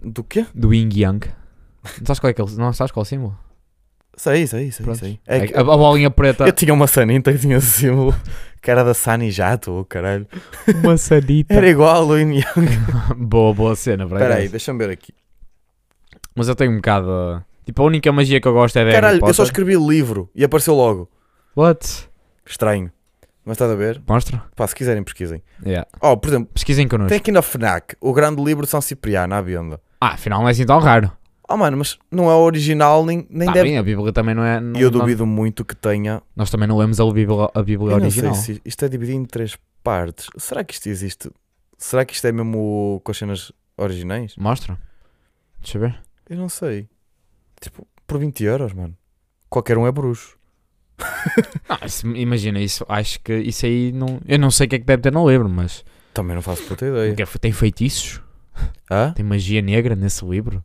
Speaker 2: Do quê?
Speaker 1: Do Yin Yang. Não sabes qual é aquele, não sabes qual é o é símbolo?
Speaker 2: Sei, sei, sei.
Speaker 1: Pronto.
Speaker 2: sei.
Speaker 1: A-
Speaker 2: É que
Speaker 1: a, bolinha preta.
Speaker 2: Eu tinha uma sanita que tinha o símbolo que era da Sani Jato, oh, caralho.
Speaker 1: Uma sanita.
Speaker 2: Era igual ao Luin Young.
Speaker 1: boa, boa cena, por
Speaker 2: Espera aí,
Speaker 1: acaso.
Speaker 2: deixa-me ver aqui.
Speaker 1: Mas eu tenho um bocado. Tipo, a única magia que eu gosto é da Harry
Speaker 2: Caralho, eu só
Speaker 1: Potter.
Speaker 2: escrevi livro e apareceu logo.
Speaker 1: What?
Speaker 2: Estranho. Mas estás a ver?
Speaker 1: Mostra?
Speaker 2: Pá, se quiserem, pesquisem.
Speaker 1: Yeah.
Speaker 2: Oh, por exemplo,
Speaker 1: Pesquisem connosco.
Speaker 2: tem aqui na FNAC o grande livro de São Cipriano à venda.
Speaker 1: Ah, afinal não é assim tão raro.
Speaker 2: Oh, mano, mas não é original nem, nem
Speaker 1: Tá
Speaker 2: deve.
Speaker 1: bem, a Bíblia também não é. não-
Speaker 2: E eu
Speaker 1: não-
Speaker 2: duvido muito que tenha.
Speaker 1: Nós também não lemos a Bíblia, a Bíblia
Speaker 2: Eu não
Speaker 1: original.
Speaker 2: sei se isto é dividido em três partes. Será que isto existe? Será que isto é mesmo o- com as cenas originais?
Speaker 1: Mostra. Deixa eu ver.
Speaker 2: Eu não sei. Tipo, por 20 euros, mano. Qualquer um é bruxo.
Speaker 1: Ah, isso- imagina isso. Acho que isso aí não. Eu não sei o que é que deve ter no livro, mas.
Speaker 2: Também não faço puta ideia.
Speaker 1: Porque Tem feitiços?
Speaker 2: Hã?
Speaker 1: Tem magia negra nesse livro?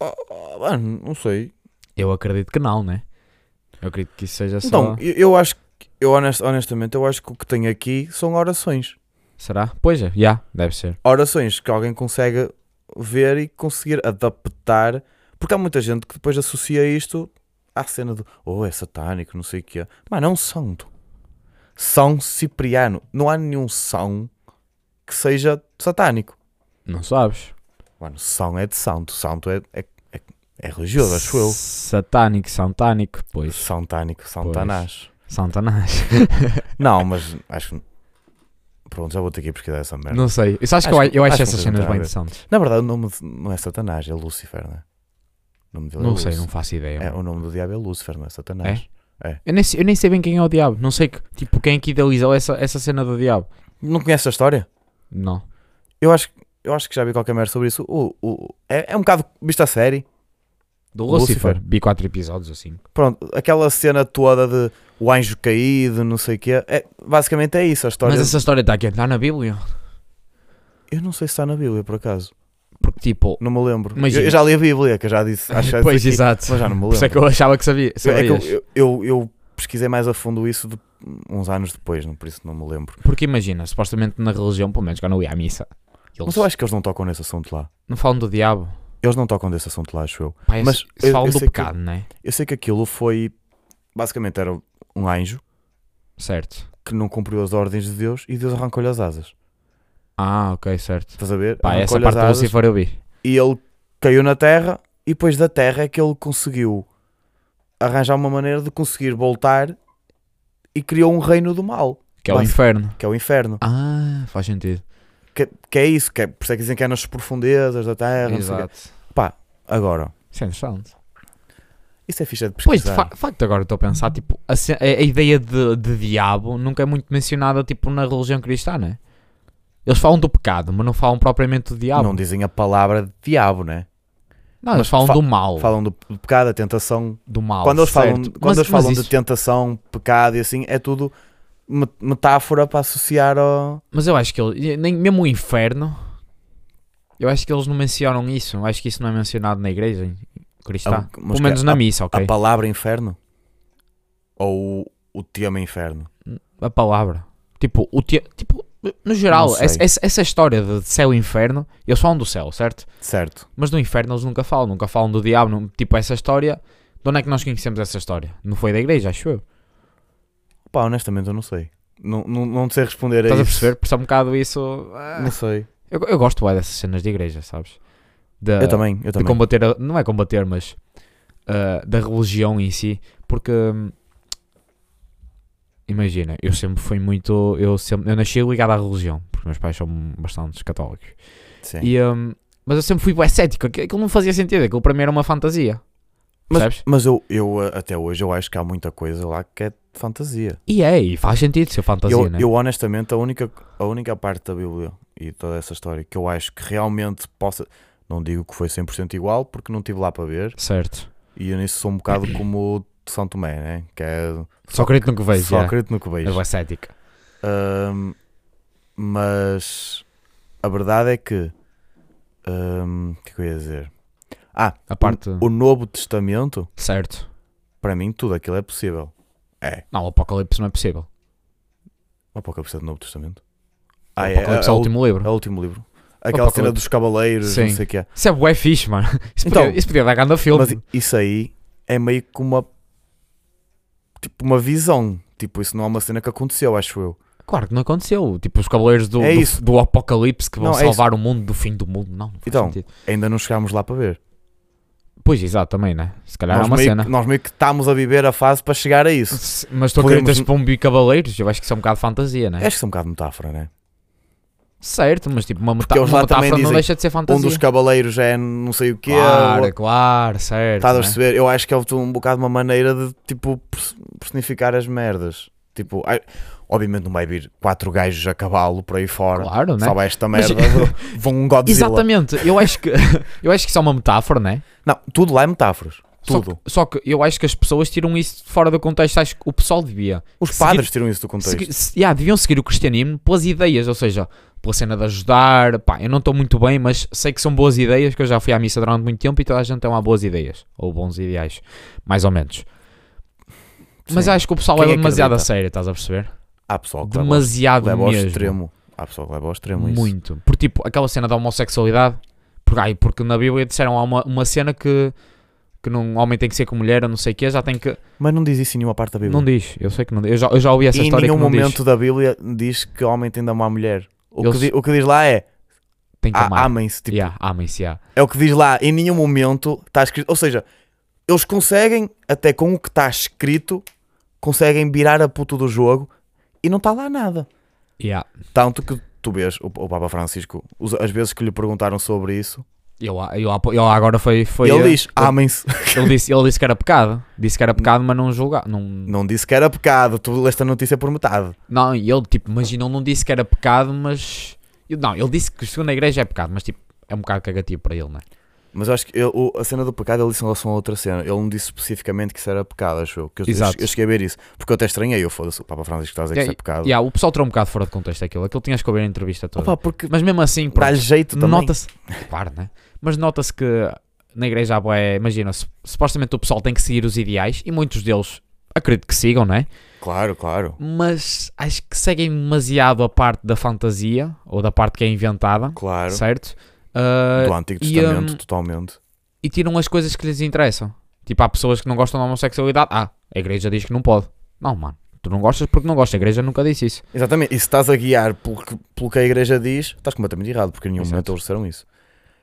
Speaker 2: Oh, oh, mano, não sei.
Speaker 1: Eu acredito que não, né? Eu acredito que isso seja só.
Speaker 2: Então, eu, eu acho que, eu honest- honestamente, eu acho que o que tem aqui são orações.
Speaker 1: Será? Pois é, já, deve ser.
Speaker 2: Orações que alguém consegue ver e conseguir adaptar. Porque há muita gente que depois associa isto à cena do oh, é satânico, não sei o que é. Mano, é um santo. São Cipriano. Não há nenhum são que seja satânico.
Speaker 1: Não sabes?
Speaker 2: Mano, são é de santo. Santo é, é, é, é religioso, acho eu.
Speaker 1: Satânico, santánico, pois.
Speaker 2: Santánico, Santanás.
Speaker 1: Santanás.
Speaker 2: Não, mas acho que. Pronto, já vou ter que ir pesquisar essa merda.
Speaker 1: Não sei. Isso acho, que
Speaker 2: Acho
Speaker 1: eu,
Speaker 2: que-
Speaker 1: eu acho,
Speaker 2: acho que
Speaker 1: essas
Speaker 2: não tem
Speaker 1: cenas
Speaker 2: nada
Speaker 1: bem
Speaker 2: a ver.
Speaker 1: interessantes.
Speaker 2: Na verdade, o nome de- não é Satanás, é Lúcifer, não é? O nome dele é
Speaker 1: Não sei,
Speaker 2: Lúcifer.
Speaker 1: não faço ideia.
Speaker 2: É, o nome do diabo é Lúcifer, não é Satanás.
Speaker 1: Eu, nem, sei- eu nem sei bem quem é o diabo. Não sei que, tipo, quem é que idealizou essa, essa cena do diabo.
Speaker 2: Não conheces a história?
Speaker 1: Não.
Speaker 2: Eu acho, eu acho que já vi qualquer merda sobre isso. O, o, é, é um bocado visto a série.
Speaker 1: Do
Speaker 2: Lucifer.
Speaker 1: Lucifer. Vi quatro episódios ou cinco.
Speaker 2: Pronto, aquela cena toda de o anjo caído, não sei o quê. É, basicamente é isso a história.
Speaker 1: Mas essa história está aqui a entrar na Bíblia.
Speaker 2: Eu não sei se está na Bíblia, por acaso.
Speaker 1: Porque, tipo.
Speaker 2: Não me lembro. Eu,
Speaker 1: Imagina.
Speaker 2: eu já li a Bíblia, que eu já disse. Acho que já disse
Speaker 1: pois,
Speaker 2: aqui,
Speaker 1: exato.
Speaker 2: Mas já não me
Speaker 1: Por
Speaker 2: lembro.
Speaker 1: isso é que eu achava que sabia.
Speaker 2: É que eu,
Speaker 1: sabias.
Speaker 2: eu, eu- eu pesquisei mais a fundo isso de- uns anos depois, não, por isso não me lembro.
Speaker 1: Porque imagina, supostamente na religião, pelo menos quando eu ia à missa, eles
Speaker 2: Mas eu acho que eles não tocam nesse assunto lá.
Speaker 1: não falam do diabo.
Speaker 2: Eles não tocam desse assunto lá, acho eu.
Speaker 1: Pá, é
Speaker 2: Mas
Speaker 1: Mas
Speaker 2: eu-
Speaker 1: falam
Speaker 2: eu
Speaker 1: do
Speaker 2: sei que-
Speaker 1: pecado, não é?
Speaker 2: Eu sei que aquilo foi. Basicamente era um anjo
Speaker 1: Certo.
Speaker 2: que não cumpriu as ordens de Deus e Deus arrancou-lhe as asas.
Speaker 1: Ah, ok, certo.
Speaker 2: Estás a ver?
Speaker 1: Pá, essa
Speaker 2: Arrancou-lhe
Speaker 1: parte
Speaker 2: as
Speaker 1: do
Speaker 2: asas
Speaker 1: Lucifer eu vi.
Speaker 2: E ele caiu na terra e depois da terra é que ele conseguiu arranjar uma maneira de conseguir voltar e criou um reino do mal,
Speaker 1: Que é o
Speaker 2: Basi-
Speaker 1: inferno.
Speaker 2: que é o inferno.
Speaker 1: Ah, faz sentido.
Speaker 2: Que, que é isso, que é, por isso é que dizem que é nas profundezas da terra. É, não sei o quê.
Speaker 1: Exato.
Speaker 2: Agora,
Speaker 1: Isso é interessante.
Speaker 2: isso é ficha de
Speaker 1: Pois, de
Speaker 2: pesquisar.
Speaker 1: fa- facto, agora estou a pensar, tipo, a, ce- a- a ideia de, de diabo nunca é muito mencionada, tipo, na religião cristã, não é? Eles falam do pecado, mas não falam propriamente do diabo.
Speaker 2: Não dizem a palavra de diabo, né?
Speaker 1: Não, eles
Speaker 2: mas
Speaker 1: falam
Speaker 2: fa-
Speaker 1: do mal.
Speaker 2: Falam do, do pecado, da tentação.
Speaker 1: Do mal,
Speaker 2: quando eles falam,
Speaker 1: certo.
Speaker 2: quando
Speaker 1: Mas-
Speaker 2: eles
Speaker 1: mas
Speaker 2: falam de
Speaker 1: isso-
Speaker 2: tentação, pecado e assim, é tudo me- metáfora para associar ao.
Speaker 1: Mas eu acho que eles, nem mesmo o inferno, eu acho que eles não mencionam isso. Eu acho que isso não é mencionado na igreja em-
Speaker 2: ao-
Speaker 1: cristã.
Speaker 2: Ah, mas
Speaker 1: Pelo menos
Speaker 2: que
Speaker 1: na
Speaker 2: a,
Speaker 1: missa, ok?
Speaker 2: a palavra inferno? Ou o, o tema inferno?
Speaker 1: A palavra. Tipo, o te- tipo no geral,
Speaker 2: Não sei.
Speaker 1: essa, essa- essa história de céu e inferno, eles falam do céu, certo?
Speaker 2: Certo.
Speaker 1: Mas do inferno eles nunca falam, nunca falam do diabo. não- tipo, essa história, de onde é que nós conhecemos essa história? Não foi da igreja, acho eu.
Speaker 2: Pá, honestamente eu não sei. Não, não, não sei responder a
Speaker 1: Estás a
Speaker 2: isso.
Speaker 1: perceber? Por isso é um bocado isso. ah,
Speaker 2: Não sei.
Speaker 1: Eu, eu gosto bué dessas cenas de igreja, sabes? Da-
Speaker 2: Eu também, eu
Speaker 1: de
Speaker 2: também.
Speaker 1: combater, a- não é combater, mas ah, da religião em si, porque hum, imagina, eu sempre fui muito, eu sempre, eu nasci ligado à religião, porque meus pais são bastante católicos,
Speaker 2: Sim.
Speaker 1: e, hum, mas eu sempre fui bué cético, aqu- aquilo não fazia sentido, aquilo para mim era uma fantasia, percebes?
Speaker 2: Mas eu, eu eh, até hoje eu acho que há muita coisa lá que é de fantasia.
Speaker 1: E é, e faz sentido ser fantasia,
Speaker 2: eu,
Speaker 1: né?
Speaker 2: eu, honestamente, a única, a única parte da Bíblia e toda essa história que eu acho que realmente possa. Não digo que foi 100% igual, porque não estive lá para ver.
Speaker 1: Certo,
Speaker 2: E eu nisso sou um bocado como o de São Tomé, né? Que é.
Speaker 1: só acredito no que vejo,
Speaker 2: só
Speaker 1: já.
Speaker 2: acredito no que
Speaker 1: é
Speaker 2: vejo.
Speaker 1: bué cético.
Speaker 2: Ahm, mas. A verdade é que. ahm, o que é que eu ia dizer?
Speaker 1: a parte,
Speaker 2: O Novo Testamento,
Speaker 1: certo,
Speaker 2: para mim, tudo aquilo é possível. É.
Speaker 1: não, o Apocalipse não é possível,
Speaker 2: O Apocalipse é do Novo Testamento.
Speaker 1: o
Speaker 2: Ah, é, é,
Speaker 1: Apocalipse é, o último livro.
Speaker 2: é o último livro. Aquela cena
Speaker 1: Apocalipse.
Speaker 2: dos cavaleiros, não
Speaker 1: Sim.
Speaker 2: sei o que é.
Speaker 1: Isso é bué fixe, mano. Isso,
Speaker 2: Então,
Speaker 1: podia, isso podia dar grande filme.
Speaker 2: Mas isso aí é meio que uma. Tipo, uma visão. Tipo, isso não é uma cena que aconteceu, acho eu.
Speaker 1: Claro que não aconteceu. Tipo, os cavaleiros do,
Speaker 2: É
Speaker 1: do-
Speaker 2: isso.
Speaker 1: do, apocalipse que vão
Speaker 2: Não, é
Speaker 1: salvar o mundo do fim do mundo. Não, não faz
Speaker 2: Então,
Speaker 1: sentido.
Speaker 2: Ainda não chegámos lá para ver.
Speaker 1: Pois, exato, também, né? Se calhar é uma
Speaker 2: meio,
Speaker 1: cena.
Speaker 2: Que, nós meio que estamos a viver a fase para chegar a isso.
Speaker 1: Se- Mas tu
Speaker 2: Podemos-
Speaker 1: acreditas pombo e cavaleiros? Eu acho que isso é um bocado de fantasia, né?
Speaker 2: Acho que isso é um bocado de metáfora, né?
Speaker 1: Certo, mas tipo, uma, meta
Speaker 2: eles
Speaker 1: uma
Speaker 2: lá também
Speaker 1: metáfora não
Speaker 2: dizem,
Speaker 1: deixa de ser fantasia.
Speaker 2: Um dos cavaleiros é não sei o quê.
Speaker 1: Claro,
Speaker 2: o-
Speaker 1: claro, certo.
Speaker 2: Estás a
Speaker 1: né?
Speaker 2: perceber? Eu acho que é um bocado uma maneira de, tipo, pers- personificar as merdas. Tipo, ai- obviamente não vai vir quatro gajos a cavalo por aí fora.
Speaker 1: Claro, né?
Speaker 2: Salva esta
Speaker 1: Mas-
Speaker 2: merda, vão um Godzilla.
Speaker 1: Exatamente, eu acho que eu acho que isso é uma metáfora, né?
Speaker 2: Não, tudo lá é metáforas.
Speaker 1: Só
Speaker 2: Tudo.
Speaker 1: que, só que eu acho que as pessoas tiram isso fora do contexto. Acho que o pessoal devia.
Speaker 2: Os
Speaker 1: seguir-
Speaker 2: padres tiram isso do contexto.
Speaker 1: Segui, se- yeah, deviam seguir o cristianismo pelas ideias, ou seja, pela cena de ajudar. Pá, eu não estou muito bem, mas sei que são boas ideias, que eu já fui à missa durante muito tempo e toda a gente tem lá boas ideias, ou bons ideais, mais ou menos. Mas
Speaker 2: Sim.
Speaker 1: acho que o pessoal
Speaker 2: Quem é
Speaker 1: leva demasiado a
Speaker 2: acredita?
Speaker 1: sério, estás a perceber?
Speaker 2: Há pessoal que leva, ao-
Speaker 1: Demasiado
Speaker 2: leva ao
Speaker 1: mesmo.
Speaker 2: extremo. Há pessoal que leva ao extremo isso.
Speaker 1: Muito. Por tipo, aquela cena da homossexualidade. Porque, ai, porque na Bíblia disseram há uma, uma cena que, que não, homem tem que ser com mulher, ou não sei o que, já tem que.
Speaker 2: Mas não diz isso em nenhuma parte da Bíblia.
Speaker 1: Não diz, eu sei que não diz. Eu já, eu já ouvi essa
Speaker 2: E em
Speaker 1: história que
Speaker 2: nenhum
Speaker 1: não
Speaker 2: momento
Speaker 1: diz.
Speaker 2: da Bíblia diz que homem tem de amar a mulher. O,
Speaker 1: Eles-
Speaker 2: que, di- o que diz lá é
Speaker 1: Tem que
Speaker 2: "Ah,
Speaker 1: amar.
Speaker 2: amem-se. Tipo,
Speaker 1: Yeah, amem-se, yeah.
Speaker 2: É o que diz lá, em nenhum momento está escrito. Ou seja, eles conseguem, até com o que está escrito, conseguem virar a puta do jogo e não está lá nada.
Speaker 1: Yeah.
Speaker 2: Tanto que tu vês o, o Papa Francisco, os- as vezes que lhe perguntaram sobre isso,
Speaker 1: Ele, ele, ele agora foi. foi eh,
Speaker 2: ele diz: "Ah, Hum. amem-se.
Speaker 1: ele disse, ele disse que era pecado. Disse que era pecado, mas não julgava. Não,
Speaker 2: Não disse que era pecado, tu leste a notícia por metade.
Speaker 1: não, e ele, tipo, imagina, ele não disse que era pecado, mas. eu- Não, ele disse que segundo a igreja é pecado, mas tipo, é um bocado cagativo para ele, né?
Speaker 2: Mas eu acho que ele- o- a cena do pecado ele disse em relação a outra cena. Ele não disse especificamente que isso era pecado, acho eu. Que eu, eu
Speaker 1: Exato.
Speaker 2: che- eu cheguei a ver isso. Porque eu até estranhei, eu foda-se, o Papa Francisco está a dizer que isso é pecado.
Speaker 1: Yeah, o pessoal tirou um bocado fora de contexto aquilo. Aquilo tinhas que ouvir a entrevista toda.
Speaker 2: Opa, porque
Speaker 1: Mas mesmo assim, pronto,
Speaker 2: dá-lhe jeito também.
Speaker 1: nota-se. Claro, né? Mas nota-se que na igreja há bué- imagina, su- supostamente o pessoal tem que seguir os ideais e muitos deles acredito que sigam, né?
Speaker 2: Claro, claro.
Speaker 1: Mas acho que seguem demasiado a parte da fantasia ou da parte que é inventada,
Speaker 2: Claro.
Speaker 1: certo? Ah,
Speaker 2: do Antigo
Speaker 1: e,
Speaker 2: Testamento,
Speaker 1: hum,
Speaker 2: totalmente.
Speaker 1: e tiram as coisas que lhes interessam. Tipo, há pessoas que não gostam da homossexualidade. Ah, a igreja diz que não pode. Não, mano. Tu não gostas porque não gostas. A igreja nunca disse isso.
Speaker 2: Exatamente. E se estás a guiar pelo que, pelo que a igreja diz, estás completamente errado, porque em nenhum
Speaker 1: Exato.
Speaker 2: momento eles disseram isso.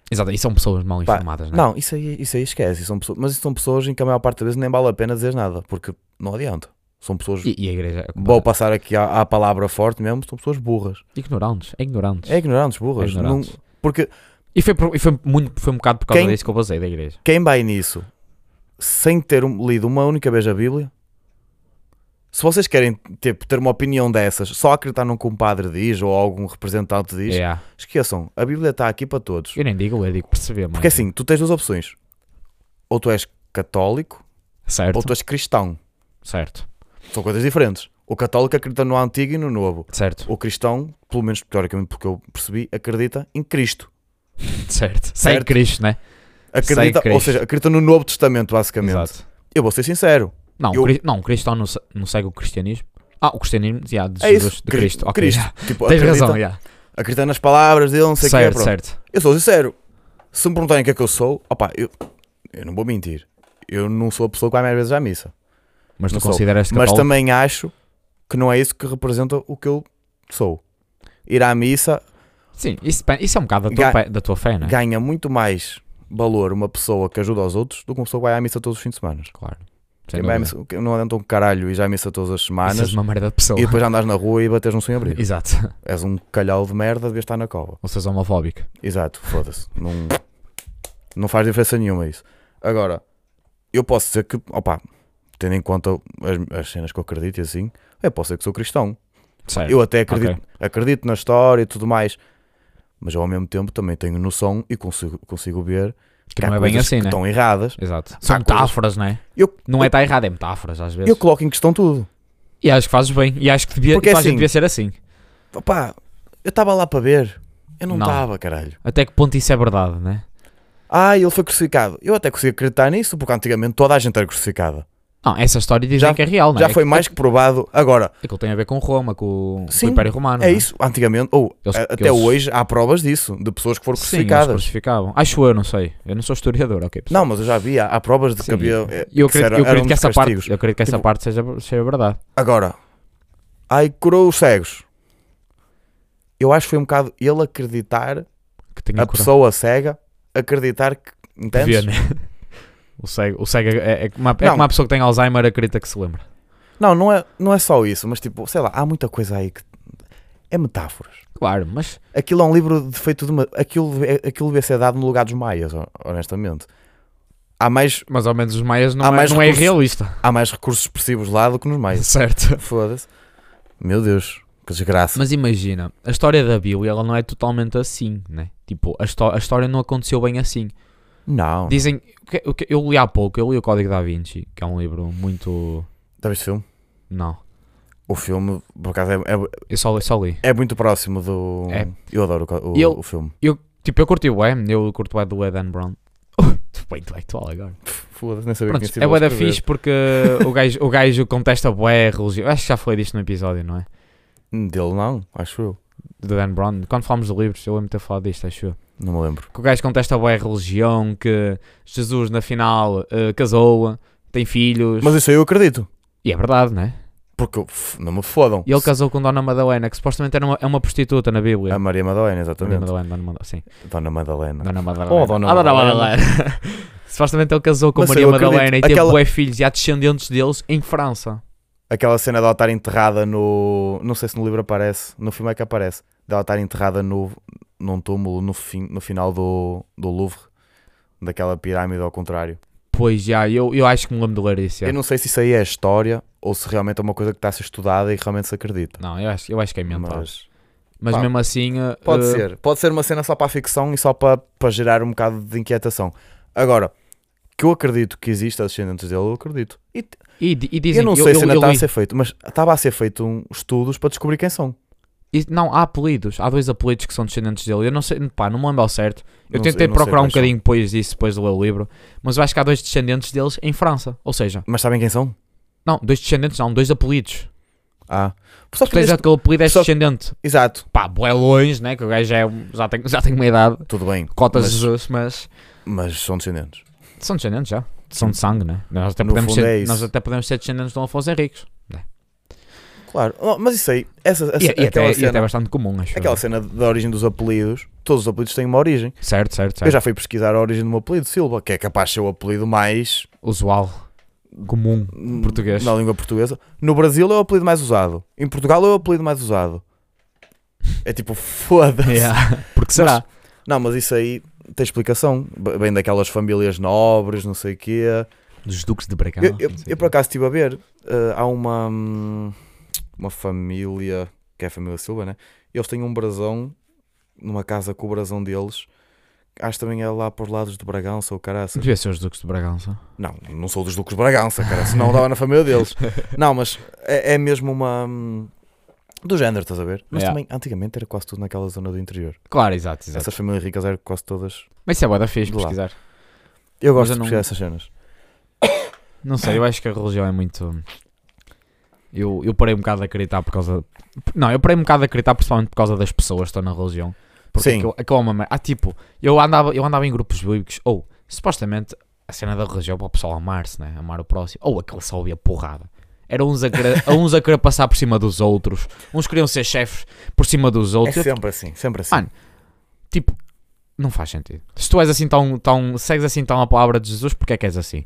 Speaker 1: Exato. E são pessoas mal
Speaker 2: Pá,
Speaker 1: informadas, né?
Speaker 2: Não, isso aí, isso aí esquece. Isso são pessoas, mas isso são pessoas em que a maior parte das vezes nem vale a pena dizer nada, porque não adianta. São pessoas.
Speaker 1: E, e a igreja...
Speaker 2: Vou passar aqui à, à palavra forte mesmo, são pessoas burras.
Speaker 1: Ignorantes. É ignorantes.
Speaker 2: É ignorantes, burras.
Speaker 1: Ignorantes.
Speaker 2: Não- porque
Speaker 1: E foi, por- e foi, muito, foi um bocado por causa
Speaker 2: Quem-
Speaker 1: disso que eu basei da igreja.
Speaker 2: quem vai nisso sem ter um- lido uma única vez a Bíblia, se vocês querem tipo, ter uma opinião dessas, só acreditar num que um padre diz ou algum representante diz,
Speaker 1: Yeah.
Speaker 2: Esqueçam, a Bíblia está aqui para todos.
Speaker 1: É, Eu nem digo, eu digo perceber, mano.
Speaker 2: Porque assim, tu tens duas opções. Ou tu és católico,
Speaker 1: Certo,
Speaker 2: ou tu és cristão.
Speaker 1: certo,
Speaker 2: São coisas diferentes. O católico acredita no antigo e no novo.
Speaker 1: certo,
Speaker 2: O cristão, pelo menos teoricamente porque eu percebi, acredita em Cristo.
Speaker 1: certo. Sem
Speaker 2: Certo.
Speaker 1: Cristo, né?
Speaker 2: Acredita,
Speaker 1: Cristo.
Speaker 2: ou seja, acredita no Novo Testamento, basicamente.
Speaker 1: Exato.
Speaker 2: Eu vou ser sincero.
Speaker 1: Não,
Speaker 2: Eu-
Speaker 1: o cri- não, o cristão não, se- não segue o cristianismo. Ah, o cristianismo, yeah, de
Speaker 2: É
Speaker 1: Jesus,
Speaker 2: isso.
Speaker 1: de
Speaker 2: Cri-
Speaker 1: Cristo. ok,
Speaker 2: Cristo.
Speaker 1: já.
Speaker 2: Tipo,
Speaker 1: Tens
Speaker 2: acredita,
Speaker 1: razão, yeah.
Speaker 2: acredita nas palavras dele, não sei o que é.
Speaker 1: certo,
Speaker 2: Pronto.
Speaker 1: certo.
Speaker 2: Eu sou sincero. Se me perguntarem o que é que eu sou, opá, eu, eu não vou mentir. Eu não sou a pessoa que vai mais vezes à missa.
Speaker 1: Mas tu
Speaker 2: Não sou.
Speaker 1: consideras
Speaker 2: Mas
Speaker 1: católico?
Speaker 2: também acho que não é isso que representa o que eu sou. Ir à missa
Speaker 1: Sim, isso, depende- isso é um bocado da tua,
Speaker 2: Ga-
Speaker 1: fé, da tua fé, né?
Speaker 2: ganha muito mais valor uma pessoa que ajuda aos outros do que uma pessoa que vai à missa todos os fins de semana.
Speaker 1: Claro. Sem
Speaker 2: Quem vai à
Speaker 1: dúvida.
Speaker 2: missa- quem Não adianta um caralho e já à missa todas as
Speaker 1: Isso é és
Speaker 2: semanas
Speaker 1: uma merda de pessoa.
Speaker 2: e depois andas na rua e um bates num sem abrigo.
Speaker 1: Exato.
Speaker 2: És um calhau de merda, devias estar na cova.
Speaker 1: Ou seja, homofóbico.
Speaker 2: Exato, foda-se. Não, não faz diferença nenhuma isso. Agora, eu posso dizer que, opá, tendo em conta as, as cenas que eu acredito e assim, eu posso dizer que sou cristão.
Speaker 1: Certo.
Speaker 2: Eu até acredito, acredito na história e tudo mais, mas eu ao mesmo tempo também tenho noção e consigo, consigo ver
Speaker 1: que não é bem
Speaker 2: coisas
Speaker 1: assim,
Speaker 2: que
Speaker 1: né?
Speaker 2: estão erradas.
Speaker 1: Exato. São
Speaker 2: coisas-
Speaker 1: metáforas, né?
Speaker 2: Eu,
Speaker 1: Não é estar errado, é metáforas às
Speaker 2: eu,
Speaker 1: vezes.
Speaker 2: eu coloco em questão tudo.
Speaker 1: E acho que fazes bem. E acho que devia,
Speaker 2: Porque
Speaker 1: e
Speaker 2: é
Speaker 1: toda a gente
Speaker 2: assim.
Speaker 1: devia ser assim.
Speaker 2: Opá, eu estava lá para ver, eu não
Speaker 1: Não.
Speaker 2: estava, caralho.
Speaker 1: Até que ponto isso é verdade, né?
Speaker 2: Ah, ele foi crucificado. Eu até consigo acreditar nisso, porque antigamente toda a gente era crucificada.
Speaker 1: Não, essa história dizem
Speaker 2: Já-
Speaker 1: que é real, não é?
Speaker 2: Já foi mais que provado. Agora,
Speaker 1: Aquilo tem a ver com Roma, com, com
Speaker 2: Sim,
Speaker 1: o Império Romano. né?
Speaker 2: é
Speaker 1: não
Speaker 2: isso. Antigamente, ou
Speaker 1: Eles-
Speaker 2: a- até
Speaker 1: eles-
Speaker 2: hoje, há provas disso, de pessoas que foram
Speaker 1: Sim, eles
Speaker 2: crucificadas.
Speaker 1: crucificavam. Acho eu, não sei. Eu não sou historiador, ok. pessoal.
Speaker 2: Não, mas eu já vi, há, há provas de que
Speaker 1: Sim,
Speaker 2: havia.
Speaker 1: eu
Speaker 2: é,
Speaker 1: Eu acredito,
Speaker 2: que era-
Speaker 1: eu acredito
Speaker 2: eram
Speaker 1: que essa
Speaker 2: dos castigos.
Speaker 1: parte, eu acredito que essa
Speaker 2: Tipo-
Speaker 1: parte seja, seja verdade.
Speaker 2: Agora, ai, curou os cegos. Eu acho que foi um bocado ele acreditar,
Speaker 1: Que tinha
Speaker 2: a
Speaker 1: cura-
Speaker 2: pessoa cega, acreditar que. Entendes?
Speaker 1: Vê, né? O cego, o cego é, é, como uma, é
Speaker 2: Não.
Speaker 1: como uma pessoa que tem Alzheimer acredita que se lembra.
Speaker 2: Não, não é, não é só isso, mas tipo, sei lá, há muita coisa aí que. É metáforas.
Speaker 1: Claro, mas
Speaker 2: Aquilo é um livro de feito de. ma- Aquilo, é- aquilo devia ser dado no lugar dos maias, ho- honestamente. Há mais,
Speaker 1: Mas ao menos os maias não,
Speaker 2: Há
Speaker 1: é,
Speaker 2: mais
Speaker 1: não é
Speaker 2: recursos.
Speaker 1: realista.
Speaker 2: há mais recursos expressivos lá do que nos maias.
Speaker 1: Certo.
Speaker 2: Foda-se. Meu Deus, que desgraça.
Speaker 1: Mas imagina, a história da Bíblia ela não é totalmente assim, né? Tipo, a, histó- a história não aconteceu bem assim.
Speaker 2: Não,
Speaker 1: Dizem. o que- o que- Eu li há pouco, eu li o Código da Vinci, que é um livro muito.
Speaker 2: já viste o tá filme?
Speaker 1: Não.
Speaker 2: O filme, por acaso, é, é,
Speaker 1: Eu só, eu só li.
Speaker 2: é muito próximo do.
Speaker 1: É.
Speaker 2: Eu adoro o co- o,
Speaker 1: E eu-
Speaker 2: o filme.
Speaker 1: Tipo, eu curti o é, eu curto o é do Edan Brown. Bem intelectual agora.
Speaker 2: Foda-se, nem sabia
Speaker 1: Pronto,
Speaker 2: que tinha
Speaker 1: é
Speaker 2: sido
Speaker 1: bué da
Speaker 2: escrever.
Speaker 1: fixe porque o gajo, o gajo contesta bué a religião. Acho que já falei disto no episódio, não é?
Speaker 2: Dele não, acho eu.
Speaker 1: Do Dan Brown. Quando falámos de livros, eu lembro-me de ter falado disto, acho eu.
Speaker 2: Não me lembro.
Speaker 1: que o gajo contesta bué a religião, que Jesus na final eh, casou, tem filhos.
Speaker 2: Mas isso aí eu acredito.
Speaker 1: E é verdade, né?
Speaker 2: Porque eu- f- não me fodam.
Speaker 1: E ele casou com Dona Madalena, que supostamente era uma, é uma prostituta na Bíblia.
Speaker 2: A Maria Madalena,
Speaker 1: Dona
Speaker 2: exatamente.
Speaker 1: Madalena, Dona Madalena, sim.
Speaker 2: Dona Madalena.
Speaker 1: Dona Madalena.
Speaker 2: Oh, Dona
Speaker 1: Ah,
Speaker 2: Madalena.
Speaker 1: supostamente ele casou com
Speaker 2: Mas
Speaker 1: Maria
Speaker 2: eu acredito.
Speaker 1: Madalena e teve
Speaker 2: Aquela-
Speaker 1: bué filhos e há descendentes deles em França.
Speaker 2: Aquela cena dela estar enterrada no. Não sei se no livro aparece. No filme é que aparece. Dela estar enterrada no, num túmulo no, fim, no final do, do Louvre. Daquela pirâmide ao contrário.
Speaker 1: Pois já, eu, eu acho que me lembro de ler isso. já.
Speaker 2: Eu não sei se isso aí é história ou se realmente é uma coisa que está a ser estudada e realmente se acredita.
Speaker 1: Não, eu acho, eu acho que é mental. Mas,
Speaker 2: Mas pá,
Speaker 1: mesmo assim. eh,
Speaker 2: pode
Speaker 1: eh,
Speaker 2: ser. Pode ser uma cena só para a ficção e só para, para gerar um bocado de inquietação. Agora, que eu acredito que existe descendentes dele, eu acredito. E t-
Speaker 1: E, di- e dizem
Speaker 2: eu não
Speaker 1: que
Speaker 2: sei se ainda
Speaker 1: eu
Speaker 2: está a
Speaker 1: li-
Speaker 2: ser feito, mas estava a ser feito um, estudos para descobrir quem são.
Speaker 1: E- Não, há apelidos. Há dois apelidos que são descendentes dele. Eu não sei, pá, não me lembro ao certo. Eu
Speaker 2: Não sei-
Speaker 1: tentei
Speaker 2: não sei
Speaker 1: procurar um
Speaker 2: quais são.
Speaker 1: bocadinho depois disso, depois de ler o livro. Mas eu acho que há dois descendentes deles em França. Ou seja,
Speaker 2: Mas sabem quem são?
Speaker 1: não, dois descendentes não, dois apelidos.
Speaker 2: Ah. Só
Speaker 1: Tu tens
Speaker 2: neste-
Speaker 1: aquele apelido, és
Speaker 2: só-
Speaker 1: descendente.
Speaker 2: Exato,
Speaker 1: Pá, bué longe, né? Que o gajo já, é um- já, tem, já tem uma idade.
Speaker 2: tudo bem.
Speaker 1: Cotas
Speaker 2: mas,
Speaker 1: de Jesus, mas...
Speaker 2: mas são descendentes.
Speaker 1: São descendentes já. São de sangue, né? Nós até,
Speaker 2: No
Speaker 1: podemos
Speaker 2: fundo
Speaker 1: ser,
Speaker 2: é isso.
Speaker 1: nós até podemos ser descendentes de um Afonso Henriques.
Speaker 2: Claro. Oh, mas isso aí, essa, essa-
Speaker 1: E, e
Speaker 2: aquela,
Speaker 1: até, e
Speaker 2: cena,
Speaker 1: até bastante comum, acho. eu.
Speaker 2: aquela cena da origem dos apelidos, todos os apelidos têm uma origem.
Speaker 1: Certo, certo,
Speaker 2: Eu
Speaker 1: certo.
Speaker 2: já fui pesquisar a origem do meu apelido, Silva, que é capaz de ser o apelido mais
Speaker 1: Usual. Comum. Português.
Speaker 2: na língua portuguesa. No Brasil é o apelido mais usado. Em Portugal é o apelido mais usado. É tipo, foda-se.
Speaker 1: Yeah. Porque será?
Speaker 2: Não, mas isso aí tem explicação. B- Vem daquelas famílias nobres, não sei o quê.
Speaker 1: Dos duques de Bragança.
Speaker 2: Eu, eu,
Speaker 1: Ah, não sei
Speaker 2: eu
Speaker 1: o quê.
Speaker 2: por acaso estive a ver. eh, há uma, hum, uma família, que é a família Silva, né? Eles têm um brasão numa casa com o brasão deles. Acho que também é lá para os lados de Bragança ou caraça.
Speaker 1: Devia ser os Duques de Bragança.
Speaker 2: Não, não sou dos Duques de Bragança, cara, senão dava na família deles. Não, mas é, é mesmo uma. hum, do género, estás a ver? Mas
Speaker 1: Yeah.
Speaker 2: também, antigamente era quase tudo naquela zona do interior.
Speaker 1: Claro, exato, exato.
Speaker 2: Essas famílias ricas eram quase todas.
Speaker 1: Mas isso é boda fixe
Speaker 2: De lá.
Speaker 1: pesquisar.
Speaker 2: Eu
Speaker 1: Mas
Speaker 2: gosto
Speaker 1: eu
Speaker 2: de
Speaker 1: não-
Speaker 2: pesquisar essas cenas.
Speaker 1: Não sei, eu acho que a religião é muito. Eu, eu parei um bocado de acreditar por causa. Não, eu parei um bocado de acreditar principalmente por causa das pessoas que estão na religião. Porque
Speaker 2: Sim.
Speaker 1: aquilo, aquilo é uma. mer- Ah, tipo, eu andava, eu andava em grupos bíblicos, ou supostamente a cena da religião é para o pessoal amar-se, né? Amar o próximo. Ou aquele só ouvia porrada. Era uns a, querer, a uns a querer passar por cima dos outros, uns queriam ser chefes por cima dos
Speaker 2: É
Speaker 1: outros. Eu
Speaker 2: sempre assim, sempre assim.
Speaker 1: Mano, Tipo, não faz sentido. Se tu és assim tão, tão segues assim tão a palavra de Jesus, porque é que és assim?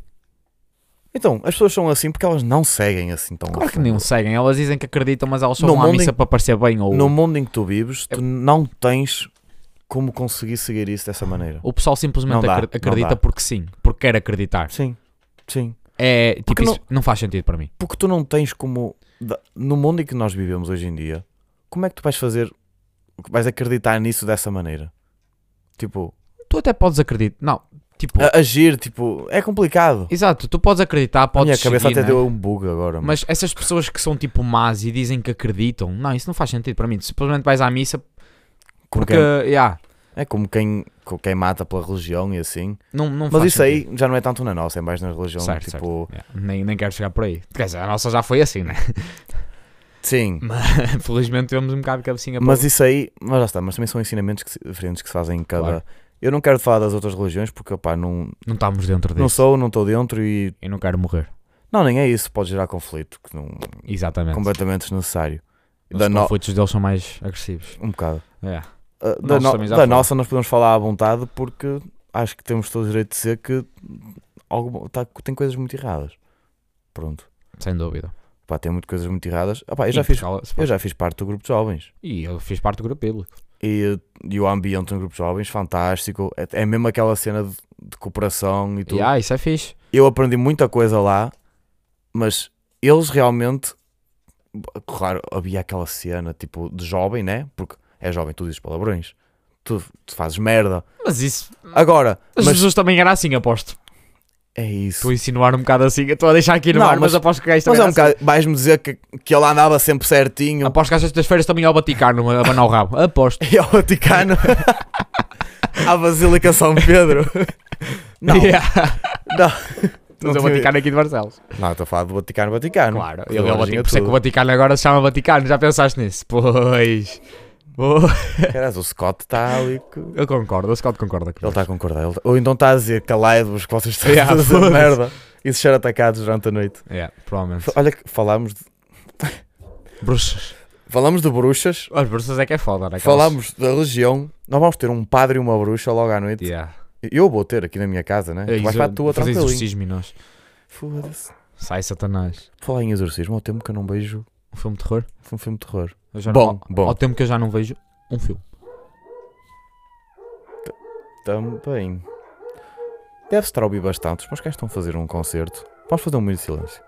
Speaker 2: Então, as pessoas são assim porque elas não seguem assim tão a
Speaker 1: Claro que
Speaker 2: fundo.
Speaker 1: nem um o seguem, elas dizem que acreditam, mas elas só
Speaker 2: No
Speaker 1: vão à
Speaker 2: mundo
Speaker 1: missa
Speaker 2: em-
Speaker 1: para parecer bem ou
Speaker 2: No mundo em que tu vives,
Speaker 1: É-
Speaker 2: tu não tens como conseguir seguir isso dessa maneira.
Speaker 1: o pessoal simplesmente
Speaker 2: Não dá,
Speaker 1: acre-
Speaker 2: não
Speaker 1: acredita
Speaker 2: dá.
Speaker 1: porque sim, porque quer acreditar.
Speaker 2: Sim, sim.
Speaker 1: É, tipo,
Speaker 2: Porque
Speaker 1: isso não... faz sentido para mim.
Speaker 2: Porque tu não tens como. da- No mundo em que nós vivemos hoje em dia, como é que tu vais fazer. Vais acreditar nisso dessa maneira? Tipo,
Speaker 1: Tu até podes acreditar, não, tipo,
Speaker 2: a- agir, tipo, é complicado.
Speaker 1: exato, tu podes acreditar,
Speaker 2: A minha
Speaker 1: podes
Speaker 2: cabeça
Speaker 1: seguir,
Speaker 2: até
Speaker 1: né?
Speaker 2: deu um bug agora. Mas...
Speaker 1: mas essas pessoas que são tipo más e dizem que acreditam, não, isso não faz sentido para mim. Tu simplesmente vais à missa porque,
Speaker 2: Porque...
Speaker 1: yeah,
Speaker 2: É como quem, co- quem mata pela religião e assim.
Speaker 1: Não, não
Speaker 2: Mas
Speaker 1: faz
Speaker 2: isso aí
Speaker 1: sentido.
Speaker 2: já não é tanto na nossa, é mais na religião.
Speaker 1: Certo,
Speaker 2: tipo,
Speaker 1: Yeah, Nem, nem quero chegar por aí. Quer dizer, a nossa já foi assim, né? Hum,
Speaker 2: sim.
Speaker 1: Mas felizmente tivemos um bocado de cabecinha
Speaker 2: Mas
Speaker 1: para
Speaker 2: isso aí, mas já está, mas também são ensinamentos que se- diferentes que se fazem em cada.
Speaker 1: Claro.
Speaker 2: Eu não quero falar das outras religiões porque, opá, não,
Speaker 1: Não estamos dentro
Speaker 2: não
Speaker 1: disso.
Speaker 2: sou, não estou dentro e.
Speaker 1: Eu não quero morrer.
Speaker 2: Não, nem é isso, pode gerar conflito, que não
Speaker 1: Exatamente.
Speaker 2: completamente desnecessário.
Speaker 1: Os
Speaker 2: Da no-
Speaker 1: conflitos deles são mais agressivos.
Speaker 2: Um bocado.
Speaker 1: É.
Speaker 2: Uh, da
Speaker 1: Nós
Speaker 2: no-
Speaker 1: também já
Speaker 2: da
Speaker 1: foi.
Speaker 2: nossa nós podemos falar à vontade porque acho que temos todo o direito de ser que algo, tá- tem coisas muito erradas. Pronto.
Speaker 1: Sem dúvida.
Speaker 2: Pá, tem muito coisas muito erradas. Ah, pá, eu, já
Speaker 1: E
Speaker 2: fiz,
Speaker 1: Portugal, se
Speaker 2: eu
Speaker 1: for-
Speaker 2: já fiz parte do grupo de jovens.
Speaker 1: E eu fiz parte do grupo bíblico.
Speaker 2: E, e o ambiente no grupo de jovens, fantástico. É, é mesmo aquela cena de, de cooperação e tudo.
Speaker 1: E ah, isso é fixe.
Speaker 2: Eu aprendi muita coisa lá, mas eles realmente. Claro, havia aquela cena tipo de jovem, né? Porque é jovem, tu dizes palavrões, tu, tu fazes merda.
Speaker 1: Mas isso.
Speaker 2: Agora,
Speaker 1: As
Speaker 2: mas
Speaker 1: pessoas também era assim, aposto.
Speaker 2: É isso.
Speaker 1: Estou a insinuar um bocado assim. Estou a deixar aqui no
Speaker 2: Não,
Speaker 1: ar, mas,
Speaker 2: mas-
Speaker 1: aposto que o gajo
Speaker 2: Mas
Speaker 1: também
Speaker 2: é
Speaker 1: era
Speaker 2: um bocado. Vais-me dizer que, que ele andava sempre
Speaker 1: assim.
Speaker 2: certinho
Speaker 1: Aposto que às sextas-feiras também ia ao Vaticano a abanar o rabo. Aposto.
Speaker 2: e ao Vaticano. à Basílica São Pedro. Não,
Speaker 1: Yeah.
Speaker 2: não.
Speaker 1: Mas é o
Speaker 2: tinha-
Speaker 1: Vaticano aqui de Barcelos.
Speaker 2: Não, estou a falar do Vaticano, Vaticano.
Speaker 1: Claro.
Speaker 2: Fazer
Speaker 1: Ele é o
Speaker 2: origem a
Speaker 1: Vaticano. Por isso é que o
Speaker 2: tudo.
Speaker 1: Vaticano agora se chama Vaticano. Já pensaste nisso? Pois. Pois.
Speaker 2: Caras, o Scott está ali. que- Ele
Speaker 1: Eu concordo. O Scott concorda comigo.
Speaker 2: está a concordar. ele tá- Ou então está a dizer calai-vos que vocês estão
Speaker 1: Yeah,
Speaker 2: a fazer
Speaker 1: foda-se.
Speaker 2: merda e se ser atacados durante a noite.
Speaker 1: Yeah, provavelmente.
Speaker 2: F- Olha, que falámos de,
Speaker 1: Bruxas.
Speaker 2: falámos de bruxas,
Speaker 1: As bruxas é que é foda, né?
Speaker 2: falámos da religião. Nós vamos ter um padre e uma bruxa logo à noite.
Speaker 1: Yeah.
Speaker 2: Eu vou ter aqui na minha casa, né? Tu vais para a tua
Speaker 1: Fazer
Speaker 2: tranquilinho.
Speaker 1: exorcismo e nós.
Speaker 2: Foda-se.
Speaker 1: Sai Satanás.
Speaker 2: Falar em exorcismo, ao tempo que eu não beijo
Speaker 1: Um filme de terror.
Speaker 2: foi um filme de terror.
Speaker 1: Eu já
Speaker 2: Bom,
Speaker 1: não-
Speaker 2: bom.
Speaker 1: Ao tempo que eu já não vejo um filme.
Speaker 2: Também. Deve estar a ouvir bastante. Os meus gajos estão a fazer um concerto. Vamos fazer um minuto de silêncio.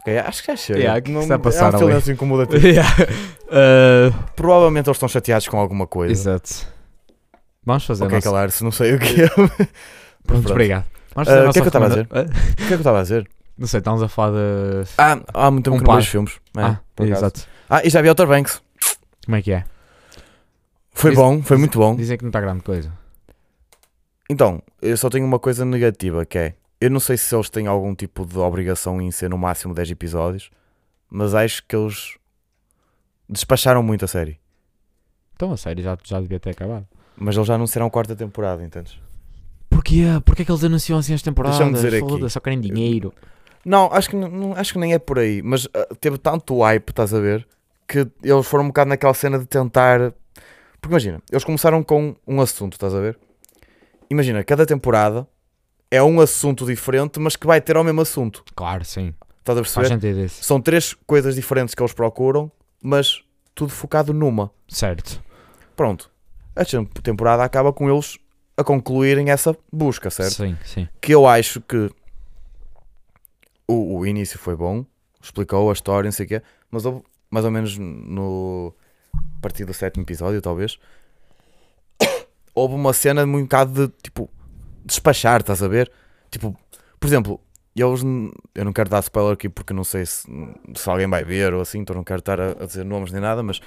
Speaker 2: Ok, acho que já chega.
Speaker 1: Yeah, o que é que está a passar
Speaker 2: é um
Speaker 1: ali?
Speaker 2: silêncio incomodativo. Provavelmente eles estão chateados com alguma coisa.
Speaker 1: Uh, exato. Vamos fazer a
Speaker 2: é. Ok,
Speaker 1: nossa-
Speaker 2: calar-se, não sei o que é.
Speaker 1: Pronto,
Speaker 2: Pronto.
Speaker 1: obrigado. Vamos
Speaker 2: Ah,
Speaker 1: fazer a
Speaker 2: o que
Speaker 1: nossa
Speaker 2: é que eu estava a
Speaker 1: recomenda- Ah,
Speaker 2: O que é que eu estava a dizer?
Speaker 1: Não sei, estamos a falar de...
Speaker 2: Ah, há muito tempo
Speaker 1: Um
Speaker 2: que não
Speaker 1: par.
Speaker 2: vejo filmes. É,
Speaker 1: ah,
Speaker 2: por acaso.
Speaker 1: exato.
Speaker 2: Ah, e já vi Outer Banks.
Speaker 1: Como é que é?
Speaker 2: Foi
Speaker 1: Diz-
Speaker 2: bom, foi
Speaker 1: diz-
Speaker 2: muito bom.
Speaker 1: Dizem que não está grande coisa.
Speaker 2: Então, eu só tenho uma coisa negativa que é. Eu não sei se eles têm algum tipo de obrigação em ser no máximo 10 episódios, mas acho que eles despacharam muito a série.
Speaker 1: Então, a série já, já devia ter acabado.
Speaker 2: Mas eles já anunciaram a quarta temporada, entendes?
Speaker 1: Porquê? Porquê é que eles anunciam assim as temporadas?
Speaker 2: Deixa-me dizer aqui.
Speaker 1: Foda-se, Só querem dinheiro.
Speaker 2: Não, acho que, n- não, acho que nem é por aí, mas ah, teve tanto hype, estás a ver, que eles foram um bocado naquela cena de tentar. Porque imagina, eles começaram com um assunto, estás a ver? Imagina, cada temporada é um assunto diferente, mas que vai ter ao mesmo assunto.
Speaker 1: Claro, sim.
Speaker 2: Estás a
Speaker 1: Faz
Speaker 2: perceber?
Speaker 1: sentido isso.
Speaker 2: São três coisas diferentes que eles procuram, mas tudo focado numa.
Speaker 1: Certo.
Speaker 2: Pronto. A tem- temporada acaba com eles a concluírem essa busca, certo?
Speaker 1: Sim, sim.
Speaker 2: Que eu acho que o, o início foi bom, explicou a história, não sei o quê, mas houve mais ou menos no a partir do sétimo episódio, talvez, houve uma cena muito um bocado de tipo despachar, estás a ver? Tipo, por exemplo, eles, n- eu não quero dar spoiler aqui porque não sei se, se alguém vai ver ou assim, então não quero estar a, a dizer nomes nem nada, mas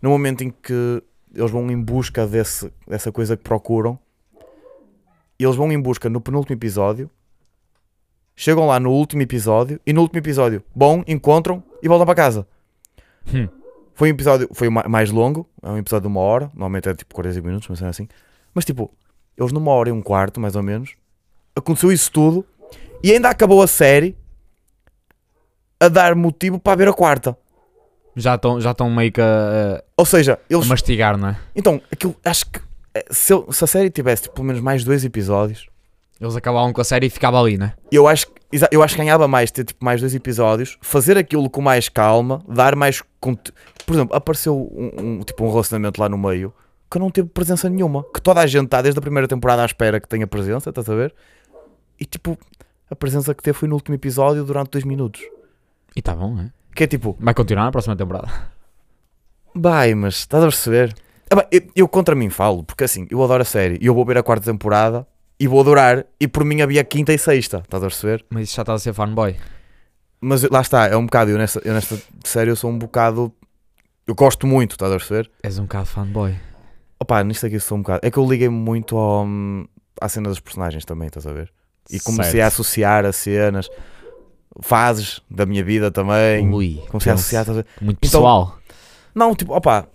Speaker 2: no momento em que eles vão em busca desse, dessa coisa que procuram, eles vão em busca no penúltimo episódio, chegam lá no último episódio e no último episódio bom, encontram e voltam para casa.
Speaker 1: Hum.
Speaker 2: Foi um episódio, foi ma- mais longo, é um episódio de uma hora, normalmente é tipo 45 minutos, mas é assim. Mas tipo, eles numa hora e um quarto, mais ou menos, aconteceu isso tudo e ainda acabou a série a dar motivo para ver a quarta.
Speaker 1: Já estão já estão meio que a, a-
Speaker 2: Ou seja,
Speaker 1: a
Speaker 2: eles
Speaker 1: mastigar, não é?
Speaker 2: então, aquilo, acho que eh, se, eu- se a série tivesse tipo, pelo menos mais dois episódios,
Speaker 1: Eles acabavam com a série e ficava ali, né?
Speaker 2: eu acho, que- exa- eu acho que ganhava mais ter tipo, mais dois episódios, fazer aquilo com mais calma, dar mais. conte- Por exemplo, apareceu um, um- tipo, um relacionamento lá no meio que não teve presença nenhuma, que toda a gente está desde a primeira temporada à espera que tenha presença, estás a ver? E tipo, a presença que teve foi no último episódio durante dois minutos.
Speaker 1: E tá bom, né?
Speaker 2: Que é tipo,
Speaker 1: Vai continuar na próxima temporada.
Speaker 2: vai, mas estás a perceber? Ah, bem, eu, eu contra mim falo, porque assim, eu adoro a série e eu vou ver a quarta temporada e vou adorar. E por mim havia quinta e sexta, estás a perceber?
Speaker 1: Mas isso já estás a ser fanboy.
Speaker 2: Mas lá está, é um bocado. Eu nesta, eu nesta série eu sou um bocado. Eu gosto muito, estás a perceber?
Speaker 1: És um bocado fanboy.
Speaker 2: Opa, nisto aqui eu sou um bocado. É que eu liguei muito ao, hum, à cena dos personagens também, estás a ver? E comecei a
Speaker 1: Certo.
Speaker 2: associar a cenas, fases da minha vida também.
Speaker 1: Ui,
Speaker 2: comecei
Speaker 1: tenso.
Speaker 2: a associar, estás a ver?
Speaker 1: Muito
Speaker 2: Então-
Speaker 1: pessoal.
Speaker 2: Não, tipo, opa,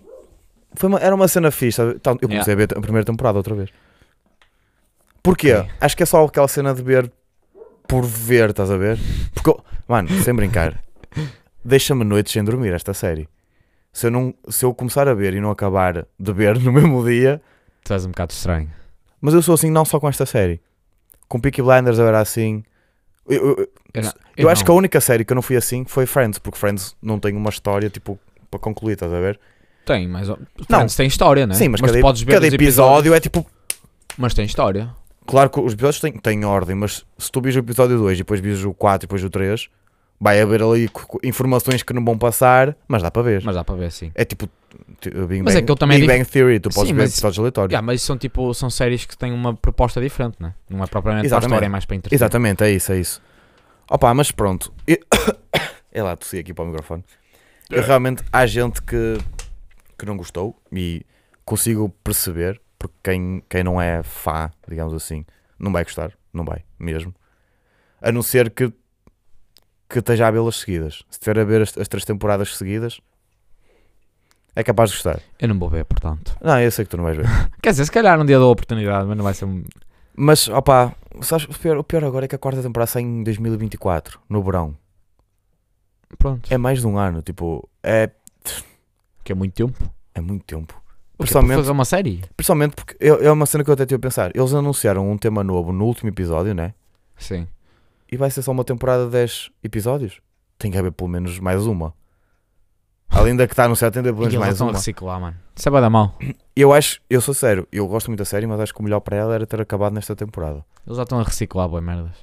Speaker 2: foi uma- era uma cena fixe. sabe? Então, eu comecei
Speaker 1: Yeah.
Speaker 2: a ver a primeira temporada outra vez. Porquê?
Speaker 1: Ok.
Speaker 2: Acho que é só aquela cena de ver por ver, estás a ver? Porque, eu- mano, sem brincar, deixa-me noites sem dormir esta série. Se eu, não, se eu começar a ver e não acabar de ver no mesmo dia,
Speaker 1: Tu és um bocado estranho.
Speaker 2: mas eu sou assim não só com esta série. Com Peaky Blinders eu era assim. Eu, eu- eu
Speaker 1: não-
Speaker 2: acho
Speaker 1: não.
Speaker 2: que a única série que eu não fui assim foi Friends, porque Friends não tem uma história tipo para concluir, estás a ver?
Speaker 1: Tem, mas. Não.
Speaker 2: Não.
Speaker 1: tem história, né?
Speaker 2: Sim, mas,
Speaker 1: tu
Speaker 2: cada,
Speaker 1: podes ver
Speaker 2: cada
Speaker 1: os
Speaker 2: episódio é tipo
Speaker 1: Mas tem história.
Speaker 2: Claro que os episódios têm, têm ordem, mas se tu vis o episódio 2 e depois vis o 4 e depois o 3, vai haver ali co- co- informações que não vão passar, mas dá para ver.
Speaker 1: Mas dá para ver, sim.
Speaker 2: É tipo t- uh, Big
Speaker 1: Mas
Speaker 2: Bang,
Speaker 1: aquilo também é
Speaker 2: Big Bang Theory, tu podes
Speaker 1: Sim,
Speaker 2: ver
Speaker 1: mas-
Speaker 2: episódios aleatórios.
Speaker 1: Yeah, mas isso são tipo. São séries que têm uma proposta diferente, né? Não é propriamente para a
Speaker 2: Exatamente.
Speaker 1: história, é mais para entreter.
Speaker 2: Exatamente, é isso, é isso. Opa, mas pronto. Eu... é lá, tossi aqui para o microfone. Eu realmente há gente que, que não gostou e consigo perceber, porque quem, quem não é fã, digamos assim, não vai gostar, não vai mesmo. A não ser que, que esteja a vê-las seguidas. Se tiver a ver as, as três temporadas seguidas, é capaz de gostar.
Speaker 1: Eu não vou ver, portanto.
Speaker 2: Não, eu sei que tu não vais ver.
Speaker 1: Quer dizer, se calhar um dia dou a oportunidade, mas não vai ser. um-
Speaker 2: Mas, opá, sabes, o, pior, o pior agora é que a quarta temporada sai em 2024, no verão.
Speaker 1: Pronto.
Speaker 2: É mais de um ano, tipo, é,
Speaker 1: Que é muito tempo.
Speaker 2: é muito tempo.
Speaker 1: Porque
Speaker 2: Pessoalmente-
Speaker 1: fazer uma série?
Speaker 2: Principalmente porque eu- é uma cena que eu até tive a pensar. Eles anunciaram um tema novo no último episódio, né?
Speaker 1: Sim.
Speaker 2: E vai ser só uma temporada de 10 episódios. Tem que haver pelo menos mais uma. Além da que está anunciada, tem de haver pelo
Speaker 1: E eles
Speaker 2: menos mais
Speaker 1: estão a
Speaker 2: uma.
Speaker 1: reciclar, mano. Isso é bué da mal.
Speaker 2: Eu acho, eu sou sério, eu gosto muito da série, mas acho que o melhor para ela era ter acabado nesta temporada.
Speaker 1: Eles já estão a reciclar, boi merdas.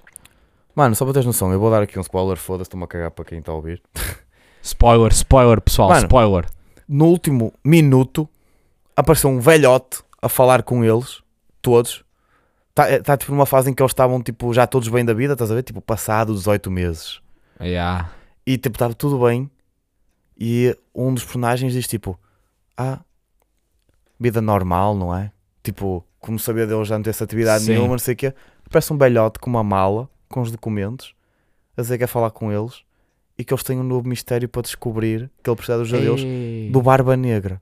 Speaker 2: Mano, só para teres noção, eu vou dar aqui um spoiler, foda-se, estou-me a cagar para quem está a ouvir.
Speaker 1: Spoiler, spoiler, pessoal,
Speaker 2: Mano.
Speaker 1: spoiler.
Speaker 2: no último minuto apareceu um velhote a falar com eles, todos. Está tá, tipo numa fase em que eles estavam tipo, já todos bem da vida, estás a ver? Tipo, passado 18 meses.
Speaker 1: Yeah.
Speaker 2: E tipo, estava tudo bem. E um dos personagens diz tipo: Ah, vida normal, não é? Tipo, como sabia deles já não ter essa atividade
Speaker 1: Sim.
Speaker 2: nenhuma, não sei o quê. Aparece um velhote com uma mala, com os documentos, a dizer que é falar com eles e que eles têm um novo mistério para descobrir que ele precisa dos adeus
Speaker 1: Ei.
Speaker 2: do Barba Negra.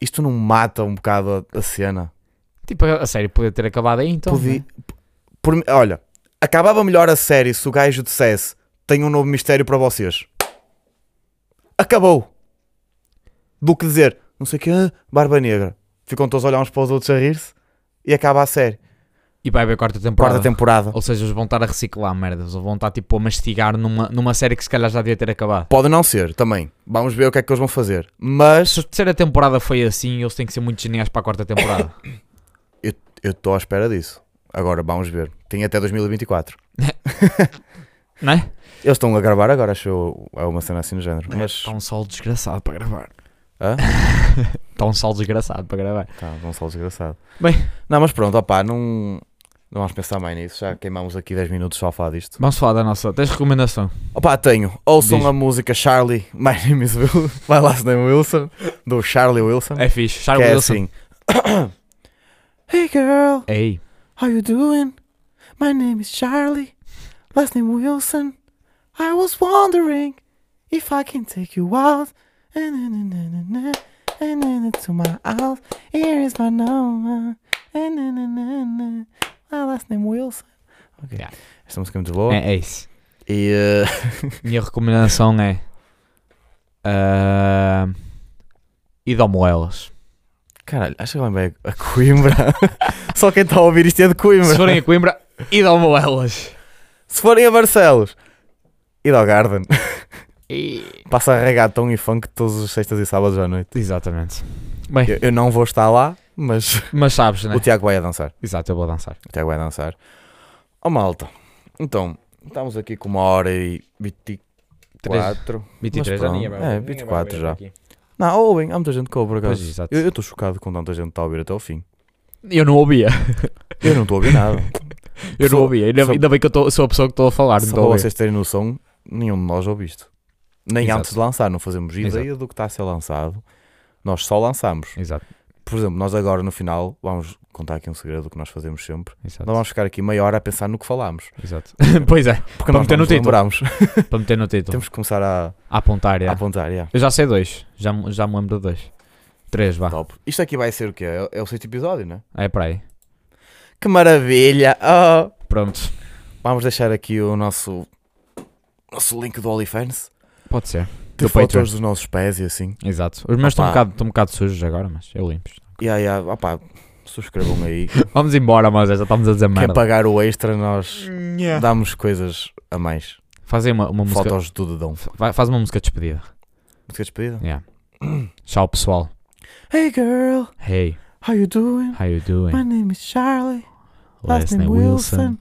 Speaker 2: Isto não mata um bocado a, a cena?
Speaker 1: Tipo, a a série podia ter acabado aí então.
Speaker 2: Podia-
Speaker 1: né?
Speaker 2: por mim- olha, acabava melhor a série se o gajo dissesse: Tenho um novo mistério para vocês. Acabou. Do que dizer, não sei o que, Barba Negra. Ficam todos a olhar uns para os outros a rir-se e acaba a série.
Speaker 1: E vai haver quarta temporada.
Speaker 2: Quarta temporada.
Speaker 1: Ou seja, eles vão estar a reciclar merdas. Ou vão estar tipo a mastigar numa, numa série que se calhar já devia ter acabado.
Speaker 2: Pode não ser também. Vamos ver o que é que eles vão fazer. Mas
Speaker 1: Se a terceira temporada foi assim, eles têm que ser muito geniais para a quarta temporada.
Speaker 2: eu estou à espera disso. Agora vamos ver. Tem até 2024.
Speaker 1: não é?
Speaker 2: Eles estão a gravar agora, acho eu. É uma cena assim no género. Mas.
Speaker 1: Está um sol desgraçado para gravar.
Speaker 2: Hã?
Speaker 1: Está um sol desgraçado para gravar.
Speaker 2: Tá, Gonçalo desgraçado.
Speaker 1: Bem.
Speaker 2: Não, mas pronto, opá, não. Não vamos pensar mais nisso. Já queimamos aqui 10 minutos só a falar disto.
Speaker 1: Vamos falar da nossa. Tens recomendação?
Speaker 2: Opá, tenho. Ouçam
Speaker 1: Diz.
Speaker 2: a música Charlie, My Name is Wilson. Vai lá, Sam Wilson. Do Charlie Wilson.
Speaker 1: É fixe.
Speaker 2: que
Speaker 1: Charlie
Speaker 2: é
Speaker 1: Wilson. É
Speaker 2: assim. hey girl,
Speaker 1: Ei.
Speaker 2: how you doing? My name is Charlie. Last name Wilson. I was wondering if I can take you out. And then, and then, and then, and then to my house. Here is my number. And then, and then, and then. My last name Wilson. Ok.
Speaker 1: Yeah.
Speaker 2: Esta música é muito boa.
Speaker 1: É, é isso.
Speaker 2: E eh,
Speaker 1: Minha recomendação é. ah, Id ao Moelas.
Speaker 2: caralho, acho que vai bem a Coimbra. Só quem está a ouvir isto é de Coimbra.
Speaker 1: Se forem a Coimbra, id ao Moelas.
Speaker 2: Se forem a Barcelos, ir ao Garden.
Speaker 1: E-
Speaker 2: Passa regatão e funk todos os sextas e sábados à noite.
Speaker 1: Exatamente.
Speaker 2: Eu, eu não vou estar lá, mas
Speaker 1: Mas sabes, né?
Speaker 2: o Tiago vai a dançar.
Speaker 1: Exato, eu vou dançar.
Speaker 2: O Tiago vai a dançar. Oh malta, então, estamos aqui com uma hora e 24.
Speaker 1: 23
Speaker 2: Mas
Speaker 1: já ninguém
Speaker 2: pronto.
Speaker 1: vai-
Speaker 2: É,
Speaker 1: ninguém
Speaker 2: 24
Speaker 1: vai
Speaker 2: já.
Speaker 1: ouvir aqui.
Speaker 2: Não, ouvem, há muita gente que ouve por
Speaker 1: Pois,
Speaker 2: acaso.
Speaker 1: exato.
Speaker 2: Eu eu estou chocado com tanta gente que está a ouvir até ao fim.
Speaker 1: Eu não ouvia.
Speaker 2: Eu não estou a ouvir nada.
Speaker 1: Eu não
Speaker 2: Sou-
Speaker 1: ouvia. Ainda,
Speaker 2: sou-
Speaker 1: ainda bem que eu tô- sou a pessoa que estou a falar.
Speaker 2: Só
Speaker 1: não
Speaker 2: para
Speaker 1: estou a ouvir.
Speaker 2: vocês terem noção, nenhum de nós ouve isto. Nem
Speaker 1: Exato.
Speaker 2: antes de lançar, não fazemos ideia do que está a ser lançado. Nós só lançamos.
Speaker 1: Exato,
Speaker 2: Por exemplo, nós agora no final, vamos contar aqui um segredo que nós fazemos sempre.
Speaker 1: exato.
Speaker 2: Nós vamos ficar aqui meia hora a pensar no que falámos.
Speaker 1: exato. pois é,
Speaker 2: Porque
Speaker 1: Para
Speaker 2: nós
Speaker 1: meter
Speaker 2: não
Speaker 1: no
Speaker 2: nos
Speaker 1: título.
Speaker 2: lembramos.
Speaker 1: para meter no título.
Speaker 2: Temos que começar a,
Speaker 1: A apontar,
Speaker 2: a
Speaker 1: já.
Speaker 2: apontar. yeah.
Speaker 1: Eu já sei dois. Já, me- já me lembro de dois. Três, vá.
Speaker 2: Top. Isto aqui vai ser o quê? É, é o sexto episódio, não é?
Speaker 1: É para aí.
Speaker 2: Que maravilha! Oh!
Speaker 1: Pronto.
Speaker 2: Vamos deixar aqui o nosso, nosso link do OnlyFans.
Speaker 1: Pode ser.
Speaker 2: Tem
Speaker 1: Do Patreon.
Speaker 2: fotos dos nossos pés e assim.
Speaker 1: Exato. Os meus estão um,
Speaker 2: Opa.
Speaker 1: bocado- estão um bocado sujos agora, mas eu limpo.
Speaker 2: Yeah, yeah. Opa, subscrevam aí.
Speaker 1: Vamos embora, mas já estamos a dizer
Speaker 2: Quem
Speaker 1: merda.
Speaker 2: pagar o extra, nós damos coisas a mais.
Speaker 1: Fazem uma, uma música.
Speaker 2: Fotos do dedão.
Speaker 1: Fa- Faz uma música de despedida.
Speaker 2: Música despedida.
Speaker 1: Yeah. Tchau, pessoal.
Speaker 2: Hey girl,
Speaker 1: Hey,
Speaker 2: how you doing?
Speaker 1: how you doing?
Speaker 2: My name is Charlie.
Speaker 1: Last name Wilson.